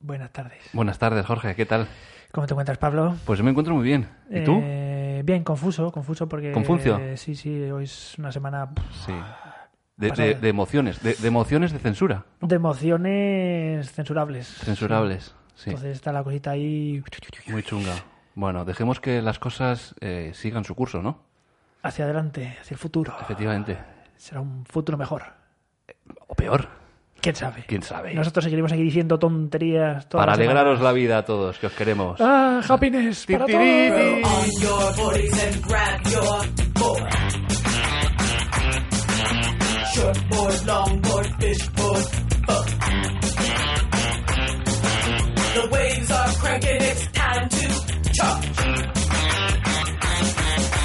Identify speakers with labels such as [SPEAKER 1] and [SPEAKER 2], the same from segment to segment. [SPEAKER 1] Buenas tardes.
[SPEAKER 2] Buenas tardes, Jorge. ¿Qué tal?
[SPEAKER 1] ¿Cómo te encuentras, Pablo?
[SPEAKER 2] Pues yo me encuentro muy bien. ¿Y tú?
[SPEAKER 1] Eh, bien, confuso, confuso porque...
[SPEAKER 2] ¿Confuncio?
[SPEAKER 1] eh, sí, sí, hoy es una semana
[SPEAKER 2] Sí. De,
[SPEAKER 1] pasada.
[SPEAKER 2] de- de emociones, de, de emociones de censura.
[SPEAKER 1] de emociones censurables.
[SPEAKER 2] Censurables. Sí.
[SPEAKER 1] Entonces está la cosita ahí
[SPEAKER 2] Muy chunga. Bueno, dejemos que las cosas eh, sigan su curso, ¿no?
[SPEAKER 1] hacia adelante, hacia el futuro.
[SPEAKER 2] Efectivamente.
[SPEAKER 1] Será un futuro mejor.
[SPEAKER 2] O peor.
[SPEAKER 1] ¿Quién sabe?
[SPEAKER 2] ¿Quién sabe?
[SPEAKER 1] Nosotros seguiremos aquí diciendo tonterías todas
[SPEAKER 2] Para
[SPEAKER 1] las semanas.
[SPEAKER 2] alegraros la vida a todos, que os queremos.
[SPEAKER 1] ¡Ah, happiness! Para todos.
[SPEAKER 2] Titiriti.
[SPEAKER 3] on your forties and grab your board. Short board, long board, fish board, boat. The waves are cranking, it's time to charge.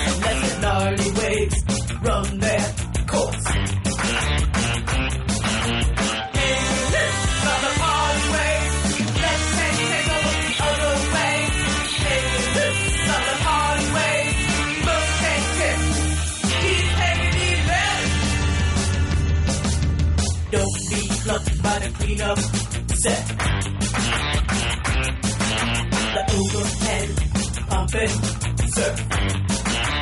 [SPEAKER 3] And let the gnarly waves run their course. From the party way, let's take take a look the other way. Take loose from the party way, most take tips, keep taking these risks. Don't be clumped by the cleanup set. The overhead pumping surf.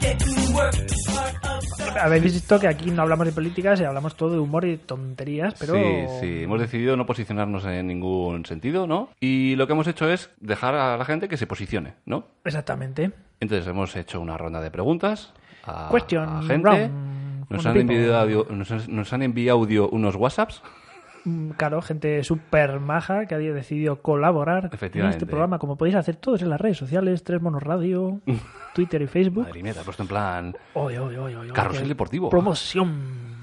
[SPEAKER 3] Getting work is part of the
[SPEAKER 1] Habéis visto que aquí no hablamos de políticas y hablamos todo de humor y tonterías, pero...
[SPEAKER 2] Sí, sí. Hemos decidido no posicionarnos en ningún sentido, ¿no? Y lo que hemos hecho es dejar a la gente que se posicione, ¿no?
[SPEAKER 1] Exactamente.
[SPEAKER 2] Entonces hemos hecho una ronda de preguntas a,
[SPEAKER 1] Question
[SPEAKER 2] a gente.
[SPEAKER 1] round.
[SPEAKER 2] Nos
[SPEAKER 1] Con
[SPEAKER 2] han,
[SPEAKER 1] people.
[SPEAKER 2] enviado audio- nos, han- nos han enviado audio unos WhatsApps.
[SPEAKER 1] Mm, Claro, gente súper maja que ha decidido colaborar en
[SPEAKER 2] Efectivamente.
[SPEAKER 1] este programa, como podéis hacer todos en las redes sociales, Tres Monos Radio, Twitter y Facebook.
[SPEAKER 2] Madre mía, te has puesto en plan...
[SPEAKER 1] Oye, oye, oye, oye,
[SPEAKER 2] Carrusel
[SPEAKER 1] qué
[SPEAKER 2] deportivo.
[SPEAKER 1] Promoción.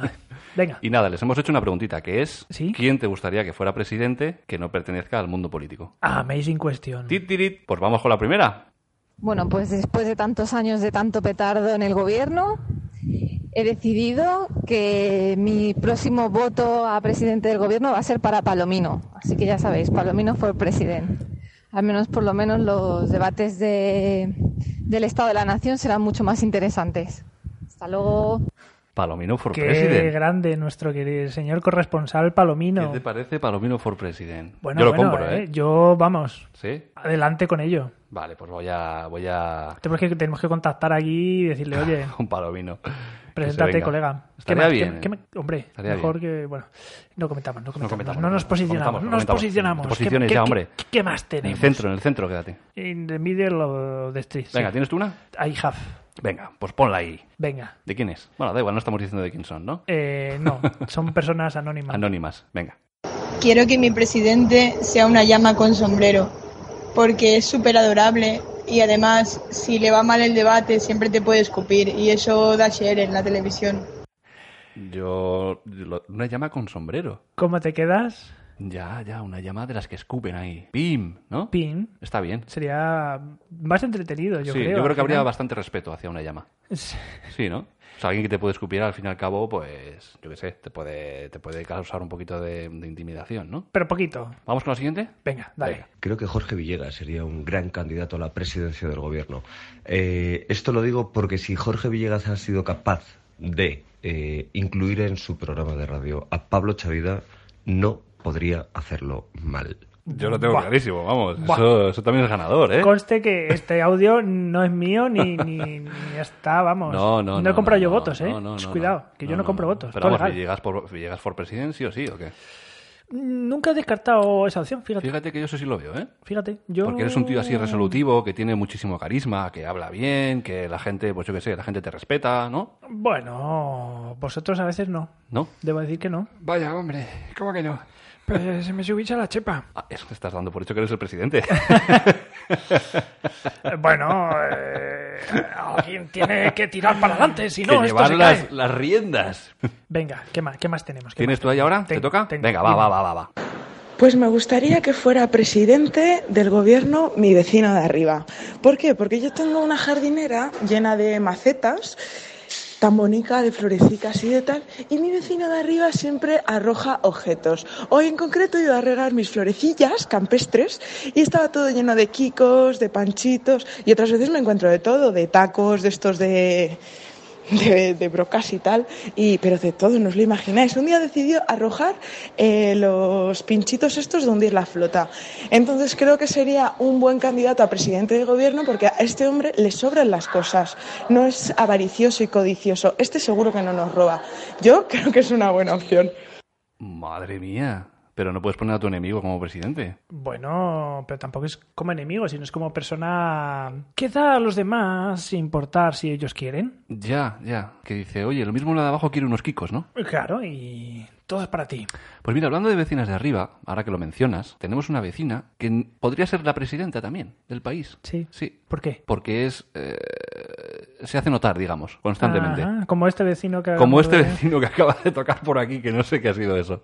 [SPEAKER 1] Venga,
[SPEAKER 2] Y nada, les hemos hecho una preguntita, que es...
[SPEAKER 1] ¿Sí?
[SPEAKER 2] ¿Quién te gustaría que fuera presidente que no pertenezca al mundo político?
[SPEAKER 1] amazing cuestión.
[SPEAKER 2] Tit, tirit. Pues vamos con la primera.
[SPEAKER 4] Bueno, pues después de tantos años de tanto petardo en el gobierno, he decidido que mi próximo voto a presidente del gobierno va a ser para Palomino. Así que ya sabéis, Palomino fue presidente. Al menos, por lo menos, los debates de- del Estado de la Nación serán mucho más interesantes. Hasta luego.
[SPEAKER 2] Palomino for
[SPEAKER 1] Qué
[SPEAKER 2] president.
[SPEAKER 1] grande nuestro querido señor corresponsal Palomino.
[SPEAKER 2] ¿Qué te parece Palomino for president?
[SPEAKER 1] Bueno,
[SPEAKER 2] Yo lo
[SPEAKER 1] bueno,
[SPEAKER 2] compro, ¿eh?
[SPEAKER 1] Yo, vamos,
[SPEAKER 2] ¿Sí?
[SPEAKER 1] adelante con ello.
[SPEAKER 2] Vale, pues voy a... Voy a...
[SPEAKER 1] Tenemos que, tenemos que contactar aquí y decirle, oye,
[SPEAKER 2] Con Palomino. Que se
[SPEAKER 1] Preséntate,
[SPEAKER 2] venga.
[SPEAKER 1] colega. ¿Qué
[SPEAKER 2] Estaría
[SPEAKER 1] más? ¿Qué-
[SPEAKER 2] bien.
[SPEAKER 1] qué
[SPEAKER 2] ¿eh?
[SPEAKER 1] más? hombre,
[SPEAKER 2] Estaría
[SPEAKER 1] mejor
[SPEAKER 2] bien.
[SPEAKER 1] que. Bueno, no comentamos, no comentamos. No,
[SPEAKER 2] comentamos,
[SPEAKER 1] nos
[SPEAKER 2] no
[SPEAKER 1] posicionamos.
[SPEAKER 2] comentamos,
[SPEAKER 1] no
[SPEAKER 2] no
[SPEAKER 1] nos
[SPEAKER 2] comentamos.
[SPEAKER 1] posicionamos.
[SPEAKER 2] Te posiciones
[SPEAKER 1] ¿Qué,
[SPEAKER 2] ya,
[SPEAKER 1] qué-
[SPEAKER 2] hombre.
[SPEAKER 1] qué- qué más
[SPEAKER 2] En el
[SPEAKER 1] tenemos?
[SPEAKER 2] centro, en el centro, quédate.
[SPEAKER 1] In the middle of the street. sí.
[SPEAKER 2] Venga, ¿tienes tú una?
[SPEAKER 1] I have.
[SPEAKER 2] Venga, pues ponla ahí.
[SPEAKER 1] Venga.
[SPEAKER 2] ¿De quién es? Bueno, da igual, no estamos diciendo de quién son, ¿no?
[SPEAKER 1] Eh, no, son personas anónimas.
[SPEAKER 2] Anónimas, venga.
[SPEAKER 5] Quiero que mi presidente sea una llama con sombrero, porque es súper adorable y además, si le va mal el debate, siempre te puede escupir y eso da share en la televisión.
[SPEAKER 2] Yo... lo- Una llama con sombrero.
[SPEAKER 1] ¿Cómo te quedas?
[SPEAKER 2] Ya, ya, una llama de las que escupen ahí. ¡Pim! ¿No?
[SPEAKER 1] Pin.
[SPEAKER 2] Está bien.
[SPEAKER 1] Sería Ah, más entretenido, yo
[SPEAKER 2] sí,
[SPEAKER 1] creo.
[SPEAKER 2] yo creo
[SPEAKER 1] al
[SPEAKER 2] que habría
[SPEAKER 1] final.
[SPEAKER 2] bastante respeto hacia una llama. Sí, ¿no? O sea, alguien que te puede escupir, al fin y al cabo, pues, yo qué sé, te puede, te puede causar un poquito de, de intimidación, ¿no?
[SPEAKER 1] Pero poquito.
[SPEAKER 2] ¿Vamos con la siguiente?
[SPEAKER 1] Venga, dale.
[SPEAKER 2] Venga.
[SPEAKER 6] Creo que Jorge Villegas sería un gran candidato a la presidencia del gobierno. Eh, esto lo digo porque si Jorge Villegas ha sido capaz de eh, incluir en su programa de radio a Pablo Chavida, no podría hacerlo mal.
[SPEAKER 2] Yo lo tengo
[SPEAKER 1] Buah.
[SPEAKER 2] clarísimo, vamos.
[SPEAKER 1] Buah.
[SPEAKER 2] Eso, eso también es ganador, ¿eh?
[SPEAKER 1] Conste que este audio no es mío ni, ni, ni está, vamos.
[SPEAKER 2] No, no, no.
[SPEAKER 1] No he comprado yo
[SPEAKER 2] no,
[SPEAKER 1] votos, ¿eh?
[SPEAKER 2] no, no,
[SPEAKER 1] Sh,
[SPEAKER 2] no,
[SPEAKER 1] Cuidado, que yo no, compro votos.
[SPEAKER 2] Pero
[SPEAKER 1] todo
[SPEAKER 2] vamos,
[SPEAKER 1] legal.
[SPEAKER 2] Villegas por, Villegas for President, sí o sí, ¿o qué?
[SPEAKER 1] Nunca he descartado esa opción, fíjate.
[SPEAKER 2] Fíjate que yo eso sí lo veo, ¿eh?
[SPEAKER 1] Fíjate, yo...
[SPEAKER 2] Porque eres un tío
[SPEAKER 1] Mm.
[SPEAKER 2] así resolutivo, que tiene muchísimo carisma, que habla bien, que la gente, pues yo qué sé, la gente te respeta, ¿no?
[SPEAKER 1] Bueno, vosotros a veces no.
[SPEAKER 2] ¿No?
[SPEAKER 1] Debo decir que no.
[SPEAKER 2] Vaya, hombre, ¿cómo que no?
[SPEAKER 1] Pues se me subís a la chepa.
[SPEAKER 2] Ah, eso te estás dando por hecho que eres el presidente.
[SPEAKER 1] Bueno, eh, alguien tiene que tirar para adelante, si no, esto
[SPEAKER 2] que llevar
[SPEAKER 1] se
[SPEAKER 2] las,
[SPEAKER 1] cae.
[SPEAKER 2] las riendas.
[SPEAKER 1] Venga, ¿qué más, qué más tenemos? ¿Qué
[SPEAKER 2] ¿Tienes
[SPEAKER 1] más
[SPEAKER 2] tú ahí
[SPEAKER 1] tenemos?
[SPEAKER 2] ahora? ¿Te
[SPEAKER 1] Tengo,
[SPEAKER 2] toca?
[SPEAKER 1] tengo.
[SPEAKER 2] Venga, va, va, va, va, va.
[SPEAKER 7] Pues me gustaría que fuera presidente del gobierno mi vecino de arriba. ¿Por qué? Porque yo tengo una jardinera llena de macetas, tan bonita, de florecicas y de tal, y mi vecino de arriba siempre arroja objetos. Hoy en concreto iba a regar mis florecillas campestres y estaba todo lleno de quicos, de panchitos, y otras veces me encuentro de todo, de tacos, de estos de de, de brocas y tal, y, pero de todo, no os lo imagináis. Un día decidió arrojar eh, los pinchitos estos de hundir la flota. Entonces creo que sería un buen candidato a presidente de gobierno porque a este hombre le sobran las cosas. No es avaricioso y codicioso. Este seguro que no nos roba. Yo creo que es una buena opción.
[SPEAKER 2] Madre mía. Pero no puedes poner a tu enemigo como presidente.
[SPEAKER 1] Bueno, pero tampoco es como enemigo, sino es como persona que da a los demás sin importar si ellos quieren.
[SPEAKER 2] Ya, ya. Que dice, oye, lo mismo la de abajo quiere unos kikos, ¿no?
[SPEAKER 1] Claro, y todo es para ti.
[SPEAKER 2] Pues mira, hablando de vecinas de arriba, ahora que lo mencionas, tenemos una vecina que n- podría ser la presidenta también del país.
[SPEAKER 1] Sí.
[SPEAKER 2] Sí.
[SPEAKER 1] ¿Por qué?
[SPEAKER 2] Porque es. eh, se hace notar, digamos, constantemente.
[SPEAKER 1] Ajá, como este vecino que...
[SPEAKER 2] Como este
[SPEAKER 1] vecino.
[SPEAKER 2] vecino que acaba de tocar por aquí, que no sé qué ha sido eso.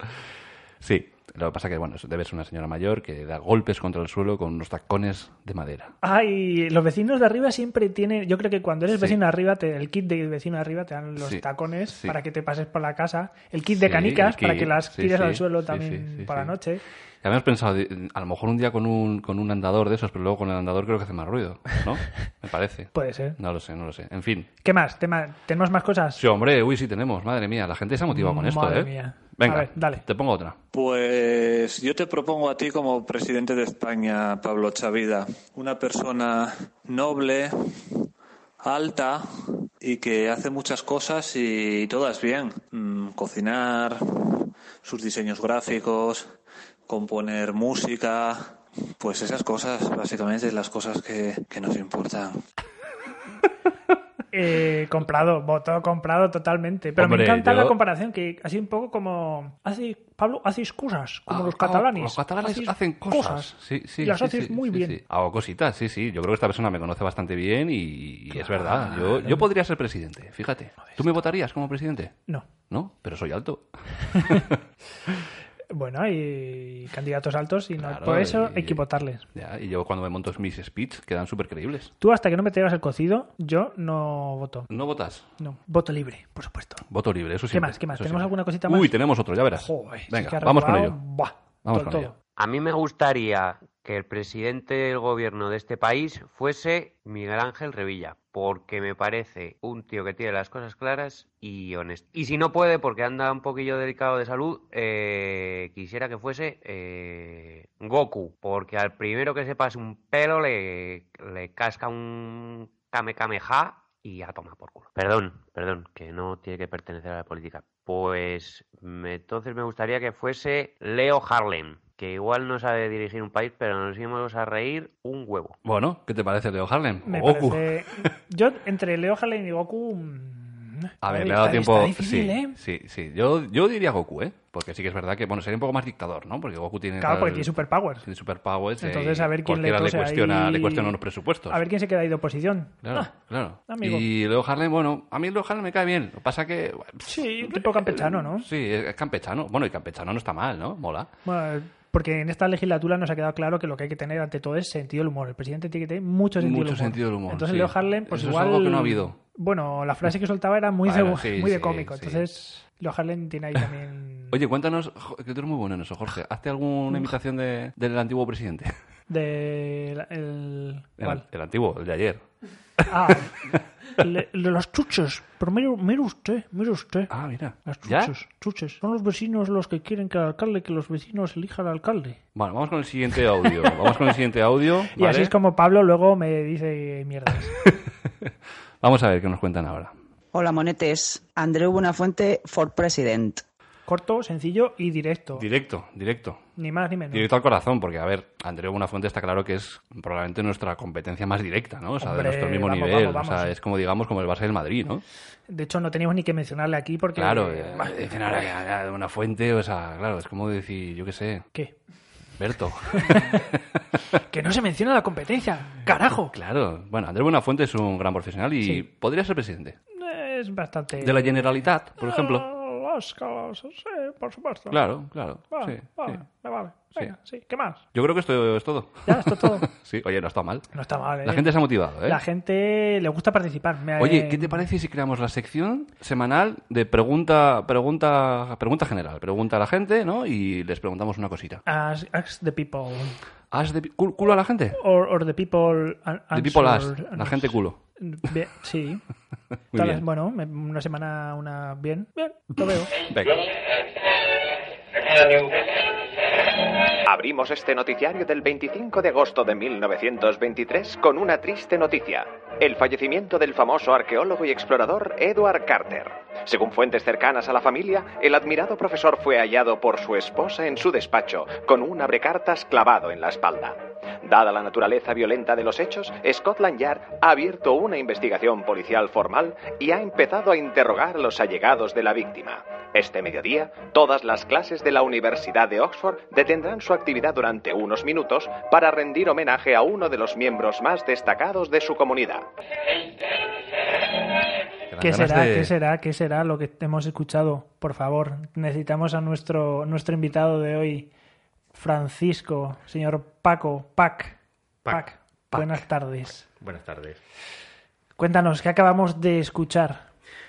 [SPEAKER 2] Sí, lo que pasa que, bueno, eso debe ser una señora mayor que da golpes contra el suelo con unos tacones de madera.
[SPEAKER 1] Ay, los vecinos de arriba siempre tienen. Yo creo que cuando eres
[SPEAKER 2] Sí.
[SPEAKER 1] vecino de arriba, te- el kit de vecino de arriba te dan los
[SPEAKER 2] Sí,
[SPEAKER 1] tacones
[SPEAKER 2] sí.
[SPEAKER 1] para que te pases por la casa. El kit
[SPEAKER 2] Sí,
[SPEAKER 1] de canicas
[SPEAKER 2] el kit,
[SPEAKER 1] para que las
[SPEAKER 2] sí,
[SPEAKER 1] tires
[SPEAKER 2] sí,
[SPEAKER 1] al suelo
[SPEAKER 2] sí,
[SPEAKER 1] también
[SPEAKER 2] sí, sí,
[SPEAKER 1] por la
[SPEAKER 2] sí.
[SPEAKER 1] noche.
[SPEAKER 2] Ya habíamos pensado, de- a lo mejor un día con un, con un andador de esos, pero luego con el andador creo que hace más ruido, ¿no? Me parece.
[SPEAKER 1] Puede ser.
[SPEAKER 2] No lo sé, no lo sé. En fin.
[SPEAKER 1] ¿Qué más? ¿Tema- ¿Tenemos más cosas?
[SPEAKER 2] Sí, hombre, uy, sí tenemos. Madre mía, la gente se ha motivado con esto,
[SPEAKER 1] Madre
[SPEAKER 2] ¿eh?
[SPEAKER 1] mía.
[SPEAKER 2] Venga,
[SPEAKER 1] A ver, dale.
[SPEAKER 2] te pongo otra.
[SPEAKER 8] Pues yo te propongo a ti como presidente de España, Pablo Chavida, una persona noble, alta y que hace muchas cosas y todas bien. Mm, Cocinar, sus diseños gráficos, componer música, pues esas cosas básicamente las cosas que, que nos importan.
[SPEAKER 1] Eh, comprado, voto comprado totalmente. Pero
[SPEAKER 2] Hombre,
[SPEAKER 1] me encanta
[SPEAKER 2] yo-
[SPEAKER 1] la comparación, que así un poco como. Hace, Pablo, haces cosas, como
[SPEAKER 2] Ah,
[SPEAKER 1] los
[SPEAKER 2] ah,
[SPEAKER 1] catalanes.
[SPEAKER 2] Los catalanes
[SPEAKER 1] Haces
[SPEAKER 2] hacen cosas. Sí, sí,
[SPEAKER 1] y las
[SPEAKER 2] sí,
[SPEAKER 1] haces
[SPEAKER 2] sí,
[SPEAKER 1] muy
[SPEAKER 2] sí,
[SPEAKER 1] bien.
[SPEAKER 2] sí. Hago cositas, sí, sí. Yo creo que esta persona me conoce bastante bien y, y es verdad. Yo, yo podría ser presidente, fíjate. ¿Tú me votarías como presidente?
[SPEAKER 1] No.
[SPEAKER 2] No, pero soy alto.
[SPEAKER 1] Bueno, hay candidatos altos y no,
[SPEAKER 2] Claro,
[SPEAKER 1] por eso
[SPEAKER 2] y-
[SPEAKER 1] hay que votarles.
[SPEAKER 2] Ya, y yo cuando me monto mis speech quedan súper creíbles.
[SPEAKER 1] Tú hasta que no me traigas el cocido, yo no voto.
[SPEAKER 2] No votas.
[SPEAKER 1] No, voto libre, por supuesto.
[SPEAKER 2] Voto libre, eso siempre.
[SPEAKER 1] más? ¿Qué más?
[SPEAKER 2] eso
[SPEAKER 1] ¿Tenemos
[SPEAKER 2] siempre.
[SPEAKER 1] alguna cosita más?
[SPEAKER 2] Uy, tenemos otro, ya verás.
[SPEAKER 1] Joder, sí
[SPEAKER 2] Venga,
[SPEAKER 1] que ha
[SPEAKER 2] vamos con ello.
[SPEAKER 1] renovado, buah,
[SPEAKER 2] Vamos
[SPEAKER 1] todo,
[SPEAKER 2] con
[SPEAKER 1] todo.
[SPEAKER 2] ello.
[SPEAKER 9] A mí me gustaría que el presidente del gobierno de este país fuese Miguel Ángel Revilla, porque me parece un tío que tiene las cosas claras y honesto. Y si no puede, porque anda un poquillo delicado de salud, eh, quisiera que fuese eh, Goku, porque al primero que se pase un pelo le, le casca un Kamehameha y a tomar por culo. Perdón, perdón, que no tiene que pertenecer a la política. Pues me- entonces me gustaría que fuese Leo Harlem, que igual no sabe dirigir un país, pero nos íbamos a reír un huevo.
[SPEAKER 2] Bueno, ¿qué te parece, Leo Harlem?
[SPEAKER 1] Me
[SPEAKER 2] Goku.
[SPEAKER 1] parece... Yo entre Leo Harlem y Goku... mm,
[SPEAKER 2] A ver,
[SPEAKER 1] ahí
[SPEAKER 2] le ha dado
[SPEAKER 1] está-
[SPEAKER 2] tiempo.
[SPEAKER 1] está difícil,
[SPEAKER 2] sí,
[SPEAKER 1] ¿eh?
[SPEAKER 2] sí, sí. Yo, yo diría Goku, ¿eh? Porque sí que es verdad que, bueno, sería un poco más dictador, ¿no? Porque Goku tiene.
[SPEAKER 1] Claro,
[SPEAKER 2] tal-
[SPEAKER 1] porque tiene superpowers.
[SPEAKER 2] tiene superpowers. eh,
[SPEAKER 1] Entonces,
[SPEAKER 2] y
[SPEAKER 1] a ver quién le
[SPEAKER 2] cualquiera
[SPEAKER 1] tose
[SPEAKER 2] cuestiona,
[SPEAKER 1] ahí-
[SPEAKER 2] le cuestiona los presupuestos.
[SPEAKER 1] A ver quién se queda ahí de oposición.
[SPEAKER 2] Claro,
[SPEAKER 1] Ah,
[SPEAKER 2] claro.
[SPEAKER 1] amigo.
[SPEAKER 2] Y Leo Harlem, bueno, a mí Leo Harlem me cae bien. Lo que pasa que. bueno,
[SPEAKER 1] Sí, un tipo campechano, ¿no?
[SPEAKER 2] Sí, es campechano. Bueno, y campechano no está mal, ¿no? Mola.
[SPEAKER 1] Bueno, porque en esta legislatura nos ha quedado claro que lo que hay que tener ante todo es sentido del humor. El presidente tiene que tener mucho sentido
[SPEAKER 2] Mucho
[SPEAKER 1] del humor.
[SPEAKER 2] sentido del humor,
[SPEAKER 1] Entonces
[SPEAKER 2] sí.
[SPEAKER 1] Leo Harlem, pues
[SPEAKER 2] Eso es
[SPEAKER 1] igual...
[SPEAKER 2] algo que no ha habido.
[SPEAKER 1] Bueno, la frase que soltaba era muy,
[SPEAKER 2] Bueno,
[SPEAKER 1] de,
[SPEAKER 2] sí,
[SPEAKER 1] muy de
[SPEAKER 2] sí,
[SPEAKER 1] cómico.
[SPEAKER 2] sí.
[SPEAKER 1] Entonces Leo Harlem tiene ahí también...
[SPEAKER 2] Oye, cuéntanos, jo- que tú eres muy bueno en eso, Jorge. Hazte alguna imitación de- del antiguo presidente.
[SPEAKER 1] De... la- el-
[SPEAKER 2] El,
[SPEAKER 1] ¿cuál?
[SPEAKER 2] el antiguo, el de ayer.
[SPEAKER 1] Ah, le- de los chuches. Pero mire, mire usted, mire usted.
[SPEAKER 2] Ah, mira.
[SPEAKER 1] Las
[SPEAKER 2] ¿Ya?
[SPEAKER 1] chuches, chuches. Son los vecinos los que quieren que el alcalde, que los vecinos elijan al alcalde.
[SPEAKER 2] Bueno, vamos con el siguiente audio. Vamos con el siguiente audio.
[SPEAKER 1] Y así
[SPEAKER 2] ¿vale?
[SPEAKER 1] es como Pablo luego me dice mierdas.
[SPEAKER 2] Vamos a ver qué nos cuentan ahora.
[SPEAKER 10] Hola, monetes. Andreu Buenafuente for President.
[SPEAKER 1] Corto, sencillo y directo.
[SPEAKER 2] Directo, directo.
[SPEAKER 1] ni más ni menos.
[SPEAKER 2] Directo al corazón, porque, a ver, Andreu Buenafuente está claro que es probablemente nuestra competencia más directa, ¿no? O sea,
[SPEAKER 1] Hombre,
[SPEAKER 2] de nuestro mismo
[SPEAKER 1] vamos,
[SPEAKER 2] nivel.
[SPEAKER 1] vamos,
[SPEAKER 2] o sea,
[SPEAKER 1] vamos.
[SPEAKER 2] es como, digamos, como el Barça del Madrid, ¿no?
[SPEAKER 1] De hecho, no teníamos ni que mencionarle aquí porque.
[SPEAKER 2] Claro, eh, dicen ahora que habla de una fuente, o sea, claro, es como decir, yo qué sé,
[SPEAKER 1] ¿Qué?
[SPEAKER 2] Berto.
[SPEAKER 1] Que no se menciona la competencia. ¡Carajo!
[SPEAKER 2] claro, bueno, Andreu Buenafuente es un gran profesional y
[SPEAKER 1] Sí. Eh,
[SPEAKER 2] podría ser presidente.
[SPEAKER 1] Es bastante.
[SPEAKER 2] De la Generalitat, por ejemplo.
[SPEAKER 1] Ah, Las calas, sí, por supuesto.
[SPEAKER 2] Claro, claro.
[SPEAKER 1] Vale,
[SPEAKER 2] sí,
[SPEAKER 1] vale,
[SPEAKER 2] sí.
[SPEAKER 1] me Ah, vale. Venga, sí. ¿Qué más?
[SPEAKER 2] Yo creo que esto es todo.
[SPEAKER 1] Ya, esto es todo.
[SPEAKER 2] sí, oye, no está mal.
[SPEAKER 1] No está mal, ¿eh?
[SPEAKER 2] La gente se ha motivado, ¿eh?
[SPEAKER 1] La gente le gusta participar. Me-
[SPEAKER 2] Oye, ¿qué te parece si creamos la sección semanal de pregunta, pregunta, pregunta general? Pregunta a la gente, ¿no? Y les preguntamos una cosita.
[SPEAKER 1] Ask, ask the people.
[SPEAKER 2] ¿Has de pi- cul- culo a la gente?
[SPEAKER 1] Or, or the people. an-
[SPEAKER 2] De people
[SPEAKER 1] answer-
[SPEAKER 2] ask, la gente culo.
[SPEAKER 1] Bien, sí.
[SPEAKER 2] Muy
[SPEAKER 1] Tal
[SPEAKER 2] bien.
[SPEAKER 1] vez, bueno, me- una semana, una bien. Bien, lo veo.
[SPEAKER 2] Venga.
[SPEAKER 11] Abrimos este noticiario del 25 de agosto de 1923 con una triste noticia. El fallecimiento del famoso arqueólogo y explorador Edward Carter. Según fuentes cercanas a la familia, el admirado profesor fue hallado por su esposa en su despacho, con un abrecartas clavado en la espalda. Dada la naturaleza violenta de los hechos, Scotland Yard ha abierto una investigación policial formal y ha empezado a interrogar a los allegados de la víctima. Este mediodía, todas las clases de la Universidad de Oxford detendrán su actividad durante unos minutos para rendir homenaje a uno de los miembros más destacados de su comunidad.
[SPEAKER 2] Te dan
[SPEAKER 1] ¿Qué
[SPEAKER 2] ganas
[SPEAKER 1] será,
[SPEAKER 2] de-
[SPEAKER 1] qué será, qué será lo que hemos escuchado? Por favor, necesitamos a nuestro, nuestro invitado de hoy, Francisco, señor Paco, Pac.
[SPEAKER 12] Pac,
[SPEAKER 1] Pac.
[SPEAKER 12] Pac.
[SPEAKER 1] Buenas tardes.
[SPEAKER 12] Buenas tardes.
[SPEAKER 1] Cuéntanos, ¿qué acabamos de escuchar?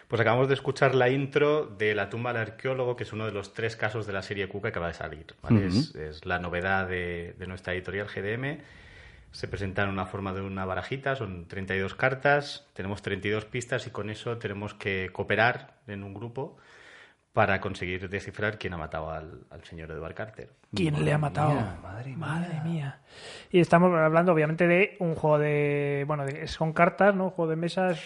[SPEAKER 12] Pues acabamos de escuchar la intro de La tumba del arqueólogo, que es uno de los tres casos de la serie Cuca que va a salir. ¿vale?
[SPEAKER 2] Ujú.
[SPEAKER 12] es, es la novedad de, de nuestra editorial GDM. Se presenta en una forma de una barajita, son 32 cartas, tenemos 32 pistas y con eso tenemos que cooperar en un grupo para conseguir descifrar quién ha matado al, al señor Edward Carter.
[SPEAKER 1] ¿Quién le ha matado?
[SPEAKER 2] madre,
[SPEAKER 1] mía. Y estamos hablando, obviamente, de un juego de. Bueno, de- son cartas, ¿no? Juego de mesas.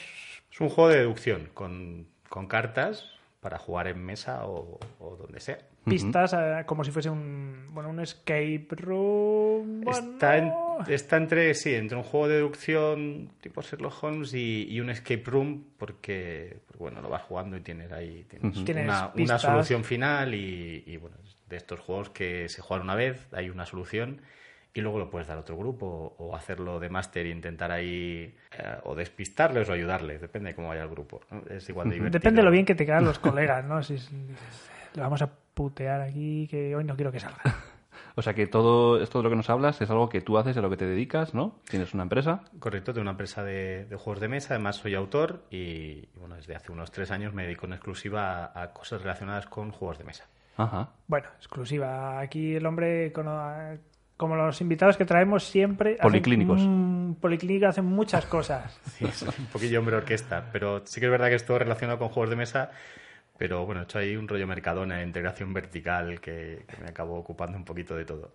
[SPEAKER 12] Es un juego de deducción con, con cartas para jugar en mesa o, o donde sea.
[SPEAKER 1] Pistas, eh, como si fuese un. Bueno, un escape room. bueno,
[SPEAKER 12] Está, en- está entre, sí, entre un juego de deducción tipo Sherlock Holmes y, y un escape room, porque, pues bueno, lo vas jugando y tienes ahí tienes
[SPEAKER 1] Ujú. Tienes
[SPEAKER 12] una, una
[SPEAKER 1] pistas.
[SPEAKER 12] solución final y, y, bueno, es de estos juegos que se juegan una vez, hay una solución y luego lo puedes dar a otro grupo o hacerlo de máster e intentar ahí eh, o despistarles o ayudarles, depende de cómo vaya el grupo. ¿no? Es igual de divertido.
[SPEAKER 1] Depende de lo bien que te caigan los colegas, ¿no? Si es- le vamos a putear aquí, que hoy no quiero que salga.
[SPEAKER 2] O sea que todo esto de lo que nos hablas es algo que tú haces, a lo que te dedicas, ¿no? Tienes una empresa.
[SPEAKER 12] Correcto, de una empresa de, de juegos de mesa. Además, soy autor y, bueno, desde hace unos tres años me dedico en exclusiva a, a cosas relacionadas con juegos de mesa.
[SPEAKER 2] Ajá.
[SPEAKER 1] Bueno, exclusiva. Aquí el hombre, cono- como los invitados que traemos siempre. hacen-
[SPEAKER 2] Policlínicos.
[SPEAKER 1] Mm, Policlínicos hacen muchas cosas.
[SPEAKER 12] Sí, soy un poquillo hombre orquesta, pero sí que es verdad que es todo relacionado con juegos de mesa. Pero bueno, he hecho ahí un rollo mercadona, integración vertical, que, que me acabo ocupando un poquito de todo.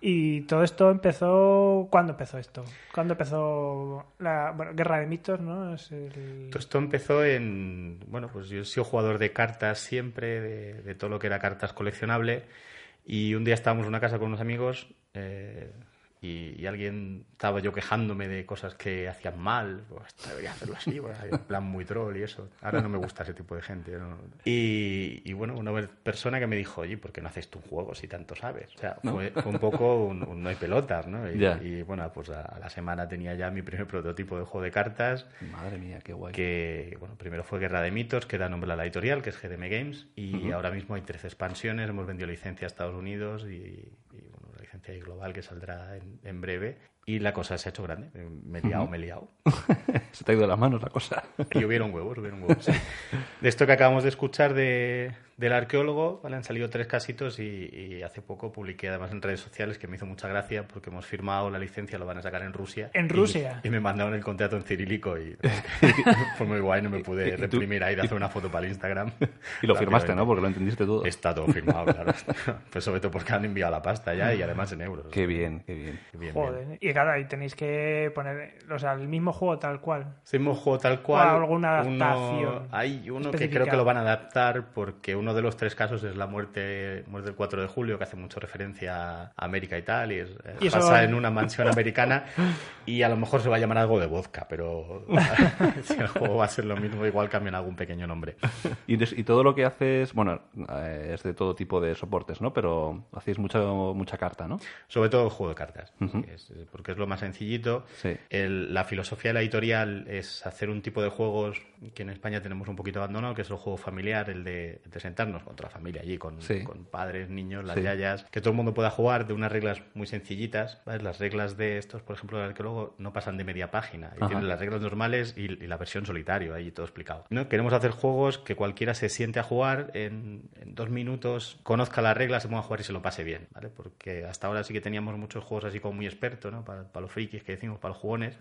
[SPEAKER 1] Y todo esto empezó. ¿Cuándo empezó esto? ¿Cuándo empezó la bueno, guerra de mitos, no? Es el-
[SPEAKER 12] Todo Pues esto empezó en. Bueno, pues yo he sido jugador de cartas siempre, de, de todo lo que era cartas coleccionable. Y un día estábamos en una casa con unos amigos eh, y, y alguien estaba yo quejándome de cosas que hacían mal. Pues, "Esto debería hacerlo así, bueno, en plan muy troll y eso. Ahora no me gusta ese tipo de gente. yo no- Y, y bueno, una vez- persona que me dijo, oye, ¿por qué no haces tú un juego si tanto sabes? O sea,
[SPEAKER 2] ¿No?
[SPEAKER 12] fue, fue un poco un, un no hay pelotas, ¿no? Y,
[SPEAKER 2] Ya.
[SPEAKER 12] y, bueno, pues a, a la semana tenía ya mi primer prototipo de juego de cartas
[SPEAKER 2] Madre mía, qué guay.
[SPEAKER 12] que bueno, primero fue Guerra de Mitos, que da nombre a la editorial, que es GDM Games, y
[SPEAKER 2] Ujú.
[SPEAKER 12] ahora mismo hay 13 expansiones, hemos vendido licencia a Estados Unidos y, y, bueno, una licencia ahí global que saldrá en, en breve. Y la cosa se ha hecho grande, me he liado,
[SPEAKER 2] Ujú.
[SPEAKER 12] me he liado.
[SPEAKER 2] Se te ha ido de las manos la cosa.
[SPEAKER 12] Y hubieron huevos, hubieron huevos. sí. De esto que acabamos de escuchar de, del arqueólogo, ¿vale? han salido tres casitos y, y hace poco publiqué además en redes sociales que me hizo mucha gracia porque hemos firmado la licencia, lo van a sacar en Rusia.
[SPEAKER 1] ¿En
[SPEAKER 12] Y-
[SPEAKER 1] Rusia?
[SPEAKER 12] Y, me mandaron el contrato en cirílico y fue muy guay, no me
[SPEAKER 2] ¿Y- y
[SPEAKER 12] pude
[SPEAKER 2] tú?
[SPEAKER 12] reprimir ahí de hacer una foto para el Instagram.
[SPEAKER 2] Y lo firmaste, ¿no?
[SPEAKER 12] Rápidamente.
[SPEAKER 2] Porque lo entendiste todo.
[SPEAKER 12] Está todo firmado, claro. Pues sobre todo porque han enviado la pasta ya y además en euros.
[SPEAKER 2] Qué bien, qué bien.
[SPEAKER 12] Bien, bien.
[SPEAKER 1] Joder. Y claro, ahí tenéis que poner. O sea, el mismo juego tal cual.
[SPEAKER 12] Hicimos juego tal cual.
[SPEAKER 1] O alguna
[SPEAKER 12] Uno-
[SPEAKER 1] adaptación
[SPEAKER 12] hay uno que
[SPEAKER 1] específica.
[SPEAKER 12] creo que lo van a adaptar porque uno de los tres casos es la muerte, muerte del 4 de julio, que hace mucho referencia a América y tal. Y, es, eh,
[SPEAKER 1] Y eso-
[SPEAKER 12] pasa en una mansión americana y a lo mejor se va a llamar algo de vodka, pero si el juego va a ser lo mismo, igual cambian algún pequeño nombre.
[SPEAKER 2] Y, des- y todo lo que haces, bueno, eh, es de todo tipo de soportes, ¿no? Pero hacéis mucha, mucha carta, ¿no?
[SPEAKER 12] Sobre todo el juego de cartas,
[SPEAKER 2] Ujú.
[SPEAKER 12] que es- eh, porque es lo más sencillito.
[SPEAKER 2] Sí.
[SPEAKER 12] El- la filosofía de la editorial es hacer un tipo de juegos que en España tenemos un poquito abandonado, que es el juego familiar, el de, el de sentarte enfrentarnos con toda la familia allí, con,
[SPEAKER 2] Sí.
[SPEAKER 12] con padres, niños, las
[SPEAKER 2] Sí.
[SPEAKER 12] yayas, que todo el mundo pueda jugar de unas reglas muy sencillitas. ¿vale? Las reglas de estos, por ejemplo, del arqueólogo no pasan de media página. Y
[SPEAKER 2] Ajá.
[SPEAKER 12] tienen las reglas normales y, y la versión solitario, ahí todo explicado. ¿no? Queremos hacer juegos que cualquiera se siente a jugar en, en dos minutos, conozca las reglas, se ponga a jugar y se lo pase bien, ¿vale? Porque hasta ahora sí que teníamos muchos juegos así como muy expertos, ¿no? Para, para los frikis que decimos, para los jugones.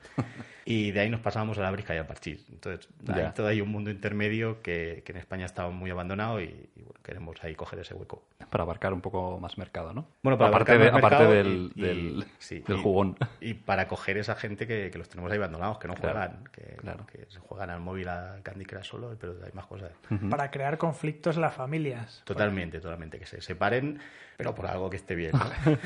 [SPEAKER 12] y de ahí nos pasábamos a la brisca y al parchís. Entonces, ahí
[SPEAKER 2] Ya.
[SPEAKER 12] todo hay un mundo intermedio que, que en España estaba muy abandonado y, y, bueno, queremos ahí coger ese hueco.
[SPEAKER 2] Para abarcar un poco más mercado, ¿no?
[SPEAKER 12] Bueno, para
[SPEAKER 2] aparte,
[SPEAKER 12] abarcar
[SPEAKER 2] de-
[SPEAKER 12] más
[SPEAKER 2] aparte
[SPEAKER 12] mercado
[SPEAKER 2] del,
[SPEAKER 12] y- y-
[SPEAKER 2] del,
[SPEAKER 12] sí,
[SPEAKER 2] del
[SPEAKER 12] y-
[SPEAKER 2] jugón.
[SPEAKER 12] Y para coger esa gente que, que los tenemos ahí abandonados, que no
[SPEAKER 2] Claro,
[SPEAKER 12] juegan, que, que se juegan al móvil a Candy Crush solo, pero hay más cosas.
[SPEAKER 1] Para crear conflictos las familias.
[SPEAKER 12] Totalmente, totalmente, que se separen, pero por algo que esté bien. ¿no?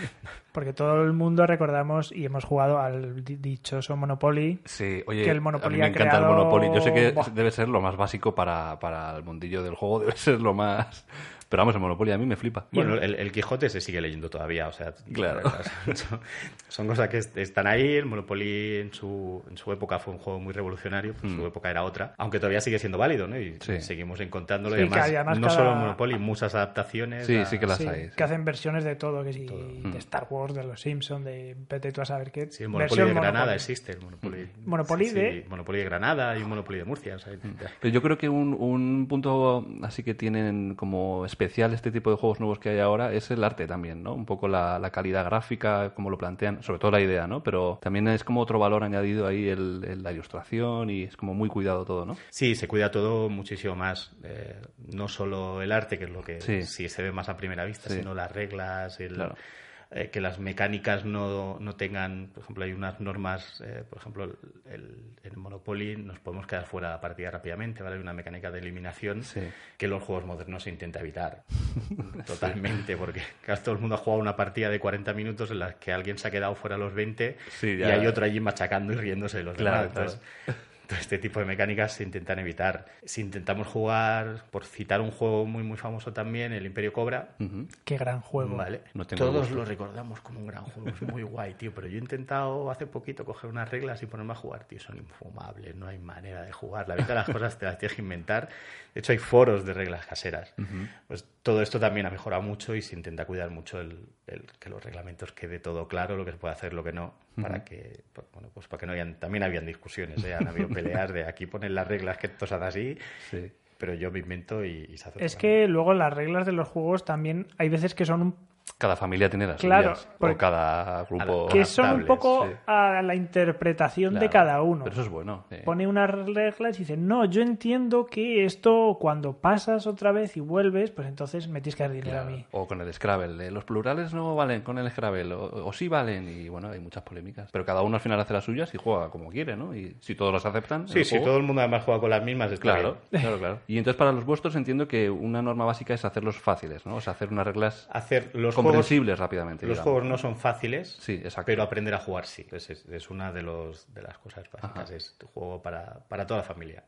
[SPEAKER 1] Porque todo el mundo recordamos y hemos jugado al di- dichoso Monopoly.
[SPEAKER 2] Sí, oye,
[SPEAKER 1] que el
[SPEAKER 2] a mí
[SPEAKER 1] Monopoly
[SPEAKER 2] me
[SPEAKER 1] ha
[SPEAKER 2] encanta
[SPEAKER 1] creado-
[SPEAKER 2] el Monopoly. Yo sé que
[SPEAKER 1] Buah,
[SPEAKER 2] debe ser lo más básico para, para el mundillo del juego, debe ser lo más... Pero vamos, el Monopoly a mí me flipa.
[SPEAKER 12] Bueno, el, el Quijote se sigue leyendo todavía, o sea,
[SPEAKER 2] Claro.
[SPEAKER 12] son- son cosas que est- están ahí. El Monopoly en su, en su época fue un juego muy revolucionario, en
[SPEAKER 1] Mm.
[SPEAKER 12] su época era otra, aunque todavía sigue siendo válido, ¿no? Y seguimos encontrándolo.
[SPEAKER 1] Sí,
[SPEAKER 12] y además,
[SPEAKER 1] que además
[SPEAKER 12] no
[SPEAKER 1] cada-
[SPEAKER 12] solo el Monopoly, muchas adaptaciones. a-
[SPEAKER 1] sí, Que hacen versiones de todo, que si de Star Wars, de los Simpsons, de vete tú a saber qué.
[SPEAKER 12] Sí, el Monopoly
[SPEAKER 1] Versión
[SPEAKER 12] de Granada
[SPEAKER 1] Monopoly.
[SPEAKER 12] existe, el Monopoly.
[SPEAKER 1] Monopoly
[SPEAKER 12] sí, sí,
[SPEAKER 1] de-
[SPEAKER 12] Monopoly de Granada y un Monopoly de Murcia. o sea,
[SPEAKER 1] Mm.
[SPEAKER 2] Pero yo creo que un, un punto así que tienen como especial este tipo de juegos nuevos que hay ahora es el arte también, ¿no? Un poco la, la calidad gráfica, como lo plantean, sobre todo la idea, ¿no? Pero también es como otro valor añadido ahí el, el- la ilustración y es como muy cuidado todo, ¿no?
[SPEAKER 12] Sí, se cuida todo muchísimo más. Eh, no solo el arte, que es lo que
[SPEAKER 2] Sí.
[SPEAKER 12] sí, se ve más a primera vista,
[SPEAKER 2] Sí.
[SPEAKER 12] sino las reglas, el-
[SPEAKER 2] Claro.
[SPEAKER 12] eh, que las mecánicas no, no tengan, por ejemplo, hay unas normas, eh, por ejemplo, el, el- en Monopoly nos podemos quedar fuera de la partida rápidamente, ¿vale? Hay una mecánica de eliminación
[SPEAKER 2] Sí.
[SPEAKER 12] que en los juegos modernos se intenta evitar totalmente, porque casi todo el mundo ha jugado una partida de 40 minutos en la que alguien se ha quedado fuera a los 20
[SPEAKER 2] Sí,
[SPEAKER 12] y
[SPEAKER 2] ya.
[SPEAKER 12] hay otro allí machacando y riéndose de los demás.
[SPEAKER 2] Claro,
[SPEAKER 12] Entonces, todo este tipo de mecánicas se intentan evitar. Si intentamos jugar, por citar un juego muy muy famoso también, el Imperio Cobra,
[SPEAKER 1] Qué gran juego.
[SPEAKER 12] Vale.
[SPEAKER 2] No tengo
[SPEAKER 12] Todos
[SPEAKER 2] gusto.
[SPEAKER 12] lo recordamos como un gran juego, es muy guay, tío. Pero yo he intentado hace poquito coger unas reglas y ponerme a jugar, tío. Son infumables, no hay manera de jugar. La vida de las cosas te las tienes que inventar. De hecho, hay foros de reglas caseras. Pues todo esto también ha mejorado mucho y se intenta cuidar mucho el, el que los reglamentos quede todo claro, lo que se puede hacer, lo que no, para
[SPEAKER 2] Ujú.
[SPEAKER 12] que, pa- bueno, pues para que no hayan, también habían discusiones, ¿eh? han habido peleas de aquí ponen las reglas que estos hacen así, pero yo me invento y, y se hace
[SPEAKER 1] Es
[SPEAKER 12] otra
[SPEAKER 1] que luego las reglas de los juegos también hay veces que son un
[SPEAKER 2] Cada familia tiene las
[SPEAKER 1] Claro,
[SPEAKER 2] suyas, o
[SPEAKER 1] porque-
[SPEAKER 2] cada grupo...
[SPEAKER 1] que son un
[SPEAKER 2] adaptable,
[SPEAKER 1] poco
[SPEAKER 2] sí.
[SPEAKER 1] a la interpretación de
[SPEAKER 2] Claro,
[SPEAKER 1] cada uno.
[SPEAKER 2] Pero eso es bueno. eh.
[SPEAKER 1] Pone unas reglas y dice, no, yo entiendo que esto cuando pasas otra vez y vuelves, pues entonces me tienes que dar dinero a mí.
[SPEAKER 2] O con el Scrabble. eh, Los plurales no valen con el Scrabble. O, o sí valen. Y bueno, hay muchas polémicas. Pero cada uno al final hace las suyas y juega como quiere, ¿no? Y si todos las aceptan.
[SPEAKER 12] Sí,
[SPEAKER 2] el
[SPEAKER 12] si
[SPEAKER 2] juego-
[SPEAKER 12] todo el mundo además juega con las mismas, está
[SPEAKER 2] Claro,
[SPEAKER 12] bien.
[SPEAKER 2] claro, claro. Y entonces para los vuestros entiendo que una norma básica es hacerlos fáciles, ¿no? O sea, hacer unas reglas
[SPEAKER 12] hacer los
[SPEAKER 2] comprensibles
[SPEAKER 12] juegos,
[SPEAKER 2] rápidamente.
[SPEAKER 12] Los
[SPEAKER 2] digamos.
[SPEAKER 12] juegos no son fáciles,
[SPEAKER 2] exacto. Pues
[SPEAKER 12] pero aprender a jugar sí. Es, es- es una de, los, de las cosas básicas. Es tu juego para, para toda la familia.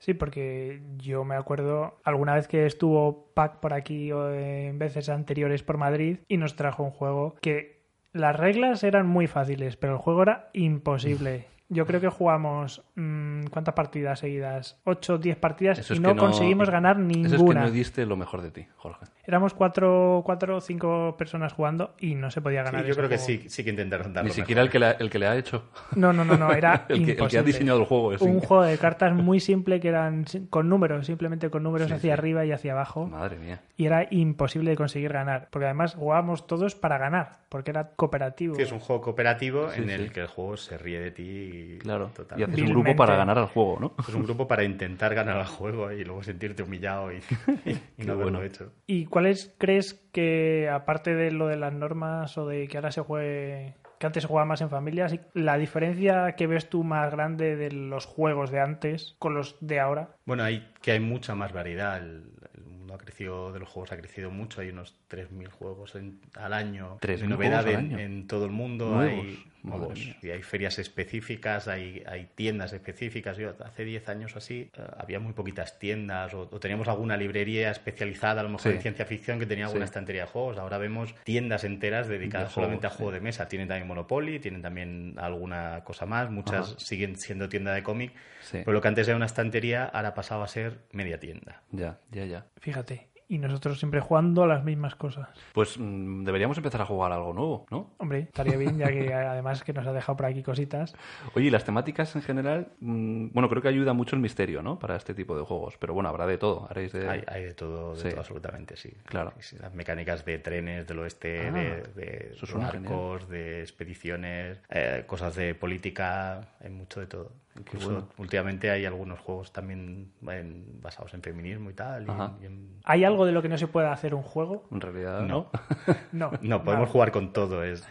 [SPEAKER 1] Sí, porque yo me acuerdo alguna vez que estuvo Pac por aquí o eh, en veces anteriores por Madrid y nos trajo un juego que las reglas eran muy fáciles, pero el juego era imposible. Yo creo que jugamos mm, cuántas partidas seguidas, 8 o 10 partidas
[SPEAKER 2] Eso
[SPEAKER 1] y
[SPEAKER 2] es
[SPEAKER 1] no,
[SPEAKER 2] que
[SPEAKER 1] conseguimos ganar
[SPEAKER 2] Eso es que
[SPEAKER 1] ninguna.
[SPEAKER 2] no diste lo mejor de ti, Jorge.
[SPEAKER 1] Éramos cuatro, cuatro o cinco personas jugando y no se podía ganar.
[SPEAKER 12] Sí, yo
[SPEAKER 1] ese
[SPEAKER 12] creo que
[SPEAKER 1] juego.
[SPEAKER 12] sí, sí que intentaron darlo.
[SPEAKER 2] Ni siquiera el que, la- el que le ha hecho.
[SPEAKER 1] No, no, no, no, era
[SPEAKER 2] el, que, el que ha
[SPEAKER 1] imposible.
[SPEAKER 2] diseñado el juego. es
[SPEAKER 1] Un
[SPEAKER 2] inc-
[SPEAKER 1] juego de cartas muy simple que eran si- con números, simplemente con números
[SPEAKER 2] Sí,
[SPEAKER 1] hacia
[SPEAKER 2] sí.
[SPEAKER 1] arriba y hacia abajo.
[SPEAKER 2] Madre mía.
[SPEAKER 1] Y era imposible de conseguir ganar, porque además jugábamos todos para ganar, porque era cooperativo.
[SPEAKER 12] Sí, es un juego cooperativo
[SPEAKER 2] Sí,
[SPEAKER 12] en
[SPEAKER 2] sí.
[SPEAKER 12] el que el juego se ríe de ti.
[SPEAKER 2] Claro.
[SPEAKER 12] total.
[SPEAKER 2] Y haces un grupo para ganar al juego, ¿no?
[SPEAKER 12] Es un grupo para intentar ganar al juego y luego sentirte humillado y, y no haberlo
[SPEAKER 2] bueno.
[SPEAKER 12] hecho.
[SPEAKER 1] ¿Y cuáles crees que, aparte de lo de las normas o de que ahora se juegue, que antes se jugaba más en familias, la diferencia que ves tú más grande de los juegos de antes con los de ahora?
[SPEAKER 12] Bueno, hay que hay mucha más variedad. El, el mundo ha crecido, de los juegos ha crecido mucho. Hay unos 3.000 juegos en- al año.
[SPEAKER 2] 3.000
[SPEAKER 12] de novedad
[SPEAKER 2] juegos al
[SPEAKER 12] en,
[SPEAKER 2] año.
[SPEAKER 12] en todo el mundo.
[SPEAKER 2] Nuevos.
[SPEAKER 12] Hay,
[SPEAKER 2] Madre
[SPEAKER 12] nuevos.
[SPEAKER 2] mía.
[SPEAKER 12] Y hay ferias específicas, hay, hay tiendas específicas. Yo hace 10 años o así eh, había muy poquitas tiendas o, o teníamos alguna librería especializada, a lo mejor
[SPEAKER 2] Sí.
[SPEAKER 12] en ciencia ficción, que tenía alguna
[SPEAKER 2] Sí.
[SPEAKER 12] estantería de juegos. Ahora vemos tiendas enteras dedicadas
[SPEAKER 2] De juegos,
[SPEAKER 12] solamente a
[SPEAKER 2] sí.
[SPEAKER 12] juegos de mesa. Tienen también Monopoly, tienen también alguna cosa más. Muchas
[SPEAKER 2] Ajá.
[SPEAKER 12] siguen siendo tienda de cómic.
[SPEAKER 2] Sí.
[SPEAKER 12] Pero lo que antes era una estantería, ahora ha pasado a ser media tienda.
[SPEAKER 2] Ya, ya, ya.
[SPEAKER 1] Fíjate. y nosotros siempre jugando a las mismas cosas.
[SPEAKER 2] Pues mm, deberíamos empezar a jugar algo nuevo, ¿no?
[SPEAKER 1] Hombre, estaría bien, ya que además que nos ha dejado por aquí cositas.
[SPEAKER 2] Oye, y las temáticas en general, mm, bueno, creo que ayuda mucho el misterio, ¿no? Para este tipo de juegos, pero bueno, habrá de todo, haréis de...
[SPEAKER 12] Hay, hay de todo, de
[SPEAKER 2] Sí.
[SPEAKER 12] todo absolutamente, sí.
[SPEAKER 2] Claro.
[SPEAKER 12] Sí, sí, Las mecánicas de trenes del oeste,
[SPEAKER 2] Ah,
[SPEAKER 12] de, de
[SPEAKER 2] eso suena
[SPEAKER 12] barcos, de expediciones, eh, cosas de política, hay mucho de todo. Incluso
[SPEAKER 2] bueno.
[SPEAKER 12] últimamente hay algunos juegos también en- basados en feminismo y tal. y-
[SPEAKER 2] Ajá.
[SPEAKER 12] y en-
[SPEAKER 1] ¿Hay algo de lo que no se pueda hacer un juego?
[SPEAKER 2] En realidad,
[SPEAKER 12] No.
[SPEAKER 2] ¿no?
[SPEAKER 1] No.
[SPEAKER 12] No, podemos jugar con todo. Es,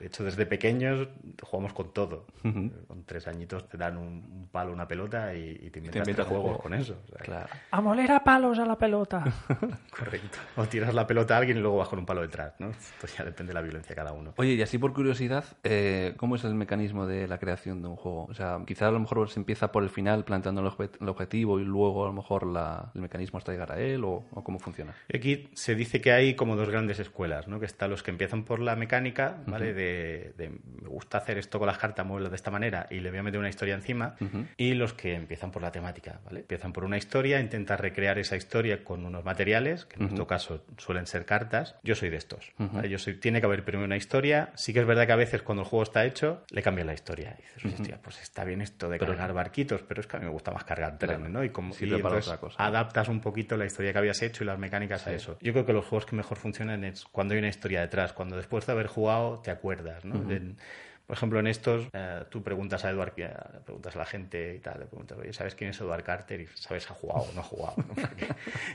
[SPEAKER 12] de hecho, desde pequeños jugamos con todo.
[SPEAKER 2] Ujú.
[SPEAKER 12] Con tres añitos te dan un, un palo, una pelota y, y te inventas
[SPEAKER 2] inventas
[SPEAKER 12] tres
[SPEAKER 2] el
[SPEAKER 12] juegos
[SPEAKER 2] juego.
[SPEAKER 12] con eso. o sea,
[SPEAKER 2] Claro.
[SPEAKER 1] A moler a palos a la pelota.
[SPEAKER 12] Correcto. O tiras la pelota a alguien y luego vas con un palo detrás, ¿no? Esto ya depende de la violencia de cada uno.
[SPEAKER 2] Oye, y así por curiosidad, eh, ¿cómo es el mecanismo de la creación de un juego? O sea, quizá a lo mejor se empieza por el final planteando el, obje- el objetivo y luego a lo mejor la- el mecanismo hasta llegar a él o, o cómo funciona.
[SPEAKER 12] Aquí se dice que hay como dos grandes escuelas, ¿no? Que están los que empiezan por la mecánica, ¿vale? De, de, me gusta hacer esto con las cartas, moverlas de esta manera y le voy a meter una historia encima. Y los que empiezan por la temática, ¿vale? Empiezan por una historia, intentan recrear esa historia con unos materiales, que en nuestro caso suelen ser cartas. Yo soy de estos. ¿vale? Yo soy, tiene que haber primero una historia. Sí que es verdad que a veces cuando el juego está hecho, le cambian la historia. Y dices, "Oye, hostia, pues está bien esto de
[SPEAKER 2] Pero-
[SPEAKER 12] cargar barquitos, pero es que a mí me gusta más cargar trenes,
[SPEAKER 2] Claro.
[SPEAKER 12] ¿no? Y como
[SPEAKER 2] Sirve
[SPEAKER 12] y
[SPEAKER 2] para
[SPEAKER 12] entonces
[SPEAKER 2] otra cosa.
[SPEAKER 12] adaptas un poquito la historia que habías hecho y las mecánicas a eso. Yo creo que los juegos que mejor funcionan es cuando hay una historia detrás, cuando después de haber jugado te acuerdas, ¿no? En- por ejemplo, en estos, eh, tú preguntas a Eduard, eh, preguntas a la gente y tal, le preguntas, oye, ¿sabes quién es Eduard Carter? Y sabes, ha jugado o no ha jugado. ¿no? Porque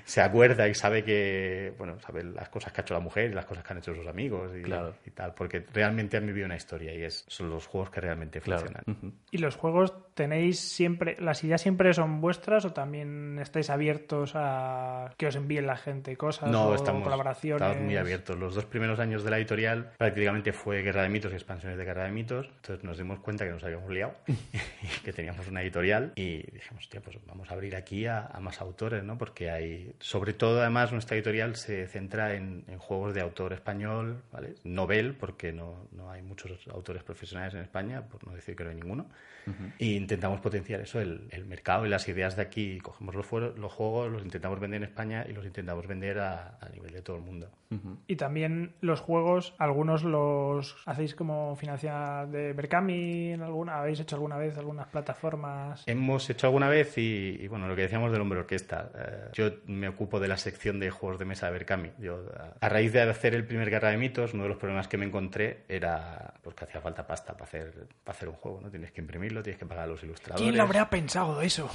[SPEAKER 12] se acuerda y sabe que, bueno, sabe las cosas que ha hecho la mujer y las cosas que han hecho sus amigos y,
[SPEAKER 2] Claro.
[SPEAKER 12] y tal, porque realmente han vivido una historia y es, son los juegos que realmente
[SPEAKER 2] Claro.
[SPEAKER 12] funcionan.
[SPEAKER 2] Ujú.
[SPEAKER 1] ¿Y los juegos tenéis siempre, las ideas siempre son vuestras o también estáis abiertos a que os envíen la gente cosas o colaboraciones?
[SPEAKER 12] estamos muy abiertos. Los dos primeros años de la editorial prácticamente fue Guerra de Mitos y expansiones de Guerra de Mitos. Entonces nos dimos cuenta que nos habíamos liado y que teníamos una editorial y dijimos, "Hostia, pues vamos a abrir aquí a, a más autores, ¿no? Porque hay, sobre todo además nuestra editorial se centra en, en juegos de autor español, ¿vale? Novel, porque no, no hay muchos autores profesionales en España, por no decir que no hay ninguno. Y e intentamos potenciar eso, el, el mercado y las ideas de aquí. Cogemos los, fuero- los juegos, los intentamos vender en España y los intentamos vender a, a nivel de todo el mundo.
[SPEAKER 1] Y también los juegos, algunos los hacéis como financiar de Berkami, en alguna, habéis hecho alguna vez algunas plataformas.
[SPEAKER 12] Hemos hecho alguna vez y, y, bueno, lo que decíamos del hombre orquesta. eh, yo me ocupo de la sección de juegos de mesa de Berkami. Yo, eh, a raíz de hacer el primer Guerra de Mitos, uno de los problemas que me encontré era pues, que hacía falta pasta para hacer, para hacer un juego. no Tienes que imprimirlo, tienes que pagar a los ilustradores. Ah,
[SPEAKER 1] ¿Quién lo habrá pensado eso?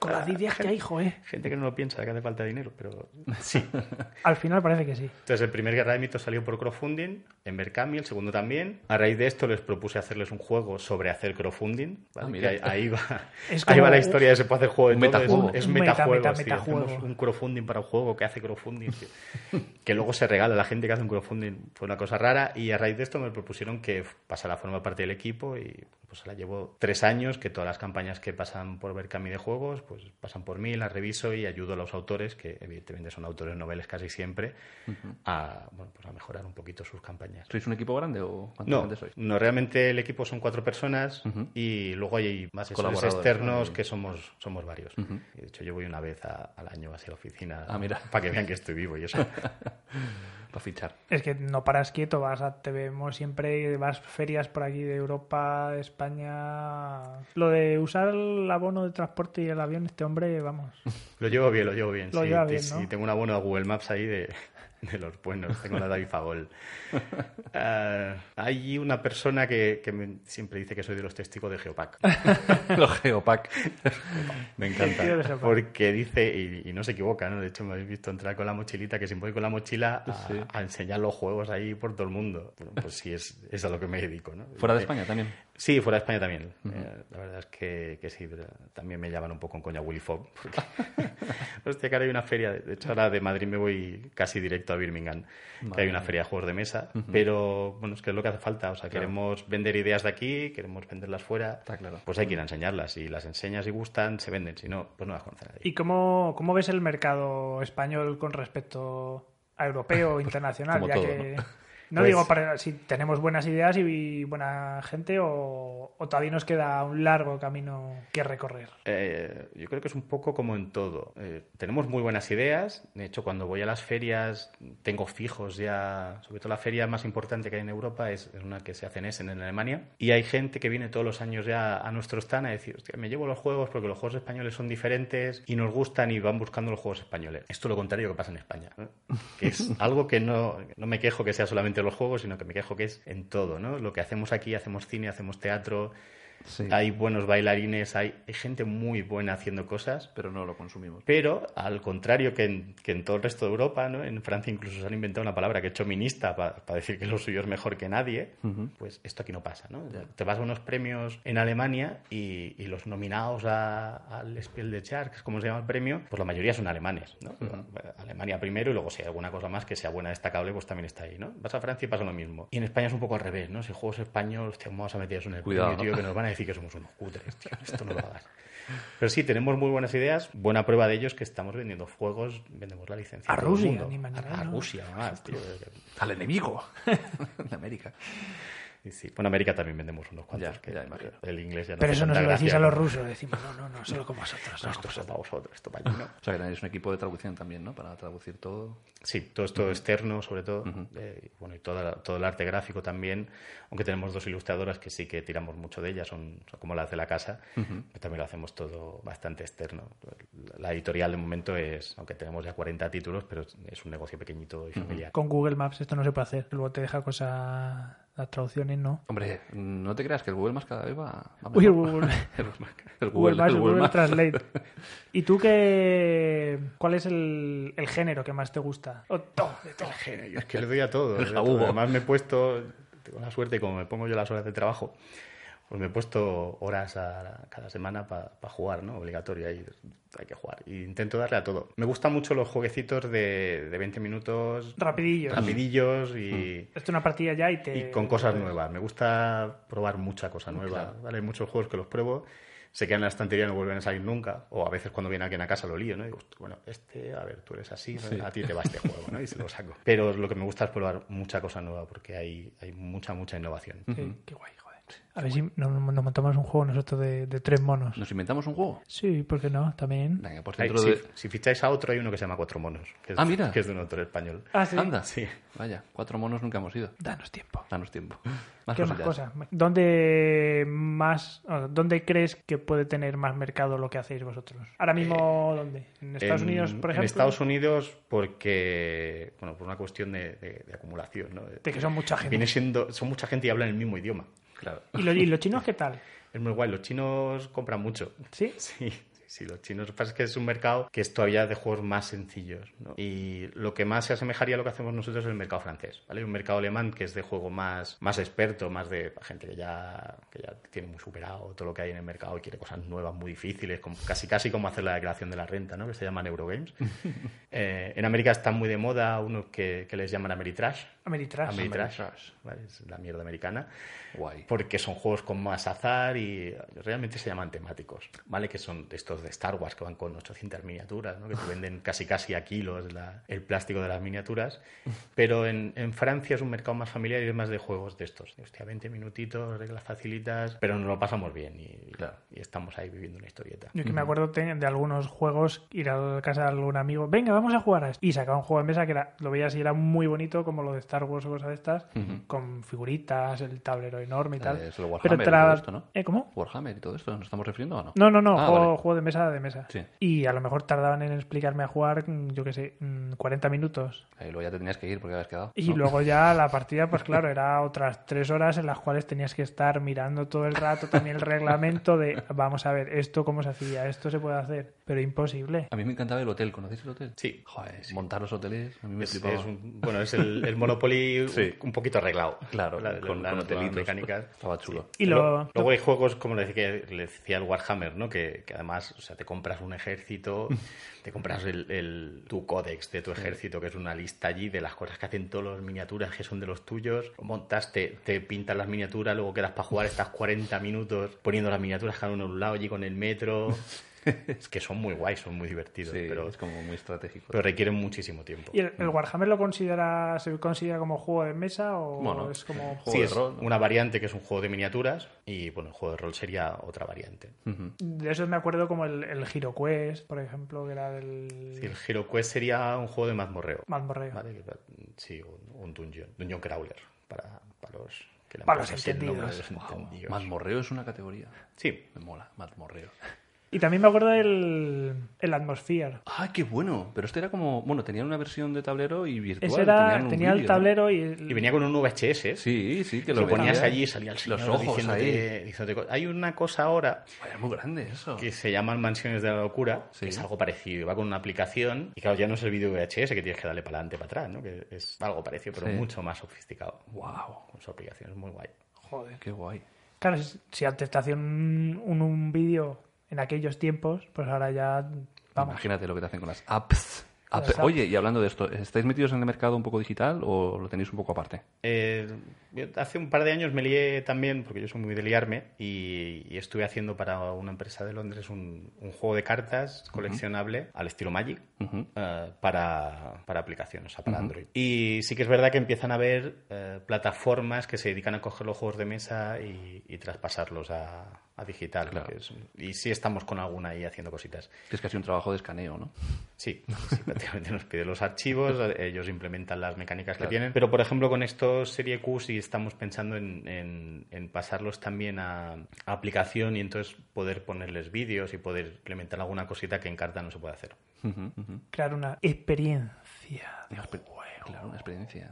[SPEAKER 1] Con las ideas que hay, joe.
[SPEAKER 12] Gente que no lo piensa, que hace falta dinero, pero sí.
[SPEAKER 1] Al final parece que sí.
[SPEAKER 12] Entonces, el primer Guerra de Mitos salió por crowdfunding en Berkami, el segundo también. A raíz de esto les propuse hacerles un juego sobre hacer crowdfunding. ¿vale?
[SPEAKER 2] Ah, mira.
[SPEAKER 12] Que ahí- ahí, va,
[SPEAKER 1] Es
[SPEAKER 12] ahí
[SPEAKER 1] como
[SPEAKER 12] va la
[SPEAKER 1] un-
[SPEAKER 12] historia de se puede hacer juego de
[SPEAKER 2] un
[SPEAKER 12] todo.
[SPEAKER 2] metajuego.
[SPEAKER 12] Es, es
[SPEAKER 1] Un meta-
[SPEAKER 12] metajuego.
[SPEAKER 1] meta-
[SPEAKER 12] sí,
[SPEAKER 1] metajuego.
[SPEAKER 12] hacemos un crowdfunding para un juego que hace crowdfunding. que, que luego se regala. La gente que hace un crowdfunding fue una cosa rara. Y a raíz de esto me propusieron que pasara a formar parte del equipo. Y pues la llevo tres años, que todas las campañas que pasan por Berkami de juegos, pues pasan por mí, las reviso y ayudo a los autores, que evidentemente son autores noveles casi siempre, a, bueno, pues a mejorar un poquito sus campañas.
[SPEAKER 2] ¿Sois un equipo grande o cuántos
[SPEAKER 12] No,
[SPEAKER 2] grandes sois?
[SPEAKER 12] no, realmente el equipo son cuatro personas y luego hay más asesores
[SPEAKER 2] Colaboradores,
[SPEAKER 12] externos
[SPEAKER 2] ¿no?
[SPEAKER 12] que somos, somos varios. Y De hecho, yo voy una vez a- al año hacia la oficina
[SPEAKER 2] Ah, mira.
[SPEAKER 12] para que vean que estoy vivo y eso.
[SPEAKER 2] Para fichar.
[SPEAKER 1] Es que no paras quieto, vas a, te vemos siempre, vas ferias por aquí de Europa, de España. Lo de usar el abono de transporte y el avión, este hombre, vamos.
[SPEAKER 12] Lo llevo bien, lo llevo bien.
[SPEAKER 1] Lo
[SPEAKER 12] sí,
[SPEAKER 1] lleva
[SPEAKER 12] te-
[SPEAKER 1] bien,
[SPEAKER 12] sí,
[SPEAKER 1] ¿no?
[SPEAKER 12] tengo un abono a Google Maps ahí de, de los buenos. Tengo la David Fagol. Ah, hay una persona que, que me- siempre dice que soy de los testigos de Geopac.
[SPEAKER 2] Los Geopack.
[SPEAKER 12] Me
[SPEAKER 1] Tío de
[SPEAKER 12] encanta.
[SPEAKER 1] Geopac.
[SPEAKER 12] Porque dice, y, y no se equivoca, ¿no? De hecho, me habéis visto entrar con la mochilita, que siempre voy con la mochila a,
[SPEAKER 2] Sí.
[SPEAKER 12] a enseñar los juegos ahí por todo el mundo. Bueno, pues sí, es, es a lo que me dedico, ¿no?
[SPEAKER 2] Fuera de
[SPEAKER 12] Eh,
[SPEAKER 2] España también.
[SPEAKER 12] Sí, fuera de España también. Eh, la verdad es que, que sí, pero también me llaman un poco en coña Willy Fogg. Porque... Hostia, que ahora hay una feria. De hecho, ahora de Madrid me voy casi directo a Birmingham, que hay una feria de juegos de mesa. Pero bueno, es que es lo que hace falta. O sea, queremos vender ideas de aquí, queremos venderlas fuera.
[SPEAKER 2] Está claro.
[SPEAKER 12] Pues hay que ir a enseñarlas. Si las enseñas y gustan, se venden. Si no, pues no las conoce nadie.
[SPEAKER 1] ¿Y cómo, cómo ves el mercado español con respecto a europeo o internacional?
[SPEAKER 2] Como
[SPEAKER 1] ya
[SPEAKER 2] todo,
[SPEAKER 1] que... No
[SPEAKER 12] Pues-
[SPEAKER 1] digo para si tenemos buenas ideas y buena gente o, o todavía nos queda un largo camino que recorrer.
[SPEAKER 12] Eh, yo creo que es un poco como en todo. Eh, tenemos muy buenas ideas. De hecho, cuando voy a las ferias, tengo fijos ya. Sobre todo la feria más importante que hay en Europa es, es una que se hace en Essen, en Alemania. Y hay gente que viene todos los años ya a nuestro stand a decir, "Hostia, me llevo los juegos porque los juegos españoles son diferentes y nos gustan y van buscando los juegos españoles. Esto es lo contrario que pasa en España. ¿eh? Que es algo que no, no me quejo que sea solamente los juegos, sino que me quejo que es en todo, ¿no? Lo que hacemos aquí, hacemos cine, hacemos teatro, hay buenos bailarines, hay, hay gente muy buena haciendo cosas.
[SPEAKER 2] Pero no lo consumimos.
[SPEAKER 12] Pero, al contrario que en, que en todo el resto de Europa, ¿no? En Francia incluso se han inventado una palabra que he hecho minista para decir que lo suyo es mejor que nadie.
[SPEAKER 2] Ujú.
[SPEAKER 12] Pues esto aquí no pasa, ¿no? Te vas a unos premios en Alemania y, y los nominados a- al Spiel des Jahres, que es como se llama el premio, pues la mayoría son alemanes, ¿no? Alemania primero y luego si hay alguna cosa más que sea buena, destacable, pues también está ahí, ¿no? Vas a Francia y pasa lo mismo. Y en España es un poco al revés, ¿no? Si juegos españoles, hostia, ¿cómo vas a meter eso en el
[SPEAKER 2] Cuidado,
[SPEAKER 12] premio,
[SPEAKER 2] ¿no?
[SPEAKER 12] tío, que nos van a decir que somos unos cutres, tío? Esto no lo hagas. Pero sí, tenemos muy buenas ideas. Buena prueba de ello es que estamos vendiendo juegos, vendemos la licencia.
[SPEAKER 1] A
[SPEAKER 12] todo el
[SPEAKER 1] Rusia,
[SPEAKER 12] mundo.
[SPEAKER 1] ni manera,
[SPEAKER 12] a, a
[SPEAKER 1] ¿no?
[SPEAKER 12] Rusia, más, tío.
[SPEAKER 2] Al enemigo de América.
[SPEAKER 12] Sí, sí. Bueno, América también vendemos unos cuantos. que El inglés ya no
[SPEAKER 1] Pero
[SPEAKER 12] hace
[SPEAKER 1] eso no se
[SPEAKER 12] tanta
[SPEAKER 1] lo decís
[SPEAKER 12] gracia
[SPEAKER 1] a los
[SPEAKER 12] como-
[SPEAKER 1] rusos, decimos, no, no, no, solo con vosotros.
[SPEAKER 12] No,
[SPEAKER 1] no.
[SPEAKER 12] esto es para vosotros, esto para allí no.
[SPEAKER 2] O sea, que tenéis un equipo de traducción también, ¿no? Para traducir todo.
[SPEAKER 12] Sí, todo esto externo, sobre todo, eh, y bueno, y todo, la- todo el arte gráfico también, aunque tenemos dos ilustradoras que sí que tiramos mucho de ellas, son, son como las de la casa,
[SPEAKER 2] Ujú.
[SPEAKER 12] pero también lo hacemos todo bastante externo. La editorial de momento es, aunque tenemos ya 40 títulos, pero es- es un negocio pequeñito y familiar.
[SPEAKER 1] Con Google Maps esto no se puede hacer. Luego te deja cosas, las traducciones, ¿no.
[SPEAKER 2] Hombre, no te creas que el Google más cada vez va... va
[SPEAKER 1] Uy, el
[SPEAKER 2] mejor.
[SPEAKER 1] Google.
[SPEAKER 2] el Google Maps. El
[SPEAKER 1] Google Maps,
[SPEAKER 2] el
[SPEAKER 1] Google
[SPEAKER 2] Maps.
[SPEAKER 1] Translate. ¿Y tú qué? ¿Cuál es el, el género que más te gusta? O todo, de todo.
[SPEAKER 12] Yo es que le doy a todo.
[SPEAKER 2] El
[SPEAKER 12] le doy a todo.
[SPEAKER 2] jabugo.
[SPEAKER 12] Además me he puesto, tengo la suerte, como me pongo yo las horas de trabajo, pues me he puesto horas a- cada semana para jugar, ¿no? Obligatorio, ahí hay que jugar. Y intento darle a todo. Me gustan mucho los jueguecitos de, de 20 minutos,
[SPEAKER 1] Rapidillos. Mm.
[SPEAKER 12] rapidillos y...
[SPEAKER 1] Esto es una partida ya y te...
[SPEAKER 12] Y con cosas nuevas. Me gusta probar mucha cosa nueva. ¿vale? Hay muchos juegos que los pruebo, se quedan en la estantería y no vuelven a salir nunca. O a veces cuando viene alguien a casa lo lío, ¿no? Y digo, "Hostia, bueno, este, a ver, tú eres así, ¿no?
[SPEAKER 2] Sí.
[SPEAKER 12] a ti te va este juego, ¿no? Y se lo saco. Pero lo que me gusta es probar mucha cosa nueva porque hay, hay mucha, mucha innovación.
[SPEAKER 1] Sí, qué guay, joder. A ver si nos, nos montamos un juego nosotros de, de tres monos.
[SPEAKER 2] ¿Nos inventamos un juego?
[SPEAKER 1] Sí, ¿por qué no? También.
[SPEAKER 2] Venga, pues
[SPEAKER 12] Hay-
[SPEAKER 2] dentro
[SPEAKER 12] si,
[SPEAKER 2] de...
[SPEAKER 12] si ficháis a otro, hay uno que se llama Cuatro Monos, que es,
[SPEAKER 2] Ah, mira.
[SPEAKER 12] que es de un autor español.
[SPEAKER 1] Ah, sí.
[SPEAKER 2] Anda,
[SPEAKER 12] Sí.
[SPEAKER 2] vaya, cuatro monos nunca hemos ido.
[SPEAKER 1] Danos tiempo.
[SPEAKER 2] Danos tiempo. Más
[SPEAKER 1] ¿Qué más
[SPEAKER 2] cositas.
[SPEAKER 1] cosas? ¿Dónde más, o, dónde crees que puede tener más mercado lo que hacéis vosotros? Ahora
[SPEAKER 2] Eh,
[SPEAKER 1] mismo, ¿dónde? ¿En Estados
[SPEAKER 12] En-
[SPEAKER 1] Unidos, por ejemplo?
[SPEAKER 12] En Estados Unidos, porque, bueno, por una cuestión de, de- de acumulación, ¿no?
[SPEAKER 1] De que son mucha gente.
[SPEAKER 12] Viene siendo, son mucha gente y hablan el mismo idioma.
[SPEAKER 2] Claro.
[SPEAKER 1] ¿Y, lo- y los chinos qué tal?
[SPEAKER 12] Es muy guay, los chinos compran mucho.
[SPEAKER 1] ¿Sí?
[SPEAKER 12] Sí, sí, sí, los chinos. Lo que pasa es que es un mercado que es todavía de juegos más sencillos. ¿no? Y lo que más se asemejaría a lo que hacemos nosotros es el mercado francés. ¿vale? Un mercado alemán que es de juego más, más experto, más de gente que ya, que ya tiene muy superado todo lo que hay en el mercado y quiere cosas nuevas, muy difíciles, como- casi casi como hacer la declaración de la renta, ¿no? que se llaman Eurogames. Eh, en América están muy de moda unos que, que les llaman Ameritrash.
[SPEAKER 1] Ameritrash.
[SPEAKER 12] Ameritrash, ¿vale? es la mierda americana
[SPEAKER 2] Guay.
[SPEAKER 12] porque son juegos con más azar y realmente se llaman temáticos, ¿vale? Que son estos de Star Wars que van con 800 miniaturas, ¿no? Que te venden casi casi a kilos la- el plástico de las miniaturas. Pero en, en Francia es un mercado más familiar y es más de juegos de estos. De, Hostia, 20 minutitos, reglas facilitas, pero nos lo pasamos bien y,
[SPEAKER 2] Claro.
[SPEAKER 12] y estamos ahí viviendo una historieta.
[SPEAKER 1] Yo que me acuerdo te- de algunos juegos, ir a la casa de algún amigo, venga, vamos a jugar a esto. Y sacaba un juego de mesa que era, lo veías y era muy bonito, como lo de Star Wars o cosas de estas, con figuritas, el tablero enorme y
[SPEAKER 2] Ah,
[SPEAKER 1] tal.
[SPEAKER 2] es el Warhammer
[SPEAKER 1] te
[SPEAKER 2] y
[SPEAKER 1] la-
[SPEAKER 2] todo esto, ¿no?
[SPEAKER 1] ¿Eh, ¿Cómo?
[SPEAKER 2] Warhammer y todo esto, ¿nos estamos refiriendo o no?
[SPEAKER 1] No, no, no,
[SPEAKER 2] Ah,
[SPEAKER 1] juego,
[SPEAKER 2] vale.
[SPEAKER 1] juego de mesa de mesa.
[SPEAKER 2] Sí.
[SPEAKER 1] Y a lo mejor tardaban en explicarme a jugar, mm, yo qué sé, mm, 40 minutos.
[SPEAKER 2] Ahí luego ya te tenías que ir porque habías quedado.
[SPEAKER 1] Y
[SPEAKER 2] ¿no?
[SPEAKER 1] luego ya la partida, pues claro, era otras tres horas en las cuales tenías que estar mirando todo el rato también el reglamento de, vamos a ver, esto cómo se hacía, esto se puede hacer, pero imposible.
[SPEAKER 2] A mí me encantaba el hotel, ¿conocéis el hotel?
[SPEAKER 12] Sí.
[SPEAKER 2] Joder, montar los hoteles, a mí me
[SPEAKER 12] Es-
[SPEAKER 2] flipaba.
[SPEAKER 12] es un- bueno, es el, el Monopoly
[SPEAKER 2] Sí.
[SPEAKER 12] un poquito arreglado.
[SPEAKER 2] Claro,
[SPEAKER 12] La- la-
[SPEAKER 2] con,
[SPEAKER 12] la-
[SPEAKER 2] con
[SPEAKER 12] las
[SPEAKER 2] hotelitos.
[SPEAKER 12] mecánicas.
[SPEAKER 2] Estaba chulo.
[SPEAKER 1] Y
[SPEAKER 12] Lo-
[SPEAKER 1] lo...
[SPEAKER 12] Luego hay juegos, como le decía, le decía el Warhammer, ¿no? Que, que además, o sea, te compras un ejército, te compras el, el- tu códex de tu ejército, que es una lista allí de las cosas que hacen todos los miniaturas que son de los tuyos. Lo montas, te, te pintas las miniaturas, luego quedas para jugar, estás 40 minutos poniendo las miniaturas cada uno a un lado allí con el metro. es que son muy guays, son muy divertidos,
[SPEAKER 2] Sí,
[SPEAKER 12] pero
[SPEAKER 2] es como muy estratégico.
[SPEAKER 12] Pero requieren muchísimo tiempo.
[SPEAKER 1] ¿Y el, el Warhammer lo considera, se considera como juego de mesa o es como
[SPEAKER 12] Sí, es una variante que es un juego de miniaturas y bueno, el juego de rol sería otra variante.
[SPEAKER 1] De esos me acuerdo como el, el Hero Quest, por ejemplo, que era del
[SPEAKER 12] Sí, el Hero Quest sería un juego de mazmorreo.
[SPEAKER 1] Mazmorreo.
[SPEAKER 12] Vale, que va- sí, un, un dungeon, dungeon crawler para, para los que le han
[SPEAKER 1] Para
[SPEAKER 12] puesto
[SPEAKER 1] los
[SPEAKER 12] así el nombre
[SPEAKER 1] entendidos.
[SPEAKER 12] de los entendidos.
[SPEAKER 2] Mazmorreo es una categoría.
[SPEAKER 12] Sí.
[SPEAKER 2] Me mola, mazmorreo.
[SPEAKER 1] Y también me acuerdo del el Atmosphere.
[SPEAKER 2] Ah, qué bueno. Pero este era como. Bueno, tenían una versión de tablero y virtual.
[SPEAKER 1] Ese era-
[SPEAKER 2] tenían un
[SPEAKER 1] tenía el
[SPEAKER 2] vídeo, ¿no?
[SPEAKER 1] tablero y el-
[SPEAKER 12] Y venía con un VHS.
[SPEAKER 2] Sí, sí, que
[SPEAKER 12] lo,
[SPEAKER 2] lo
[SPEAKER 12] ponías
[SPEAKER 2] vendía. ¿eh?
[SPEAKER 12] allí y salía el señor
[SPEAKER 2] Los ojos
[SPEAKER 12] diciéndote-
[SPEAKER 2] ahí.
[SPEAKER 12] diciéndote cosas. Hay una cosa ahora
[SPEAKER 2] Vaya, muy grande eso.
[SPEAKER 12] que se llaman Mansiones de la Locura, que es algo parecido. Va con una aplicación y claro, ya no es el vídeo VHS que tienes que darle para adelante, para atrás, ¿no? Que es algo parecido, pero
[SPEAKER 2] Sí.
[SPEAKER 12] mucho más sofisticado.
[SPEAKER 2] Wow.
[SPEAKER 12] Con su aplicación, es muy guay.
[SPEAKER 1] Joder.
[SPEAKER 2] Qué guay.
[SPEAKER 1] Claro, si, si antes te hacían un, un- un vídeo en aquellos tiempos, pues ahora ya vamos.
[SPEAKER 2] Imagínate lo que te hacen con las apps.
[SPEAKER 1] Las
[SPEAKER 2] App-
[SPEAKER 1] apps.
[SPEAKER 2] Oye, y hablando de esto, ¿estáis metidos en el mercado un poco digital o lo tenéis un poco aparte?
[SPEAKER 12] Eh, yo hace un par de años me lié también, porque yo soy muy de liarme, y, y estuve haciendo para una empresa de Londres un, un juego de cartas coleccionable al estilo Magic eh, para, para aplicaciones, o sea, para
[SPEAKER 2] Ujú.
[SPEAKER 12] Android. Y sí que es verdad que empiezan a haber eh, plataformas que se dedican a coger los juegos de mesa y, y traspasarlos a, a digital. que es- y sí estamos con alguna ahí haciendo cositas.
[SPEAKER 2] Que es casi un trabajo de escaneo, ¿no?
[SPEAKER 12] Sí, sí, prácticamente nos pide los archivos, eh, ellos implementan las mecánicas
[SPEAKER 2] Claro.
[SPEAKER 12] que tienen. Pero, por ejemplo, con estos Serie Q sí estamos pensando en, en- en pasarlos también a, a aplicación y entonces poder ponerles vídeos y poder implementar alguna cosita que en carta no se puede hacer.
[SPEAKER 2] Ujú, ujú.
[SPEAKER 1] Crear una experiencia.
[SPEAKER 2] Una exper- Claro, una experiencia.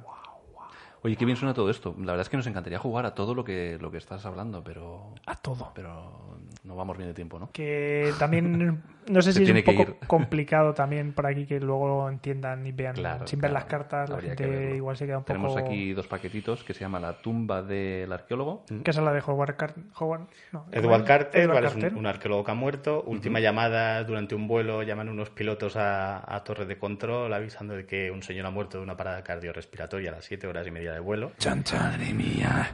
[SPEAKER 2] Oye, qué bien suena todo esto. La verdad es que nos encantaría jugar a todo lo que, lo que estás hablando, pero.
[SPEAKER 1] A todo.
[SPEAKER 2] Pero no vamos bien de tiempo, ¿no?
[SPEAKER 1] Que también, no sé
[SPEAKER 2] Se
[SPEAKER 1] si es
[SPEAKER 2] tiene
[SPEAKER 1] un
[SPEAKER 2] que
[SPEAKER 1] poco
[SPEAKER 2] ir.
[SPEAKER 1] complicado también por aquí que luego entiendan y vean.
[SPEAKER 2] Claro,
[SPEAKER 1] Sin ver
[SPEAKER 2] claro.
[SPEAKER 1] las cartas, la
[SPEAKER 2] Habría que
[SPEAKER 1] gente
[SPEAKER 2] verlo.
[SPEAKER 1] igual se queda un
[SPEAKER 2] Tenemos
[SPEAKER 1] poco.
[SPEAKER 2] aquí dos paquetitos que se llama La tumba del arqueólogo.
[SPEAKER 1] ¿Qué es la de Howard Carter? Howard, no,
[SPEAKER 12] Edward
[SPEAKER 1] ¿cómo es?
[SPEAKER 12] Carter,
[SPEAKER 1] Edward
[SPEAKER 12] ¿vale? Es
[SPEAKER 1] Carter.
[SPEAKER 12] un, un arqueólogo que ha muerto. Última llamada durante un vuelo, llaman unos pilotos a, a torre de control avisando de que un señor ha muerto de una parada cardiorrespiratoria a las 7 horas y media de vuelo.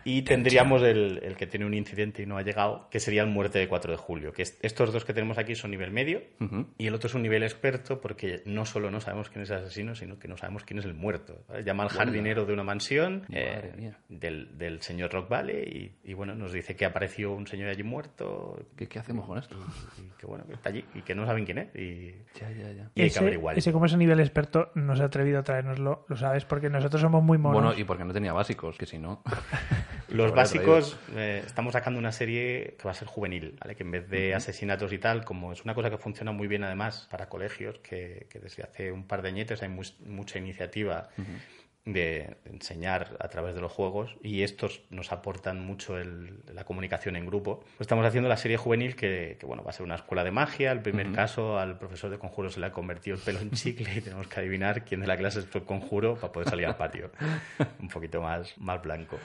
[SPEAKER 12] Y tendríamos el, el que tiene un incidente y no ha llegado, que sería el muerte de 4 de julio. Que es- estos dos que tenemos aquí son nivel medio
[SPEAKER 2] Ujú.
[SPEAKER 12] y el otro es un nivel experto porque no solo no sabemos quién es el asesino, sino que no sabemos quién es el muerto. ¿vale? Llama al
[SPEAKER 2] Hola.
[SPEAKER 12] jardinero de una mansión
[SPEAKER 2] Madre
[SPEAKER 12] eh,
[SPEAKER 2] mía.
[SPEAKER 12] del, del señor Rock Valley y, y, bueno, nos dice que apareció un señor allí muerto
[SPEAKER 2] ¿Qué, qué hacemos con esto?
[SPEAKER 12] y que bueno, que está allí y que no saben quién es. Y,
[SPEAKER 2] Ya, ya, ya.
[SPEAKER 12] y hay que
[SPEAKER 1] ese,
[SPEAKER 12] averiguar.
[SPEAKER 1] ese como es a nivel experto, no se ha atrevido a traernoslo, lo sabes, porque nosotros somos muy monos.
[SPEAKER 2] Bueno, y porque no tenía básicos, que si no.
[SPEAKER 12] Los
[SPEAKER 2] Habrá
[SPEAKER 12] básicos, eh, estamos sacando una serie que va a ser juvenil, ¿vale? que en vez de asesinatos y tal, como es una cosa que funciona muy bien además para colegios, que, que desde hace un par de añetes hay mu- mucha iniciativa de enseñar a través de los juegos y estos nos aportan mucho el- la comunicación en grupo. Pues estamos haciendo la serie juvenil que, que, bueno, va a ser una escuela de magia. El primer caso al profesor de conjuro se le ha convertido el pelo en chicle y tenemos que adivinar quién de la clase es el conjuro para poder salir al patio. un poquito más, más blanco.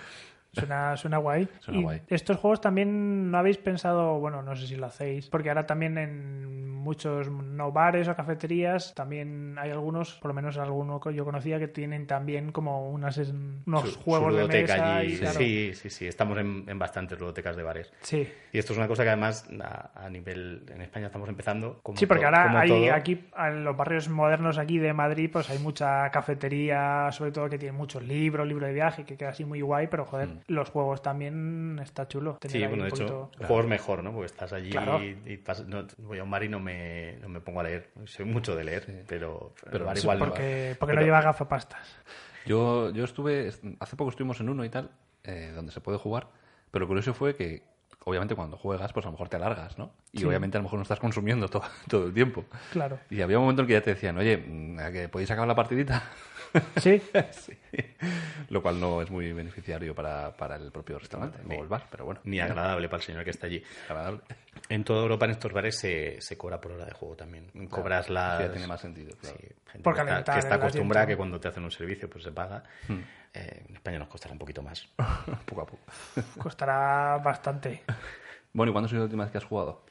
[SPEAKER 1] Suena, suena guay.
[SPEAKER 2] Suena
[SPEAKER 1] Y
[SPEAKER 2] guay.
[SPEAKER 1] Estos juegos también no habéis pensado, bueno, no sé si lo hacéis, porque ahora también en muchos no bares o cafeterías también hay algunos, por lo menos alguno que yo conocía, que tienen también como unas, es- unos
[SPEAKER 12] su- su
[SPEAKER 1] juegos de
[SPEAKER 12] ludoteca
[SPEAKER 1] mesa.
[SPEAKER 12] allí.
[SPEAKER 1] y, claro,
[SPEAKER 12] Sí, sí, sí. Estamos en, en bastantes ludotecas de bares.
[SPEAKER 1] sí.
[SPEAKER 12] Y esto es una cosa que además a, a nivel en España estamos empezando. Como
[SPEAKER 1] Sí, porque
[SPEAKER 12] to-
[SPEAKER 1] ahora
[SPEAKER 12] como
[SPEAKER 1] hay
[SPEAKER 12] todo.
[SPEAKER 1] aquí, en los barrios modernos aquí de Madrid, pues hay mucha cafetería, sobre todo que tiene muchos libros, libro de viaje, que queda así muy guay, pero joder,
[SPEAKER 12] Mm.
[SPEAKER 1] los juegos también está chulo. tener
[SPEAKER 12] Sí,
[SPEAKER 1] ahí
[SPEAKER 12] bueno,
[SPEAKER 1] un
[SPEAKER 12] de hecho,
[SPEAKER 1] poquito-
[SPEAKER 12] juegos mejor, ¿no? Porque estás allí
[SPEAKER 1] Claro.
[SPEAKER 12] y, y pasas- no, voy a un bar y no me, no me pongo a leer. Soy mucho de leer, pero, pero, el bar
[SPEAKER 2] sí,
[SPEAKER 12] igual no.
[SPEAKER 1] porque, porque no
[SPEAKER 12] Pero-
[SPEAKER 1] lleva gafapastas.
[SPEAKER 2] Yo, yo estuve, est- hace poco estuvimos en uno y tal, eh, donde se puede jugar, pero lo curioso fue que, obviamente, cuando juegas, pues a lo mejor te alargas, ¿no? Y
[SPEAKER 1] Sí.
[SPEAKER 2] obviamente a lo mejor no estás consumiendo to- todo el tiempo.
[SPEAKER 1] Claro.
[SPEAKER 2] Y había un momento en que ya te decían, oye, mm, ¿a que podéis acabar la partidita?
[SPEAKER 1] Sí,
[SPEAKER 2] lo cual no es muy beneficiario para, para el propio restaurante o el bar, pero bueno.
[SPEAKER 12] Ni agradable para el señor que está allí.
[SPEAKER 2] Agradable.
[SPEAKER 12] En toda Europa en estos bares se, se cobra por hora de juego también. Cobras las...
[SPEAKER 2] sí, ya tiene más sentido, claro.
[SPEAKER 12] Sí, gente
[SPEAKER 1] Por
[SPEAKER 12] que está-
[SPEAKER 1] calentar
[SPEAKER 12] Que está
[SPEAKER 1] el
[SPEAKER 12] acostumbrada
[SPEAKER 1] asiento.
[SPEAKER 12] que cuando te hacen un servicio pues se paga. Eh, en España nos costará un poquito más.
[SPEAKER 2] Hmm. poco a poco.
[SPEAKER 1] costará bastante.
[SPEAKER 2] Bueno, ¿y cuándo ha sido la última vez que has jugado?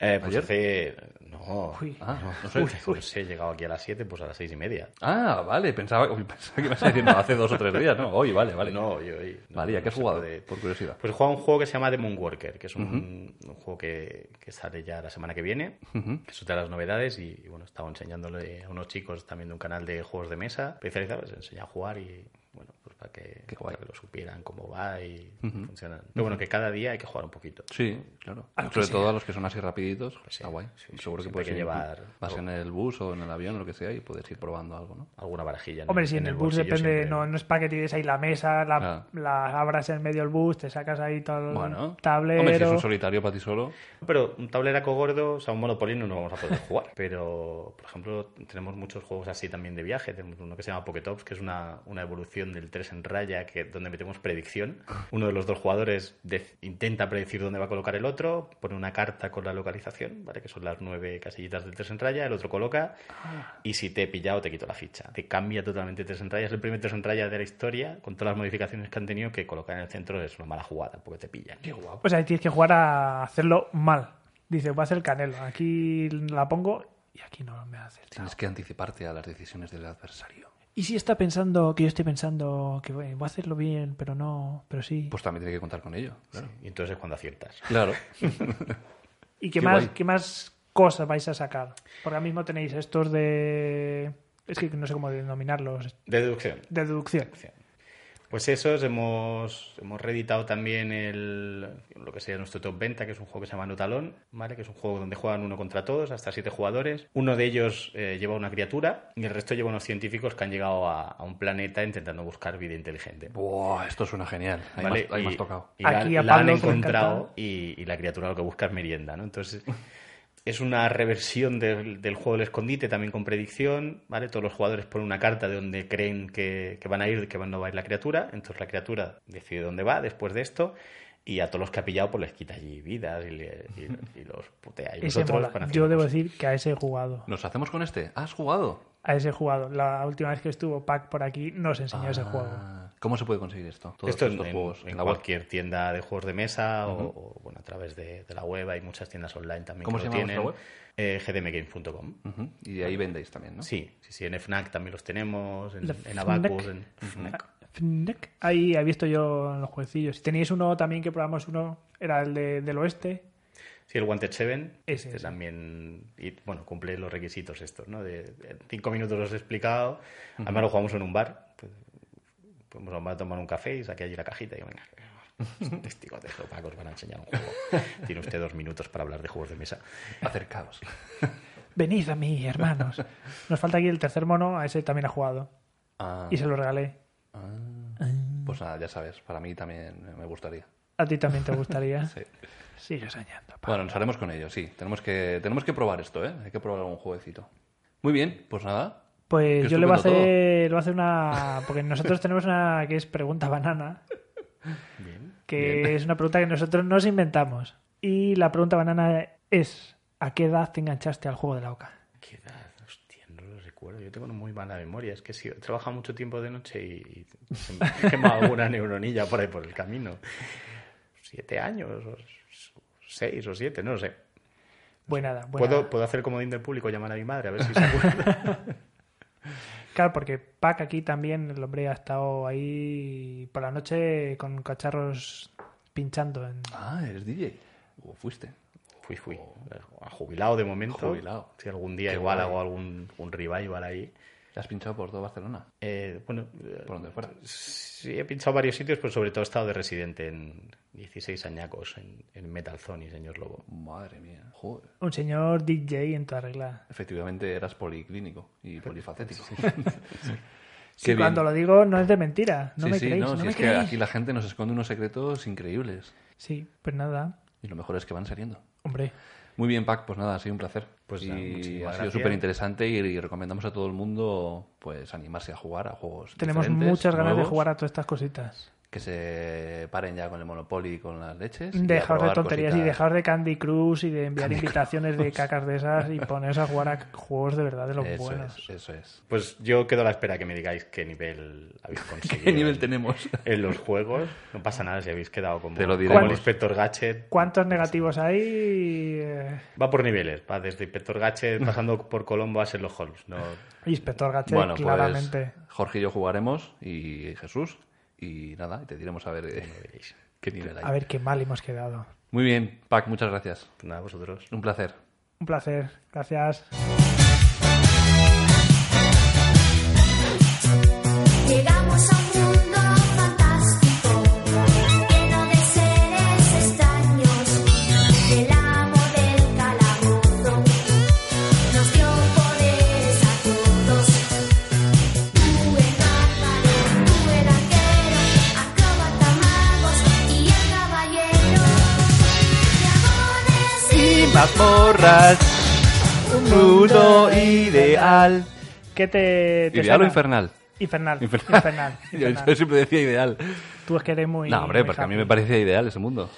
[SPEAKER 12] Eh, pues
[SPEAKER 2] ¿Ayer?
[SPEAKER 12] hace... No,
[SPEAKER 2] Ah,
[SPEAKER 12] no,
[SPEAKER 2] no sé.
[SPEAKER 12] uy, pues he llegado aquí a las 7, pues a las 6 y media.
[SPEAKER 2] Ah, vale, pensaba, uy, pensaba que ibas a decir no, hace dos o tres días, ¿no? Hoy, vale, vale.
[SPEAKER 12] No, hoy, hoy. No,
[SPEAKER 2] Vale, ¿y a qué has
[SPEAKER 12] no se
[SPEAKER 2] jugado?
[SPEAKER 12] puede.
[SPEAKER 2] Por curiosidad.
[SPEAKER 12] Pues he jugado a un juego que se llama Demon Worker, que es un, un juego que, que sale ya la semana que viene.
[SPEAKER 2] Ujú.
[SPEAKER 12] Es otra de las novedades y, y, bueno, estaba enseñándole a unos chicos también de un canal de juegos de mesa especializados, les enseñé a jugar y bueno, pues para que, para que lo supieran cómo va y cómo funcionan. Pero bueno, que cada día hay que jugar un poquito.
[SPEAKER 2] Sí, claro.
[SPEAKER 12] A lo que
[SPEAKER 2] Sobre
[SPEAKER 12] sea.
[SPEAKER 2] todo a los que son así rapiditos, está guay. Seguro que
[SPEAKER 12] siempre
[SPEAKER 2] puedes
[SPEAKER 12] hay que
[SPEAKER 2] ir,
[SPEAKER 12] llevar
[SPEAKER 2] vas
[SPEAKER 12] algo.
[SPEAKER 2] en el bus o en el avión o lo que sea y puedes ir probando algo, ¿no?
[SPEAKER 12] Alguna barajilla.
[SPEAKER 1] Hombre, si en, el bus depende, no, no es para que tienes ahí la mesa, la,
[SPEAKER 2] Claro.
[SPEAKER 1] la abras en medio del bus, te sacas ahí todo el
[SPEAKER 2] Ah. Bueno,
[SPEAKER 1] tablero.
[SPEAKER 2] hombre, si es un solitario para ti solo,
[SPEAKER 12] Pero un tableraco gordo, o sea, un Monopoly no lo vamos a poder jugar. Pero, por ejemplo, tenemos muchos juegos así también de viaje. Tenemos uno que se llama Poketops, que es una, una evolución del 3 en raya, que, donde metemos predicción. Uno de los dos jugadores de- intenta predecir dónde va a colocar el otro, pone una carta con la localización, ¿vale? que son las nueve casillitas del 3 en raya, el otro coloca, y si te he pillado te quito la ficha. Te cambia totalmente tres en raya. Es el primer tres en raya de la historia, con todas las modificaciones que han tenido, que colocar en el centro es una mala jugada, porque te pillan. Qué guapo.
[SPEAKER 1] O
[SPEAKER 2] Pues
[SPEAKER 1] sea, ahí tienes que jugar a hacerlo mal. Dice, va a ser canelo. Aquí la pongo y aquí no me hace.
[SPEAKER 2] tienes que anticiparte a las decisiones del adversario.
[SPEAKER 1] ¿Y si está pensando que yo estoy pensando que bueno, voy a hacerlo bien, pero no, pero sí?
[SPEAKER 2] Pues también tiene que contar con ello, claro.
[SPEAKER 12] Y entonces es cuando aciertas.
[SPEAKER 2] Claro.
[SPEAKER 1] ¿Y qué,
[SPEAKER 2] Qué
[SPEAKER 1] más,
[SPEAKER 2] guay.
[SPEAKER 1] qué más cosas vais a sacar? Porque ahora mismo tenéis estos de... Es que no sé cómo denominarlos.
[SPEAKER 12] De deducción.
[SPEAKER 1] De deducción.
[SPEAKER 12] Pues esos hemos, hemos reeditado también el, lo que sería nuestro top venta, que es un juego que se llama No Talón, ¿vale? que es un juego donde juegan uno contra todos, hasta siete jugadores. Uno de ellos eh, lleva una criatura y el resto lleva unos científicos que han llegado a, a un planeta intentando buscar vida inteligente.
[SPEAKER 2] Buah, esto suena genial. Ahí
[SPEAKER 12] ¿vale?
[SPEAKER 2] más- ahí
[SPEAKER 12] Y-
[SPEAKER 2] más tocado.
[SPEAKER 12] Y la,
[SPEAKER 1] Aquí a
[SPEAKER 12] la han
[SPEAKER 1] Pablo le
[SPEAKER 12] encontrado
[SPEAKER 1] encanta.
[SPEAKER 12] y, y la criatura lo que busca es merienda, ¿no? Entonces es una reversión del, del juego del escondite, también con predicción, ¿vale? Todos los jugadores ponen una carta de donde creen que, que van a ir, que van- no va a ir la criatura, entonces la criatura decide dónde va después de esto. Y a todos los que ha pillado, pues les quita allí vidas y, le- y- y los putea. Y los
[SPEAKER 1] Ese
[SPEAKER 12] otros
[SPEAKER 1] mola.
[SPEAKER 12] van haciendo
[SPEAKER 1] Yo debo
[SPEAKER 12] cosas.
[SPEAKER 1] decir que a ese he jugado.
[SPEAKER 2] ¿Nos hacemos con este? ¿Has jugado?
[SPEAKER 1] A ese he jugado. La última vez que estuvo Pac por aquí nos enseñó ese juego.
[SPEAKER 2] Ah, ¿Cómo se puede conseguir esto? Todos
[SPEAKER 12] Esto en,
[SPEAKER 2] estos
[SPEAKER 12] en-
[SPEAKER 2] juegos
[SPEAKER 12] en
[SPEAKER 2] en la web.
[SPEAKER 12] cualquier tienda de juegos de mesa o-
[SPEAKER 2] Ujú.
[SPEAKER 12] o, bueno, a través de, de la web. Hay muchas tiendas online también
[SPEAKER 2] ¿Cómo
[SPEAKER 12] que
[SPEAKER 2] se
[SPEAKER 12] lo
[SPEAKER 2] llama
[SPEAKER 12] tienen.
[SPEAKER 2] vuestra
[SPEAKER 12] Eh, gdmgames.com.
[SPEAKER 2] Ujú, Y ahí vendéis también, ¿no?
[SPEAKER 12] Sí, sí, sí, en FNAC también los tenemos, en,
[SPEAKER 1] La
[SPEAKER 12] en Abacus,
[SPEAKER 1] Fnac.
[SPEAKER 12] en FNAC.
[SPEAKER 1] Fnac. Ahí he visto yo en los jueguecillos. Teníais uno también que probamos uno, era el de- del oeste.
[SPEAKER 12] Sí, el Wanted Seven,
[SPEAKER 1] Ese,
[SPEAKER 12] este
[SPEAKER 1] ese.
[SPEAKER 12] también, y, bueno, cumple los requisitos estos, ¿no? De, en cinco minutos los he explicado, además lo jugamos en un bar, pues, fuimos a un bar a tomar un café y saqué allí la cajita y digo, venga, testigos de esto, Paco, os van a enseñar un juego. Tiene usted dos minutos para hablar de juegos de mesa.
[SPEAKER 2] Acercaos.
[SPEAKER 1] Venid a mí, hermanos. Nos falta aquí el tercer mono, a ese también ha jugado.
[SPEAKER 2] Ah,
[SPEAKER 1] Y se lo regalé.
[SPEAKER 2] pues nada, ya sabes, para mí también me gustaría.
[SPEAKER 1] A ti también te gustaría.
[SPEAKER 2] Sí.
[SPEAKER 1] Sigue soñando. pa.
[SPEAKER 2] Bueno, nos haremos con ello, sí. Tenemos que, tenemos que probar esto, ¿eh? Hay que probar algún jueguecito. Muy bien, pues nada.
[SPEAKER 1] Pues
[SPEAKER 2] Qué
[SPEAKER 1] yo le voy a
[SPEAKER 2] estupendo
[SPEAKER 1] hacer, le voy a hacer una. Porque nosotros tenemos una que es pregunta banana. que
[SPEAKER 2] bien.
[SPEAKER 1] es una pregunta que nosotros nos inventamos. Y la pregunta banana es: ¿a qué edad te enganchaste al juego de la oca?
[SPEAKER 12] ¿Qué edad? Hostia, no lo recuerdo. Yo tengo muy mala memoria. Es que sí, he trabajado mucho tiempo de noche y, y se me ha quemado alguna neuronilla por ahí por el camino. Siete años, o s- seis o siete, no lo sé.
[SPEAKER 1] Buena edad. Pues Buena edad.
[SPEAKER 12] ¿Puedo, puedo hacer comodín del público, llamar a mi madre, a ver si se acuerda.
[SPEAKER 1] Claro, porque Pac aquí también, el hombre ha estado ahí por la noche con cacharros pinchando. En...
[SPEAKER 2] Ah, eres DJ. O fuiste.
[SPEAKER 12] fui, fui. A jubilado de momento.
[SPEAKER 2] Jubilado.
[SPEAKER 12] Si algún día
[SPEAKER 2] Qué
[SPEAKER 12] igual
[SPEAKER 2] guay.
[SPEAKER 12] hago algún un revival ahí.
[SPEAKER 2] Te has pinchado por todo Barcelona.
[SPEAKER 12] Eh, bueno, eh,
[SPEAKER 2] Por donde fuera.
[SPEAKER 12] sí, he pinchado varios sitios, pero sobre todo he estado de residente en 16 añacos en, en Metal Zone y Señor Lobo.
[SPEAKER 2] Madre mía. Joder.
[SPEAKER 1] Un señor DJ en toda regla.
[SPEAKER 2] Efectivamente eras policlínico y polifacético.
[SPEAKER 1] Sí,
[SPEAKER 2] Qué
[SPEAKER 1] cuando lo
[SPEAKER 2] bien.
[SPEAKER 1] digo no es de mentira. No
[SPEAKER 2] sí,
[SPEAKER 1] me
[SPEAKER 2] sí,
[SPEAKER 1] creéis.
[SPEAKER 2] no,
[SPEAKER 1] No,
[SPEAKER 2] si
[SPEAKER 1] me
[SPEAKER 2] es que
[SPEAKER 1] creéis.
[SPEAKER 2] aquí la gente nos esconde unos secretos increíbles.
[SPEAKER 1] Sí, pues nada.
[SPEAKER 2] Y lo mejor es que van saliendo.
[SPEAKER 1] Hombre,
[SPEAKER 2] Muy bien, Pac, pues nada, ha sido un placer.
[SPEAKER 12] Pues
[SPEAKER 2] Y
[SPEAKER 12] nada, muchísimas
[SPEAKER 2] ha sido
[SPEAKER 12] gracias.
[SPEAKER 2] súper interesante y, y recomendamos a todo el mundo pues animarse a jugar a juegos
[SPEAKER 1] tenemos
[SPEAKER 2] diferentes,
[SPEAKER 1] muchas ganas de
[SPEAKER 2] nuevos.
[SPEAKER 1] jugar a todas estas cositas.
[SPEAKER 2] que se paren ya con el Monopoly y con las leches. y a
[SPEAKER 1] Dejaos de
[SPEAKER 2] probar
[SPEAKER 1] tonterías
[SPEAKER 2] cositas.
[SPEAKER 1] y dejaos de Candy Crush y de enviar invitaciones de cacas de esas y poneros a jugar a juegos de verdad de los
[SPEAKER 2] Eso
[SPEAKER 1] buenos.
[SPEAKER 2] es, eso es.
[SPEAKER 12] Pues yo quedo a la espera que me digáis qué nivel habéis conseguido.
[SPEAKER 2] nivel
[SPEAKER 12] en-
[SPEAKER 2] tenemos?
[SPEAKER 12] En los juegos. No pasa nada si habéis quedado como,
[SPEAKER 2] Te lo
[SPEAKER 12] como
[SPEAKER 2] diremos.
[SPEAKER 12] el inspector Gadget.
[SPEAKER 1] ¿Cuántos negativos hay? Eh,
[SPEAKER 12] Va por niveles, va desde inspector Gadget pasando por Colombo a Sherlock Holmes. No,
[SPEAKER 1] Inspector Gadget,
[SPEAKER 2] Bueno,
[SPEAKER 1] claramente.
[SPEAKER 2] pues Jorge y yo jugaremos y Jesús y nada, y te diremos a ver eh, qué nivel hay.
[SPEAKER 1] A ver qué mal hemos quedado.
[SPEAKER 2] Muy bien, Pac, muchas gracias.
[SPEAKER 12] Nada, vosotros.
[SPEAKER 2] Un placer.
[SPEAKER 1] Un placer. Gracias.
[SPEAKER 3] Llegamos a un mundo fantástico, lleno de seres extraños, del amo del calabozo, nos dio poderes a todos. Tú el pájaro, tú el arquero, acróbata magos y el caballero. Dragones
[SPEAKER 2] Y mazmorras,
[SPEAKER 1] un
[SPEAKER 2] mundo ideal.
[SPEAKER 1] ¿Qué Eh, te, te
[SPEAKER 2] ¿Ideal o
[SPEAKER 1] suena?
[SPEAKER 2] infernal?
[SPEAKER 1] Infernal.
[SPEAKER 2] Infernal.
[SPEAKER 1] Infernal.
[SPEAKER 2] Yo-
[SPEAKER 1] infernal.
[SPEAKER 2] Yo, siempre decía ideal.
[SPEAKER 1] Tú es que eres muy.
[SPEAKER 2] no, hombre,
[SPEAKER 1] muy
[SPEAKER 2] porque a mí
[SPEAKER 1] happy.
[SPEAKER 2] me parecía ideal ese mundo.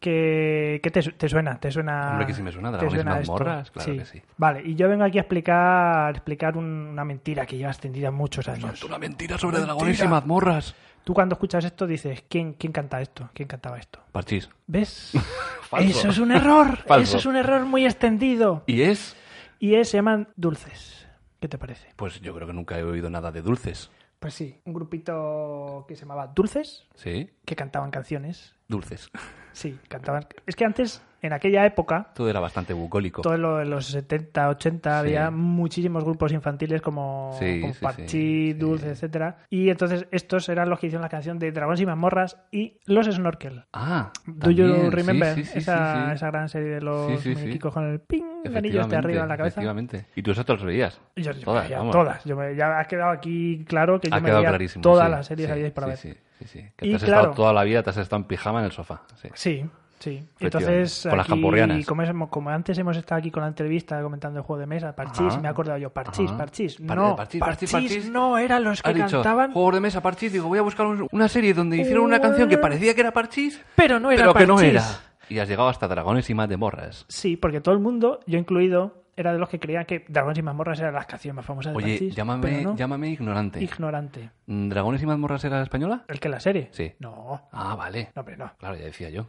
[SPEAKER 1] ¿Qué, qué te, su- te suena? ¿Te suena?
[SPEAKER 2] Hombre, que sí me suena,
[SPEAKER 1] ¿te
[SPEAKER 2] dragones y
[SPEAKER 1] esto?
[SPEAKER 2] mazmorras, claro que sí.
[SPEAKER 1] Vale, y yo vengo aquí a explicar, explicar un- una mentira que llevas tendida muchos años.
[SPEAKER 2] Pues Una mentira sobre dragones y mazmorras.
[SPEAKER 1] Tú cuando escuchas esto dices, ¿quién, quién canta esto? ¿Quién cantaba esto?
[SPEAKER 2] Parchís.
[SPEAKER 1] ¿Ves?
[SPEAKER 2] Falso.
[SPEAKER 1] Eso es un error. Eso
[SPEAKER 2] Falso.
[SPEAKER 1] es un error muy extendido.
[SPEAKER 2] ¿Y es?
[SPEAKER 1] Y es, se llaman dulces. ¿Qué te parece?
[SPEAKER 2] Pues yo creo que nunca he oído nada de dulces.
[SPEAKER 1] Pues sí, un grupito que se llamaba Dulces,
[SPEAKER 2] ¿Sí?
[SPEAKER 1] que cantaban canciones.
[SPEAKER 2] Dulces.
[SPEAKER 1] Sí, cantaban. Es que antes, en aquella época,
[SPEAKER 2] Todo era bastante bucólico.
[SPEAKER 1] todo lo de los 70, 80
[SPEAKER 2] Sí.
[SPEAKER 1] había muchísimos grupos infantiles como,
[SPEAKER 2] Sí,
[SPEAKER 1] como
[SPEAKER 2] sí,
[SPEAKER 1] Parchís,
[SPEAKER 2] sí,
[SPEAKER 1] Dulce, etcétera. Y entonces estos eran los que hicieron la canción de Dragones y Mazmorras y Los Snorkel.
[SPEAKER 2] Ah,
[SPEAKER 1] Do you
[SPEAKER 2] también, sí,
[SPEAKER 1] remember
[SPEAKER 2] sí, sí,
[SPEAKER 1] esa,
[SPEAKER 2] sí, sí.
[SPEAKER 1] esa gran serie de los
[SPEAKER 2] Sí, sí, sí.
[SPEAKER 1] muñequicos con el ping, el anillo
[SPEAKER 2] Efectivamente,
[SPEAKER 1] este arriba en la cabeza?
[SPEAKER 2] Efectivamente. Y tú esas te las veías.
[SPEAKER 1] Yo- yo
[SPEAKER 2] todas,
[SPEAKER 1] veía
[SPEAKER 2] vamos.
[SPEAKER 1] todas. Yo me- ya ha quedado aquí claro que
[SPEAKER 2] Ha
[SPEAKER 1] yo me
[SPEAKER 2] quedado
[SPEAKER 1] veía
[SPEAKER 2] clarísimo.
[SPEAKER 1] todas
[SPEAKER 2] sí,
[SPEAKER 1] las series
[SPEAKER 2] sí,
[SPEAKER 1] habidas y por
[SPEAKER 2] sí,
[SPEAKER 1] haber.
[SPEAKER 2] sí, sí, sí. Que
[SPEAKER 1] Y
[SPEAKER 2] te has
[SPEAKER 1] claro.
[SPEAKER 2] estado toda la vida, te has estado en pijama en el sofá. Sí.
[SPEAKER 1] Sí, sí.
[SPEAKER 2] Efectivamente.
[SPEAKER 1] Entonces,
[SPEAKER 2] Con las
[SPEAKER 1] aquí,
[SPEAKER 2] campurrianas.
[SPEAKER 1] como, es- como antes hemos estado aquí con la entrevista comentando el juego de mesa, Parchís,
[SPEAKER 2] Ajá.
[SPEAKER 1] me he acordado yo, Parchís,
[SPEAKER 2] Ajá.
[SPEAKER 1] Parchís.
[SPEAKER 2] Ah. Par-
[SPEAKER 1] No,
[SPEAKER 2] Parchís,
[SPEAKER 1] Parchís,
[SPEAKER 2] Parchís, Parchís.
[SPEAKER 1] no eran los que
[SPEAKER 2] Ha dicho,
[SPEAKER 1] cantaban,
[SPEAKER 2] juego de mesa Parchís, digo, voy a buscar un- una serie donde hicieron una canción
[SPEAKER 1] Uh.
[SPEAKER 2] que parecía que era Parchís,
[SPEAKER 1] pero no era
[SPEAKER 2] pero que
[SPEAKER 1] Parchís.
[SPEAKER 2] no era. Y has llegado hasta Dragones y más de morras.
[SPEAKER 1] Sí, porque todo el mundo, yo incluido, era de los que creían que Dragones y Mazmorras eran las canciones más famosas de
[SPEAKER 2] Oye,
[SPEAKER 1] Parchís.
[SPEAKER 2] llámame,
[SPEAKER 1] pero no.
[SPEAKER 2] llámame ignorante.
[SPEAKER 1] Ignorante.
[SPEAKER 2] Mm, ¿Dragones y mazmorras era española?
[SPEAKER 1] ¿El que la serie?
[SPEAKER 2] Sí.
[SPEAKER 1] No,
[SPEAKER 2] Ah, vale.
[SPEAKER 1] no, hombre, no.
[SPEAKER 2] Claro, ya decía yo.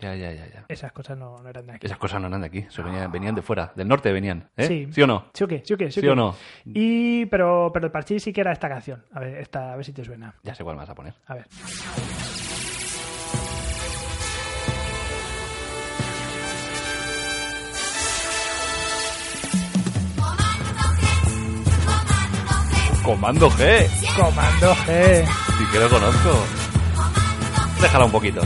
[SPEAKER 2] Ya, ya, ya, ya.
[SPEAKER 1] Esas cosas no, no eran de aquí.
[SPEAKER 2] Esas cosas no eran de aquí, se venían, venían de fuera, del norte venían. ¿eh?
[SPEAKER 1] Sí.
[SPEAKER 2] o no?
[SPEAKER 1] ¿Sí o qué? ¿Sí o qué?
[SPEAKER 2] ¿Sí o no?
[SPEAKER 1] Y, pero, pero el Parchís sí que era esta canción. A ver, esta, a ver si te suena.
[SPEAKER 2] Ya sé cuál me vas a poner.
[SPEAKER 1] A ver.
[SPEAKER 2] Comando G.
[SPEAKER 1] Comando G.
[SPEAKER 2] Sí que lo conozco. Déjala un poquito.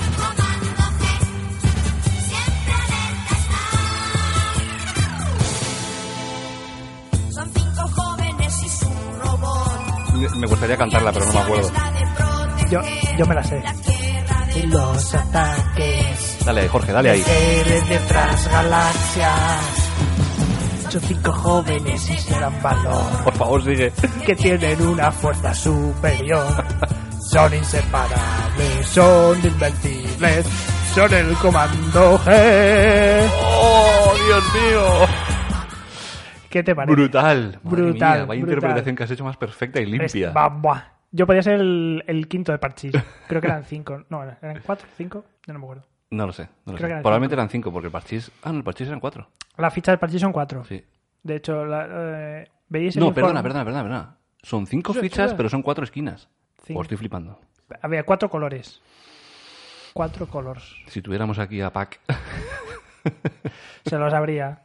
[SPEAKER 3] Son cinco jóvenes y su robot.
[SPEAKER 2] Me- Me gustaría cantarla, pero no me acuerdo.
[SPEAKER 1] Yo, yo me la sé. Los ataques
[SPEAKER 2] Dale, Jorge, dale ahí.
[SPEAKER 1] seres de transgalaxias. Son cinco jóvenes y su gran valor.
[SPEAKER 2] Por favor, sigue.
[SPEAKER 1] Que tienen una fuerza superior. Son inseparables, son invencibles. Son el comando G.
[SPEAKER 2] ¡Oh, Dios mío!
[SPEAKER 1] ¿Qué te parece?
[SPEAKER 2] Brutal. Madre
[SPEAKER 1] Brutal,
[SPEAKER 2] mía,
[SPEAKER 1] brutal.
[SPEAKER 2] vaya interpretación que has hecho más perfecta y
[SPEAKER 1] Es-
[SPEAKER 2] limpia.
[SPEAKER 1] va- buah. Yo podía ser el, el quinto de Parchís. Creo que eran cinco. No, eran cuatro, cinco. Yo no me acuerdo.
[SPEAKER 2] No lo sé. no
[SPEAKER 1] Creo
[SPEAKER 2] lo sé.
[SPEAKER 1] que eran
[SPEAKER 2] Probablemente eran cinco, porque el parchís. Ah, no, el parchís eran cuatro.
[SPEAKER 1] Las fichas de Parchís son cuatro.
[SPEAKER 2] Sí.
[SPEAKER 1] De hecho, la, eh, ¿veis el
[SPEAKER 2] No,
[SPEAKER 1] informe?
[SPEAKER 2] perdona, perdona, perdona, perdona. Son cinco
[SPEAKER 1] Sí, sí,
[SPEAKER 2] fichas,
[SPEAKER 1] sí.
[SPEAKER 2] pero son cuatro esquinas.
[SPEAKER 1] Sí.
[SPEAKER 2] O estoy flipando.
[SPEAKER 1] Había cuatro colores. Cuatro colores.
[SPEAKER 2] Si tuviéramos aquí a Pac.
[SPEAKER 1] Se los habría.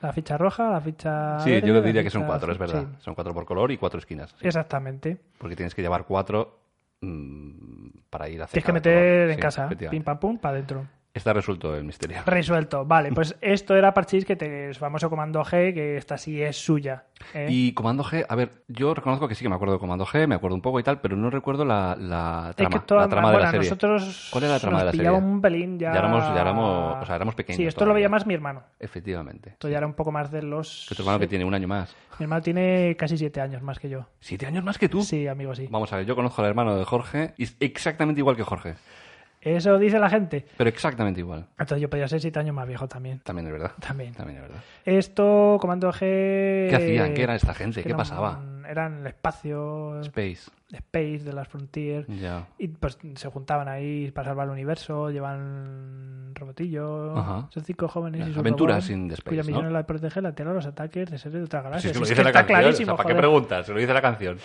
[SPEAKER 1] La ficha roja, la ficha.
[SPEAKER 2] Sí, yo
[SPEAKER 1] verde,
[SPEAKER 2] le
[SPEAKER 1] la
[SPEAKER 2] diría que son
[SPEAKER 1] ficha
[SPEAKER 2] cuatro, es
[SPEAKER 1] azul.
[SPEAKER 2] verdad. Son cuatro por color y cuatro esquinas.
[SPEAKER 1] Sí, exactamente.
[SPEAKER 2] Porque tienes que llevar cuatro mm, para ir a hacer.
[SPEAKER 1] Tienes que
[SPEAKER 2] cada
[SPEAKER 1] meter
[SPEAKER 2] color.
[SPEAKER 1] en
[SPEAKER 2] Sí,
[SPEAKER 1] casa.
[SPEAKER 2] efectivamente.
[SPEAKER 1] Pim pam pum, para adentro.
[SPEAKER 2] Está resuelto el misterio.
[SPEAKER 1] Resuelto. Vale, pues esto era Parchís, que te, el famoso comando G, que esta sí es suya. ¿eh?
[SPEAKER 2] Y Comando G, a ver, yo reconozco que sí que me acuerdo de Comando G, me acuerdo un poco y tal, pero no recuerdo la, la
[SPEAKER 1] Es
[SPEAKER 2] trama,
[SPEAKER 1] que toda-
[SPEAKER 2] la trama de
[SPEAKER 1] bueno,
[SPEAKER 2] la serie.
[SPEAKER 1] nosotros
[SPEAKER 2] ¿Cuál era la trama
[SPEAKER 1] nos
[SPEAKER 2] de la serie?
[SPEAKER 1] pillaba un pelín ya-
[SPEAKER 2] éramos, ya éramos, o sea, éramos pequeños.
[SPEAKER 1] Sí, esto lo
[SPEAKER 2] todavía.
[SPEAKER 1] veía más mi hermano.
[SPEAKER 2] Efectivamente.
[SPEAKER 1] Esto ya era un poco más de los...
[SPEAKER 2] Que tu hermano que tiene un año más.
[SPEAKER 1] Mi hermano tiene casi siete años más que yo.
[SPEAKER 2] ¿Siete años más que tú?
[SPEAKER 1] Sí, amigo, sí.
[SPEAKER 2] Vamos a ver, yo conozco al hermano de Jorge y es exactamente igual que Jorge,
[SPEAKER 1] Eso dice la gente.
[SPEAKER 2] pero exactamente igual.
[SPEAKER 1] Entonces yo podría ser siete años más viejo también.
[SPEAKER 2] También es verdad.
[SPEAKER 1] También.
[SPEAKER 2] También es verdad.
[SPEAKER 1] Esto, Comando G... ¿Qué
[SPEAKER 2] hacían? ¿Qué era esta gente? ¿Qué pasaba?
[SPEAKER 1] Eran el espacio...
[SPEAKER 2] Space.
[SPEAKER 1] Space, de las Frontier.
[SPEAKER 2] Ya.
[SPEAKER 1] Y pues se juntaban ahí para salvar el universo, llevan robotillos.
[SPEAKER 2] Ajá.
[SPEAKER 1] Son cinco jóvenes
[SPEAKER 2] Las
[SPEAKER 1] y sus
[SPEAKER 2] aventuras
[SPEAKER 1] robots,
[SPEAKER 2] in the space,
[SPEAKER 1] Cuya misión
[SPEAKER 2] ¿no?
[SPEAKER 1] es la de proteger la Tierra de los ataques de seres de otras
[SPEAKER 2] Si
[SPEAKER 1] galaxias.
[SPEAKER 2] es que
[SPEAKER 1] Si
[SPEAKER 2] lo
[SPEAKER 1] es
[SPEAKER 2] dice
[SPEAKER 1] que
[SPEAKER 2] la
[SPEAKER 1] está
[SPEAKER 2] canción, o sea,
[SPEAKER 1] clarísimo.
[SPEAKER 2] ¿para qué
[SPEAKER 1] joder.
[SPEAKER 2] preguntas? Se lo dice la canción.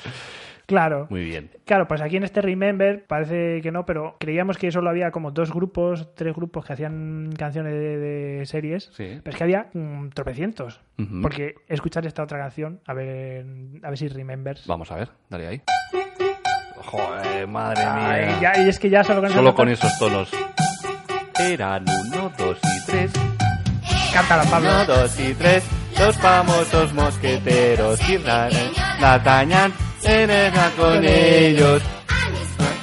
[SPEAKER 1] Claro.
[SPEAKER 2] Muy bien.
[SPEAKER 1] Claro, pues aquí en este Remember parece que no, pero creíamos que solo había como dos grupos, tres grupos que hacían canciones de, de series,
[SPEAKER 2] Sí.
[SPEAKER 1] pero es que había mm, tropecientos.
[SPEAKER 2] Ujú.
[SPEAKER 1] Porque escuchar esta otra canción, a ver, a ver si Remembers.
[SPEAKER 2] Vamos a ver, dale ahí. Joder, madre
[SPEAKER 1] Ay,
[SPEAKER 2] mía.
[SPEAKER 1] ya- y es que ya solo con, esa
[SPEAKER 2] Solo
[SPEAKER 1] nota-
[SPEAKER 2] con esos tonos. Eran uno, dos y tres.
[SPEAKER 1] Cántala, Pablo.
[SPEAKER 2] Uno, dos y tres. Los famosos mosqueteros y la, la tañan con ellos.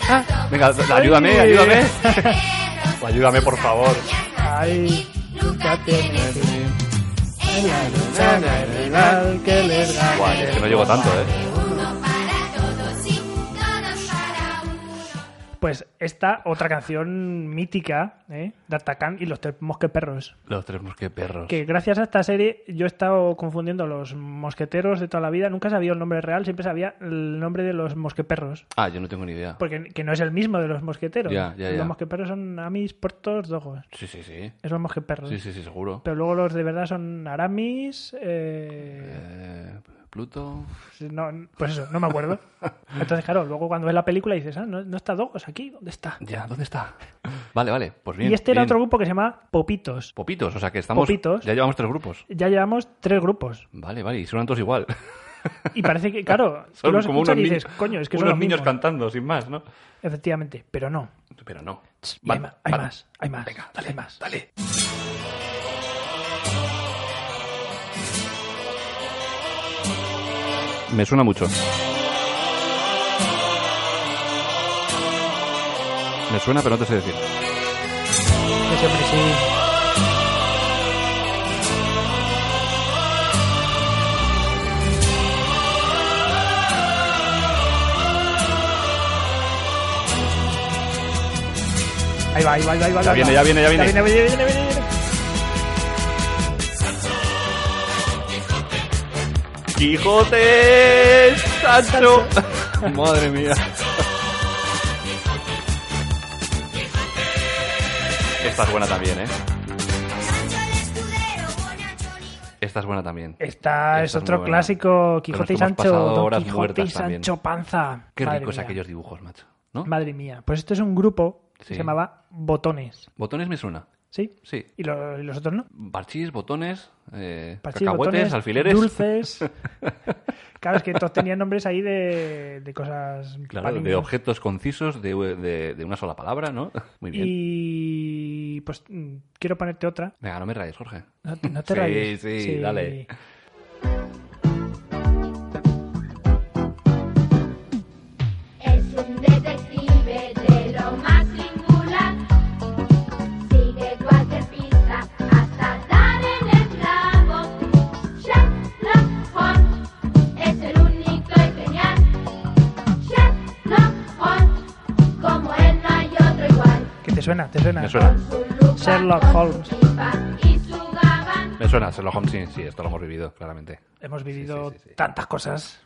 [SPEAKER 2] Ah, Venga, ayúdame,
[SPEAKER 1] Ay.
[SPEAKER 2] ayúdame.
[SPEAKER 1] E,
[SPEAKER 2] ayúdame, por favor.
[SPEAKER 1] Ay, nunca tienes fin. Ay, la realidad que les gane.
[SPEAKER 2] Guau, es que no llego tanto, ¿eh?
[SPEAKER 1] Pues esta otra canción mítica ¿eh? de Atacán y los tres mosqueperros.
[SPEAKER 2] Los tres mosqueteros.
[SPEAKER 1] Que gracias a esta serie yo he estado confundiendo los mosqueteros de toda la vida. Nunca sabía el nombre real, siempre sabía el nombre de los mosqueperros.
[SPEAKER 2] Ah, yo no tengo ni idea.
[SPEAKER 1] Porque que no es el mismo de los mosqueteros.
[SPEAKER 2] Ya, ya, ya.
[SPEAKER 1] Los mosqueteros son Amis, Portos, Dogos.
[SPEAKER 2] Sí, sí, sí.
[SPEAKER 1] Esos mosqueperros.
[SPEAKER 2] Sí, sí, sí, seguro.
[SPEAKER 1] Pero luego los de verdad son Aramis. eh,
[SPEAKER 2] Eh, Pluto.
[SPEAKER 1] no, pues eso, no me acuerdo. Entonces, claro, luego cuando ves la película dices, ah, no, no está Dogos aquí, ¿dónde está?
[SPEAKER 2] Ya, ¿dónde está? Vale, vale, pues bien.
[SPEAKER 1] y este era
[SPEAKER 2] bien.
[SPEAKER 1] otro grupo que se llama Popitos.
[SPEAKER 2] Popitos, o sea que estamos.
[SPEAKER 1] Popitos.
[SPEAKER 2] Ya llevamos tres grupos.
[SPEAKER 1] Ya llevamos tres grupos.
[SPEAKER 2] Vale, vale, y suenan todos igual.
[SPEAKER 1] Y parece que, claro, tú los escuchas y
[SPEAKER 2] ni-
[SPEAKER 1] dices, coño, es que son
[SPEAKER 2] unos
[SPEAKER 1] los
[SPEAKER 2] niños
[SPEAKER 1] mismos".
[SPEAKER 2] cantando, sin más, ¿no?
[SPEAKER 1] Efectivamente, pero no.
[SPEAKER 2] Pero no.
[SPEAKER 1] Y
[SPEAKER 2] Va-
[SPEAKER 1] hay, ma- hay
[SPEAKER 2] va-
[SPEAKER 1] más, hay más.
[SPEAKER 2] Venga, dale
[SPEAKER 1] hay más.
[SPEAKER 2] Dale. Me suena mucho. Me suena, pero no te sé decir.
[SPEAKER 1] Ese hombre sí. Ahí va, ahí va, ahí va, ahí va.
[SPEAKER 2] Ya
[SPEAKER 1] ahí va.
[SPEAKER 2] viene, ya viene, ya viene.
[SPEAKER 1] Ya viene, viene, viene, viene.
[SPEAKER 2] ¡Quijote! ¡Sancho! Madre mía. Esta es buena también, ¿eh? Esta es buena también.
[SPEAKER 1] Eh, Esta es
[SPEAKER 2] Esta es muy
[SPEAKER 1] otro
[SPEAKER 2] buena.
[SPEAKER 1] clásico,
[SPEAKER 2] Con los
[SPEAKER 1] Quijote
[SPEAKER 2] que
[SPEAKER 1] y
[SPEAKER 2] hemos
[SPEAKER 1] Sancho,
[SPEAKER 2] pasado
[SPEAKER 1] Don
[SPEAKER 2] horas
[SPEAKER 1] Quijote y
[SPEAKER 2] muertas también.
[SPEAKER 1] Sancho Panza.
[SPEAKER 2] Qué
[SPEAKER 1] Madre
[SPEAKER 2] ricos
[SPEAKER 1] mía.
[SPEAKER 2] aquellos dibujos, macho. ¿No?
[SPEAKER 1] Madre mía. Pues esto es un grupo que
[SPEAKER 2] Sí.
[SPEAKER 1] se llamaba Botones,
[SPEAKER 2] Botones me suena.
[SPEAKER 1] ¿sí?
[SPEAKER 2] Sí.
[SPEAKER 1] ¿Y, lo- y los otros no?
[SPEAKER 2] Parchís, botones, eh,
[SPEAKER 1] Parchís,
[SPEAKER 2] cacahuetes,
[SPEAKER 1] botones,
[SPEAKER 2] alfileres.
[SPEAKER 1] Dulces. claro, es que todos tenían nombres ahí de, de cosas... para
[SPEAKER 2] Claro, de
[SPEAKER 1] niños.
[SPEAKER 2] objetos concisos, de, de- de una sola palabra, ¿no? Muy bien.
[SPEAKER 1] Y pues mm, quiero ponerte otra.
[SPEAKER 2] Venga, no me rayes, Jorge.
[SPEAKER 1] No, te- no te
[SPEAKER 2] Sí,
[SPEAKER 1] rayes.
[SPEAKER 2] sí, dale.
[SPEAKER 3] Es un detective de lo más singular. Sigue cualquier pista hasta dar en el clavo. Sherlock Holmes es el único y genial. Sherlock Holmes, como él no hay otro igual.
[SPEAKER 1] ¿Qué te suena? ¿Te suena?
[SPEAKER 2] Me suena.
[SPEAKER 1] Sherlock Holmes.
[SPEAKER 3] Y su gabán.
[SPEAKER 2] Me suena, Sherlock Holmes, sí, sí, esto lo hemos vivido, claramente.
[SPEAKER 1] Hemos vivido
[SPEAKER 2] sí, sí.
[SPEAKER 1] tantas cosas.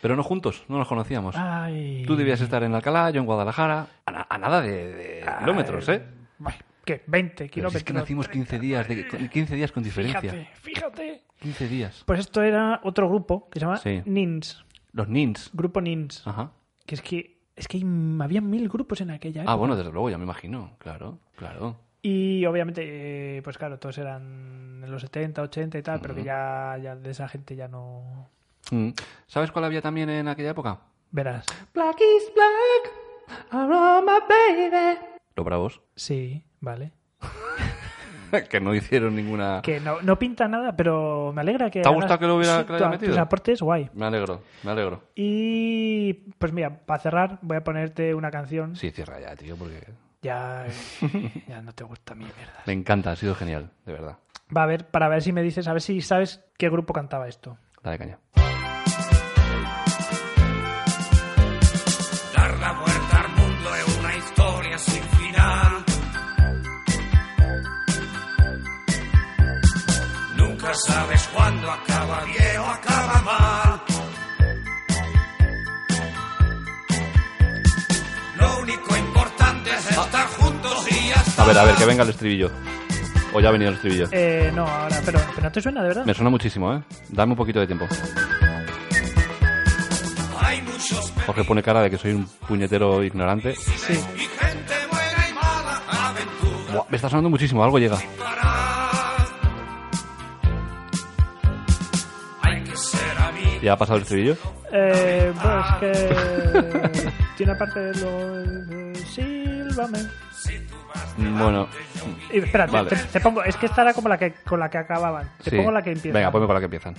[SPEAKER 2] Pero no juntos, no nos conocíamos.
[SPEAKER 1] Ay.
[SPEAKER 2] Pues, Tú debías estar en Alcalá, yo en Guadalajara, a, na- a nada de, de kilómetros, ¿eh?
[SPEAKER 1] Ay, ¿Qué? 20
[SPEAKER 2] Pero
[SPEAKER 1] kilómetros.
[SPEAKER 2] si es que nacimos 15 días, de- con- 15 días con diferencia.
[SPEAKER 1] Fíjate, fíjate.
[SPEAKER 2] 15 días.
[SPEAKER 1] Pues esto era otro grupo que se llama
[SPEAKER 2] Sí.
[SPEAKER 1] Nins.
[SPEAKER 2] Los nins.
[SPEAKER 1] Grupo Nins.
[SPEAKER 2] Ajá.
[SPEAKER 1] Que es que, es que hay- había mil grupos en aquella época.
[SPEAKER 2] Ah, bueno, desde luego, ya me imagino. Claro, claro.
[SPEAKER 1] Y obviamente, eh, pues claro, todos eran en los 70, 80 y tal, pero que ya, ya de esa gente ya no.
[SPEAKER 2] Mm. ¿Sabes cuál había también en aquella época?
[SPEAKER 1] Verás.
[SPEAKER 2] Black is black, around my baby. Los bravos.
[SPEAKER 1] Sí, vale.
[SPEAKER 2] que no hicieron ninguna...
[SPEAKER 1] Que no, no pinta nada, pero me alegra que.
[SPEAKER 2] Ah. ¿Te ha
[SPEAKER 1] hagas
[SPEAKER 2] gustado que lo hubiera-
[SPEAKER 1] su-
[SPEAKER 2] que lo haya
[SPEAKER 1] tu-
[SPEAKER 2] metido?
[SPEAKER 1] Tus aportes, guay.
[SPEAKER 2] Me alegro, me alegro.
[SPEAKER 1] Y pues mira, para cerrar, voy a ponerte una canción.
[SPEAKER 2] Sí, cierra ya, tío, porque
[SPEAKER 1] Ya, ya no te gusta mi mierda.
[SPEAKER 2] me encanta, ha sido genial, de verdad.
[SPEAKER 1] Va a ver, para ver si me dices, a ver si sabes qué grupo cantaba esto.
[SPEAKER 2] Dale caña.
[SPEAKER 13] Dar la vuelta al mundo es una historia sin final. Nunca sabes cuándo acaba bien o acaba mal. Lo único importante es estar juntos y ya está.
[SPEAKER 2] A ver, a ver, que venga el estribillo. O ya ha venido el estribillo.
[SPEAKER 1] Eh, no, ahora, pero, pero no te suena de verdad.
[SPEAKER 2] Me suena muchísimo, ¿eh? Dame un poquito de tiempo.
[SPEAKER 13] Hay muchos
[SPEAKER 2] Jorge pone cara de que soy un puñetero ignorante.
[SPEAKER 13] y gente buena y mala. Aventura
[SPEAKER 2] Buah, me está sonando muchísimo, algo llega.
[SPEAKER 13] hay que ser amigos. Ah.
[SPEAKER 2] ¿Ya ha pasado el estribillo?
[SPEAKER 1] Eh, pues que. tiene una parte de lo. Sílvame.
[SPEAKER 2] Bueno.
[SPEAKER 1] Y, espérate,
[SPEAKER 2] Vale.
[SPEAKER 1] te, te pongo. Es que esta era como la que, con la que acababan. Te
[SPEAKER 2] Sí.
[SPEAKER 1] pongo la que empieza.
[SPEAKER 2] Venga, ponme con la que empiezan.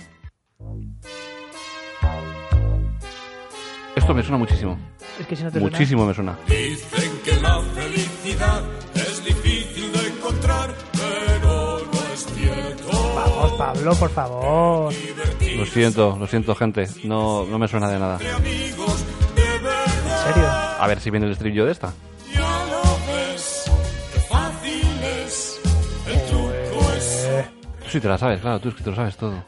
[SPEAKER 2] Esto me suena muchísimo.
[SPEAKER 1] Es que si no te suena-
[SPEAKER 2] Muchísimo me suena.
[SPEAKER 13] Dicen que la felicidad es difícil de encontrar, pero no es cierto.
[SPEAKER 1] Vamos,
[SPEAKER 2] pues.
[SPEAKER 1] Pablo, por favor.
[SPEAKER 2] Lo siento, lo siento, gente. No, no me suena de nada.
[SPEAKER 1] ¿En serio?
[SPEAKER 2] A ver si viene el estribillo de esta.
[SPEAKER 13] Ya lo ves, qué fácil es. El truco es,
[SPEAKER 1] Eh.
[SPEAKER 2] Tú sí te la sabes, claro, tú es que te lo sabes todo.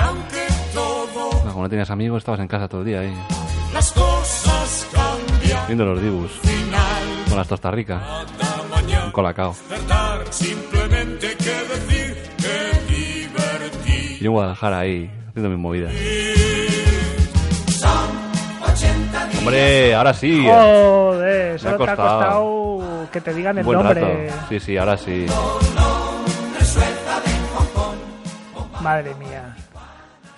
[SPEAKER 13] aunque todo
[SPEAKER 2] Claro, Cuando no tenías amigos, estabas en casa todo el día ahí,
[SPEAKER 13] las cosas cambian.
[SPEAKER 2] viendo los dibus.
[SPEAKER 13] Final,
[SPEAKER 2] Con las tostas ricas. Un colacao.
[SPEAKER 13] verdad, simplemente hay que decir que divertir.
[SPEAKER 2] Y yo en Guadalajara ahí, haciendo mis movidas. Hombre, ahora sí.
[SPEAKER 1] Joder,
[SPEAKER 2] Me ha
[SPEAKER 1] solo te ha costado que te digan
[SPEAKER 2] Un
[SPEAKER 1] el
[SPEAKER 2] buen
[SPEAKER 1] nombre.
[SPEAKER 2] rato. Sí, sí, ahora sí.
[SPEAKER 1] Madre mía.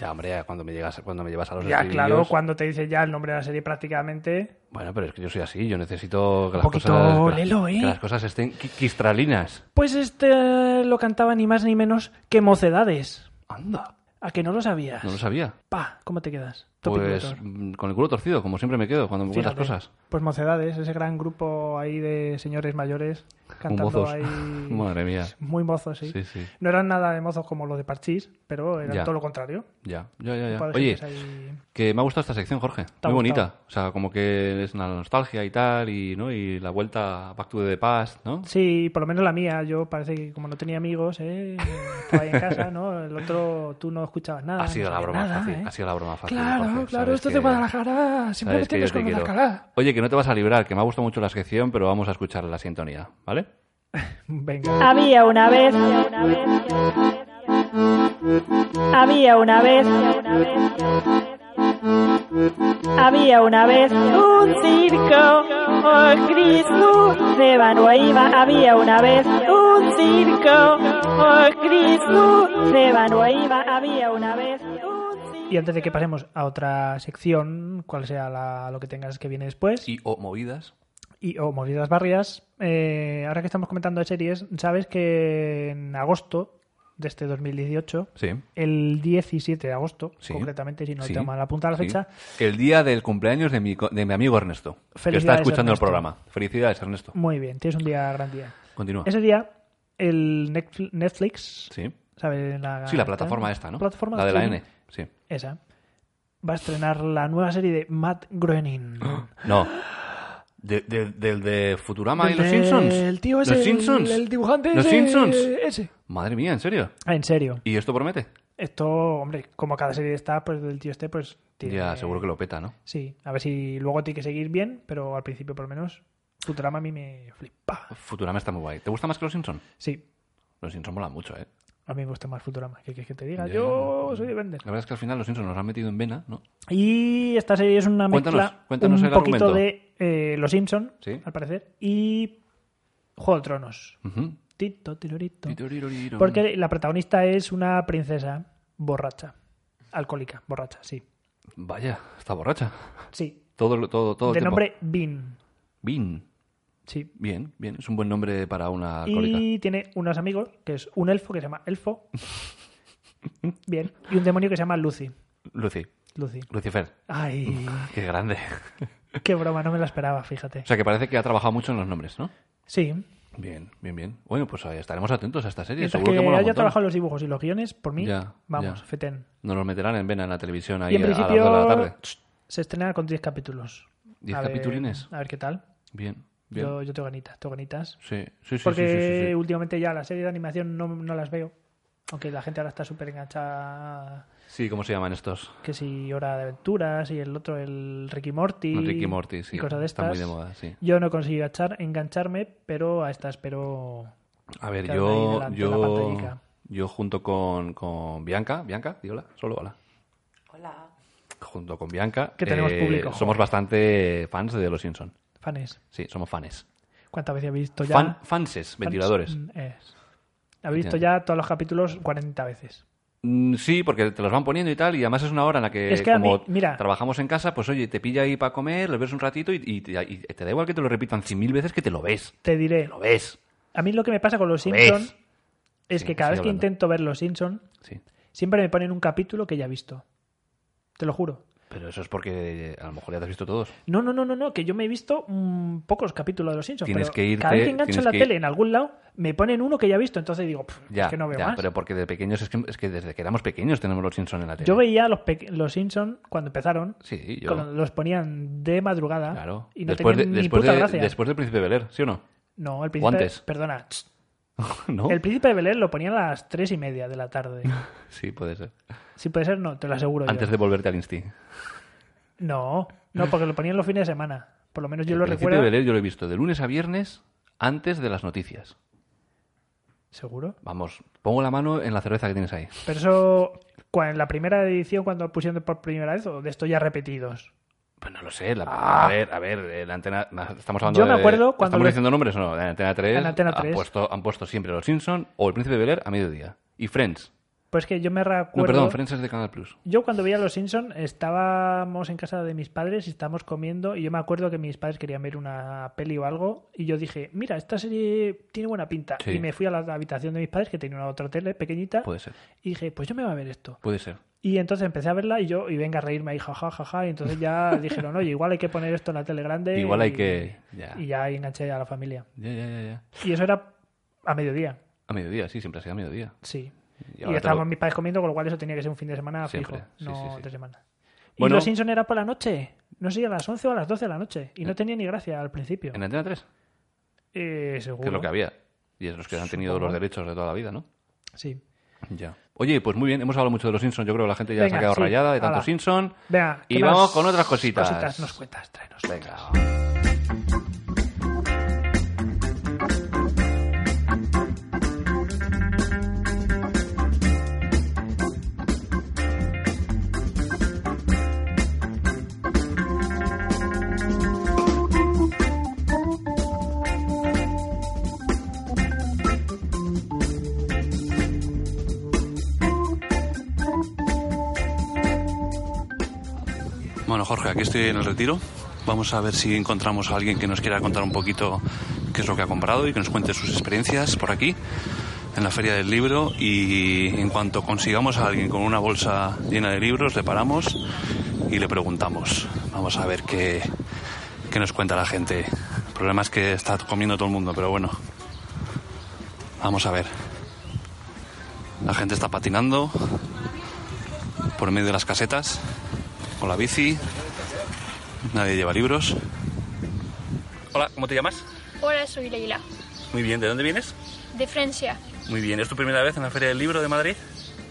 [SPEAKER 2] Ya, hombre, cuando me, llegas, cuando me llevas a los
[SPEAKER 1] Ya,
[SPEAKER 2] estribillos-
[SPEAKER 1] claro, cuando te dicen ya el nombre de la serie prácticamente.
[SPEAKER 2] Bueno, pero es que yo soy así, yo necesito que las
[SPEAKER 1] poquito
[SPEAKER 2] cosas... que las-
[SPEAKER 1] lelo, ¿eh?
[SPEAKER 2] Que las cosas estén qui- quistralinas.
[SPEAKER 1] Pues este lo cantaba ni más ni menos que Mocedades.
[SPEAKER 2] Anda.
[SPEAKER 1] ¿A que no lo sabías?
[SPEAKER 2] No lo sabía.
[SPEAKER 1] Pa, ¿cómo te quedas? Topic
[SPEAKER 2] Pues
[SPEAKER 1] Doctor.
[SPEAKER 2] mm, con el culo torcido, como siempre me quedo cuando me cuentas
[SPEAKER 1] Fíjate.
[SPEAKER 2] cosas.
[SPEAKER 1] Pues Mocedades, ese gran grupo ahí de señores mayores cantando
[SPEAKER 2] mozos.
[SPEAKER 1] ahí.
[SPEAKER 2] Madre mía.
[SPEAKER 1] Muy mozos, sí.
[SPEAKER 2] Sí, sí.
[SPEAKER 1] No eran nada de mozos como los de Parchís, pero eran
[SPEAKER 2] Ya.
[SPEAKER 1] todo lo contrario.
[SPEAKER 2] Ya, ya, ya. ya.
[SPEAKER 1] Para
[SPEAKER 2] Oye,
[SPEAKER 1] decirles ahí-
[SPEAKER 2] que me ha gustado esta sección, Jorge.
[SPEAKER 1] ha
[SPEAKER 2] Muy bonita. O sea, como que es una nostalgia y tal, y, ¿no? y la vuelta back to the past, ¿no?
[SPEAKER 1] Sí, por lo menos la mía. Yo parece que como no tenía amigos, ¿eh? estaba ahí en casa, ¿no? El otro, tú no escuchabas nada.
[SPEAKER 2] ha sido
[SPEAKER 1] no
[SPEAKER 2] la
[SPEAKER 1] sabías
[SPEAKER 2] broma
[SPEAKER 1] nada,
[SPEAKER 2] fácil.
[SPEAKER 1] ¿eh?
[SPEAKER 2] Ha sido la broma fácil.
[SPEAKER 1] Claro,
[SPEAKER 2] Jorge.
[SPEAKER 1] claro,
[SPEAKER 2] Sabes
[SPEAKER 1] esto es
[SPEAKER 2] que-
[SPEAKER 1] de Guadalajara. Siempre me
[SPEAKER 2] sabes que
[SPEAKER 1] tienes
[SPEAKER 2] yo te
[SPEAKER 1] con
[SPEAKER 2] quiero.
[SPEAKER 1] Guadalajara.
[SPEAKER 2] Oye, que no te vas a librar, que me ha gustado mucho la sección, pero vamos a escuchar la sintonía, ¿vale?
[SPEAKER 1] Venga.
[SPEAKER 14] Había una vez. Había una vez. Había una vez un circo. Oh, Cris Lucébano iba. Había una vez un circo. Oh, Cris Lucébano iba. Había una vez.
[SPEAKER 1] Y antes de que pasemos a otra sección, cual sea la- lo que tengas que viene después,
[SPEAKER 2] Y o movidas.
[SPEAKER 1] y o movidas barrias, eh, ahora que estamos comentando de series, sabes que en agosto de este 2018,
[SPEAKER 2] Sí.
[SPEAKER 1] el 17 de agosto,
[SPEAKER 2] Sí.
[SPEAKER 1] concretamente, si no
[SPEAKER 2] Sí.
[SPEAKER 1] te mal apunta la
[SPEAKER 2] Sí.
[SPEAKER 1] fecha,
[SPEAKER 2] El día del cumpleaños de mi, co- de mi amigo Ernesto, que está
[SPEAKER 1] Felicidades,
[SPEAKER 2] escuchando
[SPEAKER 1] Ernesto.
[SPEAKER 2] el programa. Felicidades, Ernesto.
[SPEAKER 1] muy bien, tienes un día, gran día.
[SPEAKER 2] Continúa.
[SPEAKER 1] Ese día, el Netfl- Netflix,
[SPEAKER 2] Sí.
[SPEAKER 1] ¿sabes? La, ¿eh?
[SPEAKER 2] Sí, la plataforma esta, ¿no?
[SPEAKER 1] plataforma
[SPEAKER 2] la de la
[SPEAKER 1] sí,
[SPEAKER 2] N. Sí.
[SPEAKER 1] Esa. Va a estrenar la nueva serie de Matt Groening.
[SPEAKER 2] No. De- de- ¿Del de Futurama y
[SPEAKER 1] Del-
[SPEAKER 2] los Simpsons?
[SPEAKER 1] del tío ese,
[SPEAKER 2] ¿Los
[SPEAKER 1] el-
[SPEAKER 2] Simpsons?
[SPEAKER 1] el dibujante
[SPEAKER 2] ¿Los
[SPEAKER 1] ese-
[SPEAKER 2] Simpsons?
[SPEAKER 1] ese.
[SPEAKER 2] Madre mía, ¿en serio?
[SPEAKER 1] Ah, En serio.
[SPEAKER 2] ¿Y esto promete?
[SPEAKER 1] Esto, hombre, como cada serie está, pues del tío este, pues tiene...
[SPEAKER 2] Ya, seguro que lo peta, ¿no?
[SPEAKER 1] Sí, a ver si luego tiene que seguir bien, pero al principio por lo menos Futurama a mí me flipa.
[SPEAKER 2] Futurama está muy guay. ¿Te gusta más que los Simpsons?
[SPEAKER 1] Sí,
[SPEAKER 2] Los Simpsons mola mucho, ¿eh?
[SPEAKER 1] a mí me gusta más Futurama, ¿qué quieres que te diga?
[SPEAKER 2] Ya.
[SPEAKER 1] Yo soy de vender.
[SPEAKER 2] La verdad es que al final los Simpsons nos han metido en vena, ¿no?
[SPEAKER 1] Y esta serie es una
[SPEAKER 2] Cuéntanos,
[SPEAKER 1] mezcla
[SPEAKER 2] cuéntanos
[SPEAKER 1] un
[SPEAKER 2] el
[SPEAKER 1] poquito
[SPEAKER 2] argumento.
[SPEAKER 1] de eh, Los Simpson,
[SPEAKER 2] Sí.
[SPEAKER 1] al parecer, y Juego de Tronos.
[SPEAKER 2] Ujú.
[SPEAKER 1] Tito, tirorito.
[SPEAKER 2] Titoriroriro.
[SPEAKER 1] Porque la protagonista es una princesa borracha, alcohólica, borracha, sí.
[SPEAKER 2] Vaya, está borracha.
[SPEAKER 1] Sí,
[SPEAKER 2] Todo, todo, todo. el
[SPEAKER 1] de
[SPEAKER 2] tiempo.
[SPEAKER 1] nombre Bean.
[SPEAKER 2] Bean.
[SPEAKER 1] Sí.
[SPEAKER 2] Bien, bien. Es un buen nombre para una alcohólica.
[SPEAKER 1] Y tiene unos amigos, que es un elfo que se llama Elfo. Bien. Y un demonio que se llama Lucy.
[SPEAKER 2] Lucy.
[SPEAKER 1] Lucy.
[SPEAKER 2] Lucifer.
[SPEAKER 1] Ay.
[SPEAKER 2] Qué grande.
[SPEAKER 1] Qué broma, no me la esperaba, fíjate.
[SPEAKER 2] O sea, que parece que ha trabajado mucho en los nombres, ¿no?
[SPEAKER 1] Sí.
[SPEAKER 2] Bien, bien, bien. Bueno, pues ahí estaremos atentos a esta serie.
[SPEAKER 1] Mientras
[SPEAKER 2] Seguro
[SPEAKER 1] que
[SPEAKER 2] que, mola un
[SPEAKER 1] haya
[SPEAKER 2] montón.
[SPEAKER 1] trabajado los dibujos y los guiones, por mí,
[SPEAKER 2] Ya,
[SPEAKER 1] vamos,
[SPEAKER 2] ya.
[SPEAKER 1] feten.
[SPEAKER 2] Nos los meterán en vena en la televisión ahí
[SPEAKER 1] Y en
[SPEAKER 2] a las dos
[SPEAKER 1] principio
[SPEAKER 2] de la tarde.
[SPEAKER 1] se estrena con 10 capítulos.
[SPEAKER 2] 10
[SPEAKER 1] A ver-
[SPEAKER 2] capitulines.
[SPEAKER 1] A ver qué tal.
[SPEAKER 2] Bien, bien.
[SPEAKER 1] Yo, yo tengo ganitas, tengo ganitas.
[SPEAKER 2] Sí, sí, sí,
[SPEAKER 1] Porque
[SPEAKER 2] sí, sí, sí, sí.
[SPEAKER 1] últimamente ya las series de animación no, no las veo. Aunque la gente ahora está súper enganchada.
[SPEAKER 2] Sí, ¿cómo se llaman estos?
[SPEAKER 1] Que si Hora de Aventuras y el otro, el Ricky Morty.
[SPEAKER 2] El Rick y Morty, sí.
[SPEAKER 1] Y cosas de
[SPEAKER 2] Está
[SPEAKER 1] estas.
[SPEAKER 2] muy de moda, sí.
[SPEAKER 1] Yo no he conseguido echar- engancharme, pero a esta espero.
[SPEAKER 2] A ver,
[SPEAKER 1] que hagan ahí
[SPEAKER 2] yo,
[SPEAKER 1] delante de la
[SPEAKER 2] yo,
[SPEAKER 1] pantallica.
[SPEAKER 2] yo junto con, con Bianca, Bianca, di hola, solo hola. Hola. Junto con Bianca. eh,
[SPEAKER 1] Que tenemos público,
[SPEAKER 2] Somos
[SPEAKER 1] joder.
[SPEAKER 2] bastante fans de Los Simpson.
[SPEAKER 1] Fanes.
[SPEAKER 2] Sí, somos fanes.
[SPEAKER 1] ¿Cuántas veces habéis visto ya?
[SPEAKER 2] Fan- fanses, ventiladores.
[SPEAKER 1] Mm, es. Habéis visto ya todos los capítulos 40 veces.
[SPEAKER 2] Mm, Sí, porque te los van poniendo y tal, y además es una hora en la que,
[SPEAKER 1] Es que a
[SPEAKER 2] Eh, como
[SPEAKER 1] mí- mira.
[SPEAKER 2] trabajamos en casa, pues oye, te pilla ahí para comer, lo ves un ratito y, y te- y te da igual que te lo repitan cien mil veces que te lo ves.
[SPEAKER 1] Te diré.
[SPEAKER 2] Lo ves.
[SPEAKER 1] A mí lo que me pasa con los
[SPEAKER 2] Lo ves.
[SPEAKER 1] Simpsons es
[SPEAKER 2] Sí,
[SPEAKER 1] que cada
[SPEAKER 2] sigue
[SPEAKER 1] vez que
[SPEAKER 2] hablando.
[SPEAKER 1] intento ver los Simpsons,
[SPEAKER 2] Sí.
[SPEAKER 1] siempre me ponen un capítulo que ya he visto. Te lo juro.
[SPEAKER 2] Pero eso es porque eh, a lo mejor ya te has visto todos.
[SPEAKER 1] No, no, no, no, no, que yo me he visto mm, pocos capítulos de los Simpsons.
[SPEAKER 2] Tienes
[SPEAKER 1] pero
[SPEAKER 2] que irte-
[SPEAKER 1] cada vez que engancho
[SPEAKER 2] tienes
[SPEAKER 1] la
[SPEAKER 2] que ir-
[SPEAKER 1] tele en algún lado, me ponen uno que ya he visto. Entonces digo, "Pff,
[SPEAKER 2] Ya,
[SPEAKER 1] es que no veo
[SPEAKER 2] ya,
[SPEAKER 1] más.
[SPEAKER 2] pero porque de pequeños es que, es que desde que éramos pequeños tenemos los Simpsons en la tele.
[SPEAKER 1] Yo veía los, pe- los Simpsons cuando empezaron.
[SPEAKER 2] Sí, yo.
[SPEAKER 1] cuando los ponían de madrugada.
[SPEAKER 2] Claro.
[SPEAKER 1] Y no
[SPEAKER 2] después, de-
[SPEAKER 1] tenían ni
[SPEAKER 2] después
[SPEAKER 1] puta
[SPEAKER 2] de-
[SPEAKER 1] gracia.
[SPEAKER 2] después del Príncipe Beler, ¿sí o no?
[SPEAKER 1] No, el
[SPEAKER 2] O
[SPEAKER 1] príncipe.
[SPEAKER 2] antes.
[SPEAKER 1] Perdona.
[SPEAKER 2] ¿No?
[SPEAKER 1] El príncipe de Belén lo ponían a las tres y media de la tarde.
[SPEAKER 2] Sí, puede ser.
[SPEAKER 1] si puede ser, no, te lo aseguro. yo.
[SPEAKER 2] Antes de volverte al Insti.
[SPEAKER 1] No, no, porque lo ponían los fines de semana. Por lo menos yo lo
[SPEAKER 2] el Príncipe
[SPEAKER 1] recuerdo.
[SPEAKER 2] Beler yo lo he visto de lunes a viernes antes de las noticias.
[SPEAKER 1] ¿Seguro?
[SPEAKER 2] Vamos, pongo la mano en la cerveza que tienes ahí.
[SPEAKER 1] Pero eso, cua- en la primera edición, cuando pusieron por primera vez, o de esto ya repetidos.
[SPEAKER 2] Pues no lo sé. la-
[SPEAKER 1] Ah.
[SPEAKER 2] A ver, a ver, eh, la antena. na- Estamos hablando
[SPEAKER 1] Yo me
[SPEAKER 2] de-
[SPEAKER 1] acuerdo cuando
[SPEAKER 2] ¿Estamos
[SPEAKER 1] lo-
[SPEAKER 2] diciendo nombres o no? La antena 3.
[SPEAKER 1] En Antena
[SPEAKER 2] Han
[SPEAKER 1] 3.
[SPEAKER 2] puesto, han puesto siempre Los Simpson o El Príncipe Beler a mediodía. Y Friends.
[SPEAKER 1] Pues que yo me recuerdo.
[SPEAKER 2] No, perdón, Friends es de Canal Plus.
[SPEAKER 1] Yo cuando veía Los Simpson estábamos en casa de mis padres y estábamos comiendo y yo me acuerdo que mis padres querían ver una peli o algo y yo dije, mira, esta serie tiene buena pinta.
[SPEAKER 2] Sí.
[SPEAKER 1] Y me fui a la habitación de mis padres que tenía una otra tele pequeñita
[SPEAKER 2] Puede ser,
[SPEAKER 1] y dije, pues yo me voy a ver esto.
[SPEAKER 2] puede ser.
[SPEAKER 1] Y entonces empecé a verla y yo, y venga a reírme ahí, jaja, jaja. Y entonces ya dijeron, oye, igual hay que poner esto en la tele grande.
[SPEAKER 2] Igual hay
[SPEAKER 1] y-
[SPEAKER 2] que- ya.
[SPEAKER 1] Y ya enganché a la familia.
[SPEAKER 2] Ya, ya, ya, ya.
[SPEAKER 1] Y eso era a mediodía,
[SPEAKER 2] A mediodía, sí, siempre ha sido a mediodía.
[SPEAKER 1] sí.
[SPEAKER 2] Y
[SPEAKER 1] Y,
[SPEAKER 2] ahora
[SPEAKER 1] estábamos
[SPEAKER 2] todo-
[SPEAKER 1] mis padres comiendo, con lo cual eso tenía que ser un fin de semana
[SPEAKER 2] Siempre,
[SPEAKER 1] fijo,
[SPEAKER 2] sí,
[SPEAKER 1] no
[SPEAKER 2] sí, sí.
[SPEAKER 1] de semana.
[SPEAKER 2] Bueno.
[SPEAKER 1] Y los Simpson era por la noche. No sé, a las 11 o a las 12 de la noche.
[SPEAKER 2] Eh.
[SPEAKER 1] Y no tenía ni gracia al principio.
[SPEAKER 2] En Antena 3,
[SPEAKER 1] Eh,
[SPEAKER 2] que es
[SPEAKER 1] seguro.
[SPEAKER 2] lo que había. Y es los que han tenido
[SPEAKER 1] Supongo.
[SPEAKER 2] los derechos de toda la vida, ¿no?
[SPEAKER 1] Sí.
[SPEAKER 2] Ya. Oye, pues muy bien, hemos hablado mucho de los Simpsons. Yo creo que la gente ya se
[SPEAKER 1] Venga,
[SPEAKER 2] ha quedado
[SPEAKER 1] sí,
[SPEAKER 2] rayada de tanto
[SPEAKER 1] hala.
[SPEAKER 2] Simpson.
[SPEAKER 1] Venga, ¿qué
[SPEAKER 2] y
[SPEAKER 1] más
[SPEAKER 2] vamos con otras cositas.
[SPEAKER 1] cositas nos cuentas? Tráenos
[SPEAKER 2] Venga. Bueno, Jorge, aquí estoy en el retiro. Vamos a ver si encontramos a alguien que nos quiera contar un poquito qué es lo que ha comprado y que nos cuente sus experiencias por aquí, en la Feria del Libro. Y en cuanto consigamos a alguien con una bolsa llena de libros, le paramos y le preguntamos. Vamos a ver qué, qué nos cuenta la gente. El problema es que está comiendo todo el mundo, pero bueno. Vamos a ver. La gente está patinando por medio de las casetas con la bici. Nadie lleva libros. Hola, ¿cómo te llamas?
[SPEAKER 15] Hola, soy Leila,
[SPEAKER 2] Muy bien, ¿de dónde vienes?
[SPEAKER 15] de Francia.
[SPEAKER 2] Muy bien, ¿es tu primera vez en la Feria del Libro de Madrid?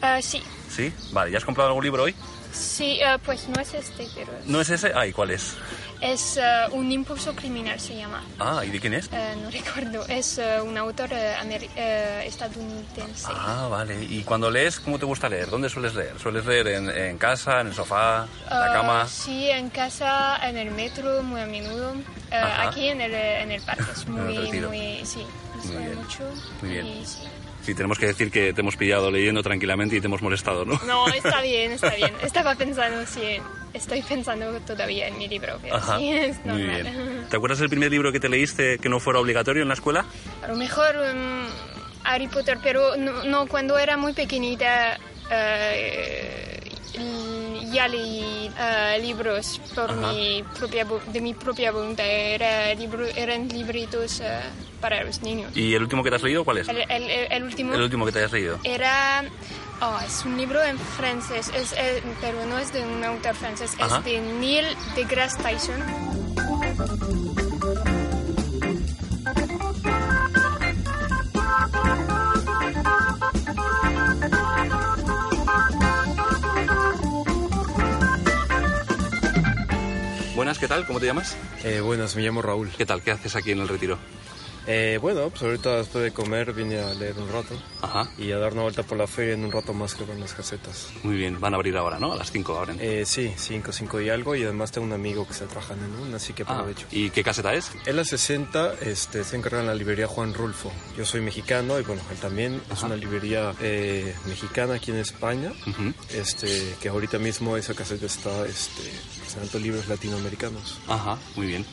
[SPEAKER 15] Ah, sí,
[SPEAKER 2] Sí, vale, ¿ya has comprado algún libro hoy?
[SPEAKER 15] sí, ah, pues no es este, pero
[SPEAKER 2] ¿No es ese? Ay, ¿cuál es?
[SPEAKER 15] es ah, un impulso criminal, se llama.
[SPEAKER 2] Ah, ¿y de quién es?
[SPEAKER 15] Ah, no recuerdo, es ah, un autor eh, amer- eh, estadounidense.
[SPEAKER 2] Ah, vale. ¿Y cuando lees, cómo te gusta leer? ¿Dónde sueles leer? ¿Sueles leer en, en casa, en el sofá, en la
[SPEAKER 15] Ah,
[SPEAKER 2] cama?
[SPEAKER 15] Sí, en casa, en el metro, muy a menudo. Ah,
[SPEAKER 2] Ajá.
[SPEAKER 15] aquí en el, en el parque es
[SPEAKER 2] En el
[SPEAKER 15] muy,
[SPEAKER 2] retiro.
[SPEAKER 15] muy, sí, me
[SPEAKER 2] Muy
[SPEAKER 15] suena
[SPEAKER 2] bien.
[SPEAKER 15] mucho.
[SPEAKER 2] Muy bien.
[SPEAKER 15] y sí.
[SPEAKER 2] Y tenemos que decir que te hemos pillado leyendo tranquilamente y te hemos molestado, ¿no?
[SPEAKER 15] No, está bien, está bien. Estaba pensando, sí. Estoy pensando todavía en mi libro, pero
[SPEAKER 2] Ajá,
[SPEAKER 15] sí, es
[SPEAKER 2] muy
[SPEAKER 15] normal.
[SPEAKER 2] bien. ¿Te acuerdas del primer libro que te leíste que no fuera obligatorio en la escuela?
[SPEAKER 15] A lo mejor mm, Harry Potter, pero no, no, cuando era muy pequeñita eh, l- ya leí eh, libros por
[SPEAKER 2] Ajá.
[SPEAKER 15] mi propia, vo- de mi propia voluntad. Era libro- eran libritos eh, para los niños.
[SPEAKER 2] ¿Y el último que te has leído cuál es?
[SPEAKER 15] El, el- el- el último
[SPEAKER 2] El último que te hayas leído.
[SPEAKER 15] era... oh, es un libro en francés, es, eh, pero no es de un autor francés,
[SPEAKER 2] Ajá.
[SPEAKER 15] es de Neil deGrasse Tyson.
[SPEAKER 2] Buenas, ¿qué tal? ¿Cómo te llamas?
[SPEAKER 16] Eh, buenas, me llamo Raúl.
[SPEAKER 2] ¿Qué tal? ¿Qué haces aquí en el retiro?
[SPEAKER 16] Eh, bueno, pues ahorita después de comer vine a leer un rato y a dar una vuelta por la feria en un rato más que con las casetas.
[SPEAKER 2] Muy bien, van a abrir ahora, ¿no? A las 5 abren.
[SPEAKER 16] Eh, sí, 5, 5 y algo y además tengo un amigo que está trabajando en una, así que
[SPEAKER 2] Ah,
[SPEAKER 16] aprovecho.
[SPEAKER 2] ¿Y qué caseta es?
[SPEAKER 16] Él a 60 este, se encarga en la librería Juan Rulfo. Yo soy mexicano y bueno, él también es una librería eh, mexicana aquí en España, este, que ahorita mismo esa caseta está este, presentando libros latinoamericanos.
[SPEAKER 2] Ajá, muy bien.